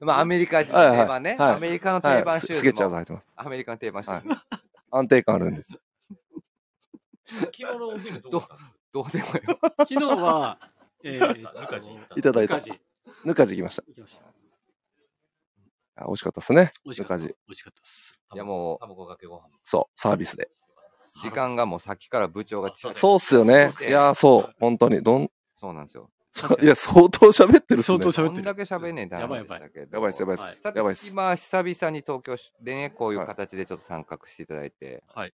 [SPEAKER 6] まあ、アメリカの定
[SPEAKER 3] はいはい
[SPEAKER 6] 番ね。
[SPEAKER 3] はい
[SPEAKER 6] アメリカの
[SPEAKER 3] は
[SPEAKER 6] 定
[SPEAKER 3] い、
[SPEAKER 6] 番
[SPEAKER 3] ス
[SPEAKER 6] シュ
[SPEAKER 3] スケッ
[SPEAKER 6] ー
[SPEAKER 3] チ
[SPEAKER 6] ズ
[SPEAKER 3] ャーズ
[SPEAKER 6] も。
[SPEAKER 3] 入ってます。
[SPEAKER 6] アメリカの定番シューズ。
[SPEAKER 3] 安定感あるんです。
[SPEAKER 7] 昨日のお昼どうだったんですか
[SPEAKER 6] どうでも よ。
[SPEAKER 1] 昨日は、えー、
[SPEAKER 7] ぬかじ
[SPEAKER 3] いただいた
[SPEAKER 1] ぬか。じ
[SPEAKER 3] ぬかじきました。
[SPEAKER 1] 行きました。
[SPEAKER 3] あ美味しかったっすね。
[SPEAKER 1] 美味し
[SPEAKER 3] ぬ
[SPEAKER 1] か
[SPEAKER 3] か
[SPEAKER 1] った。
[SPEAKER 3] じ
[SPEAKER 1] 美。味しかったです。
[SPEAKER 6] いや、もう、
[SPEAKER 7] 卵かけご飯。
[SPEAKER 3] そう、サービスで。
[SPEAKER 6] 時間がもうさっきから部長が近い
[SPEAKER 3] そうっすよね
[SPEAKER 6] そう。
[SPEAKER 3] いやー、そう、本当に。どん、
[SPEAKER 6] そうなんですよ。
[SPEAKER 1] 確か
[SPEAKER 3] い
[SPEAKER 1] に
[SPEAKER 3] や、相当喋ってるっす
[SPEAKER 1] 相
[SPEAKER 3] ね
[SPEAKER 1] 当。喋
[SPEAKER 6] ど
[SPEAKER 1] っ
[SPEAKER 6] ん
[SPEAKER 1] て
[SPEAKER 6] だ
[SPEAKER 1] る。
[SPEAKER 6] け喋んねえんだ
[SPEAKER 1] やばいやばい
[SPEAKER 6] だけど
[SPEAKER 3] やばいっす、やばいっ
[SPEAKER 1] はい
[SPEAKER 3] す。
[SPEAKER 6] さ
[SPEAKER 3] や
[SPEAKER 6] て
[SPEAKER 3] ばいっす。
[SPEAKER 6] 今、久々に東京しでね、こういう形でちょっと参画していただいて、
[SPEAKER 1] はい。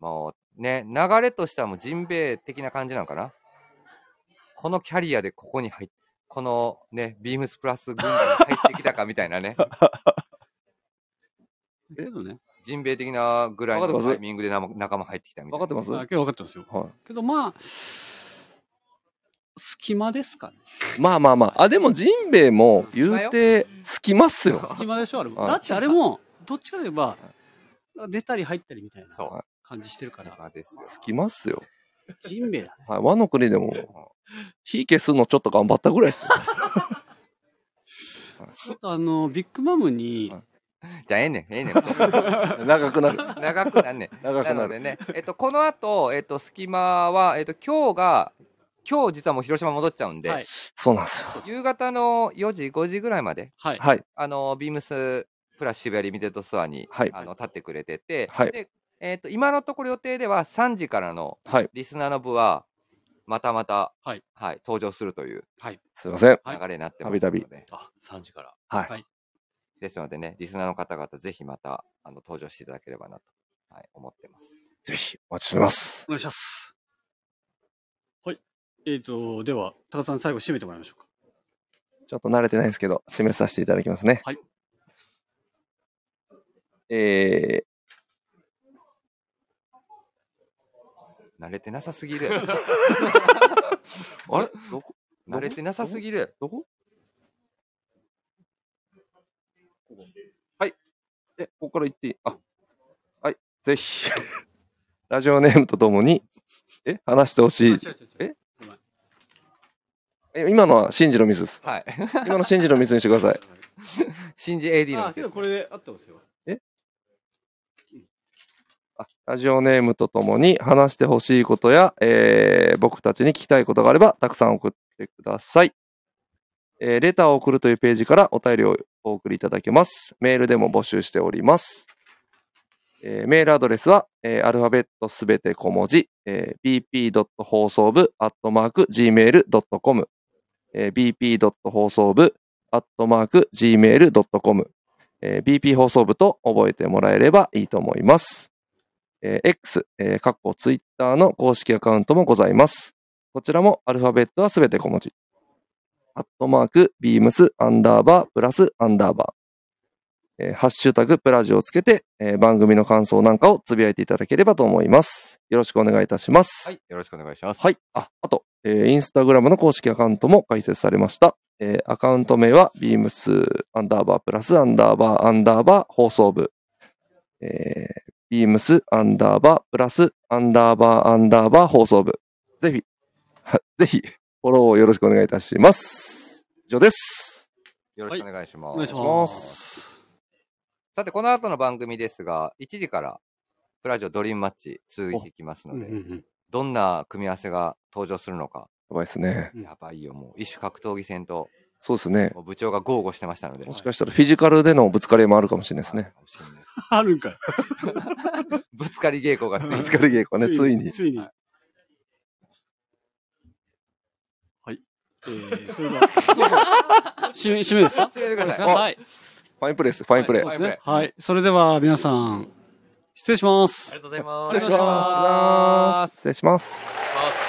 [SPEAKER 6] もうね、流れとしてはもうジンベエ的な感じなのかなこのキャリアでここに入って、このね、ビームスプラス軍団に入ってきたかみた いなね、
[SPEAKER 1] けどね。
[SPEAKER 6] ジンベエ的なぐらい
[SPEAKER 3] わか
[SPEAKER 6] の
[SPEAKER 3] ってます
[SPEAKER 6] タイミングでな仲間入ってきたみたい
[SPEAKER 3] わか
[SPEAKER 6] な。
[SPEAKER 3] ってます
[SPEAKER 1] あ
[SPEAKER 3] は
[SPEAKER 1] 今日分かってますよ。
[SPEAKER 3] い。
[SPEAKER 1] けどまあ、隙間です かね。
[SPEAKER 3] まあまあまあ。あ、でも、ジンベエも、言うて、好きますよ。
[SPEAKER 1] 隙間でしょ、あれも。
[SPEAKER 3] はい
[SPEAKER 1] だってあれ も、どっちかといえば、出たり入ったりみたいな
[SPEAKER 6] そう。
[SPEAKER 1] 感じしてるか
[SPEAKER 6] 仲
[SPEAKER 1] ら、
[SPEAKER 6] 間ですよ。
[SPEAKER 3] 好きますよ。
[SPEAKER 1] ジンベエ だね。
[SPEAKER 3] はい。和の国でも、火消すのちょっと頑張ったぐらいっすよ。
[SPEAKER 1] ちょっとあの、ビッグマムに
[SPEAKER 3] はい、
[SPEAKER 6] じゃあ、ええねん、ええねん。
[SPEAKER 3] 長くなる。
[SPEAKER 6] 長くなんねん。
[SPEAKER 3] 長
[SPEAKER 6] な
[SPEAKER 3] く
[SPEAKER 6] の
[SPEAKER 3] な
[SPEAKER 6] で
[SPEAKER 3] る。
[SPEAKER 6] ね、えっと、この後、えっと、隙間は、えっと、今日が、今日実はもう広島戻っちゃうんで、
[SPEAKER 1] はい
[SPEAKER 3] そうなんですよ。
[SPEAKER 6] 夕方の4時、5時ぐらいまで、
[SPEAKER 1] はい。
[SPEAKER 3] はい。
[SPEAKER 6] あの、ビームスプラス渋谷リミテッドストアに、
[SPEAKER 3] はい
[SPEAKER 6] あの立ってくれてて、
[SPEAKER 3] はい
[SPEAKER 6] で、えっと、今のところ予定では3時からの
[SPEAKER 3] はい。
[SPEAKER 6] リスナーの部は、またまた、
[SPEAKER 1] はい
[SPEAKER 6] 登場するという
[SPEAKER 3] すいません。
[SPEAKER 1] はい
[SPEAKER 6] 流れになってます
[SPEAKER 3] た
[SPEAKER 6] の
[SPEAKER 3] び
[SPEAKER 6] で、
[SPEAKER 3] た
[SPEAKER 7] あ、3時から。
[SPEAKER 3] はい。
[SPEAKER 6] ですのでね、リスナーの方々、ぜひまたあの登場していただければなと、はい、思ってます。
[SPEAKER 3] ぜひ、お待ちしてます
[SPEAKER 1] お。願いします。はい。えっ、と、では、高田さん最後締めてもらいましょうか。
[SPEAKER 3] ちょっと慣れてないんですけど、締めさせていただきますね。
[SPEAKER 1] はい。
[SPEAKER 3] え
[SPEAKER 6] 慣れてなさ すぎる。
[SPEAKER 3] ー、あれどこ
[SPEAKER 6] 慣れてなさすぎる。
[SPEAKER 3] どこはい。え、ここから行っていいあ、はい。ぜひ、 ラジオネームとともに、え、話してほしい。ええ、今のはシンジのミスです。
[SPEAKER 6] はい。
[SPEAKER 3] 今のシンジのミスにしてください。
[SPEAKER 6] 新人 AD の
[SPEAKER 1] あ、
[SPEAKER 6] 店
[SPEAKER 1] けどこれで合ってますよ。
[SPEAKER 3] あラジオネームとともに話してほしいことや、えー僕たちに聞きたいことがあれば、たくさん送ってください。えーレターを送るというページからお便りをお送りいただけます。メールでも募集しております。えーメールアドレスは、えーアルファベットすべて小文字、えー bp. 放送部、アットマーク、gmail.com、えー bp. 放送部、アットマーク、gmail.com、えー bp 放送部と覚えてもらえればいいと思います。えー X、えー、かっこ Twitter の公式アカウントもございます。こちらもアルファベットはすべて小文字。アットマーク、ビームス、アンダーバー、プラス、アンダーバー。えーハッシュタグ、プラジをつけて、えー番組の感想なんかをつぶやいていただければと思います。よろしくお願いいたします。
[SPEAKER 6] はい、よろしくお願いします。
[SPEAKER 3] はい。あ、あと、えーインスタグラムの公式アカウントも開設されました。えーアカウント名は、ビームスアンダーバープラスアンダーバーアンダーバー放送部。えー、ビームスアンダーバープラスアンダーバーアンダーバー放送部。ぜひ、 はぜひ、フォローをよろしくお願いいたします。以上です。
[SPEAKER 6] よろしくお願いします。
[SPEAKER 1] お願いし
[SPEAKER 3] お願
[SPEAKER 1] ま。
[SPEAKER 3] いします
[SPEAKER 6] さて、この後の番組ですが、1時から、プラジオドリームマッチ続いていきま
[SPEAKER 1] う
[SPEAKER 6] すの
[SPEAKER 1] んうん
[SPEAKER 6] で、
[SPEAKER 1] うん
[SPEAKER 6] どんな組み合わせが登場するのか、
[SPEAKER 3] やばいですね。
[SPEAKER 1] うん
[SPEAKER 6] やばいよ、もう、一種格闘技戦と、
[SPEAKER 3] そうですね。
[SPEAKER 6] もう部長が豪語してましたので。
[SPEAKER 3] もしかしたらフィジカルでのぶつかり合いもあるかもしれないですね。
[SPEAKER 6] かもしれないです
[SPEAKER 1] あるんかい。
[SPEAKER 6] ぶつかり稽古がつい
[SPEAKER 3] ぶ
[SPEAKER 6] に
[SPEAKER 3] つかり稽古ね、ついに。
[SPEAKER 1] ついに。はい。え ー、それでは、 締め、締めですか
[SPEAKER 6] ついにください
[SPEAKER 1] はい。
[SPEAKER 3] ファインプレーです、ファインプレー。
[SPEAKER 1] そう
[SPEAKER 3] 失
[SPEAKER 1] ですね。はい。それでは皆さん、失礼します
[SPEAKER 4] りが。とうございます。
[SPEAKER 3] 礼します。失礼します。
[SPEAKER 4] す。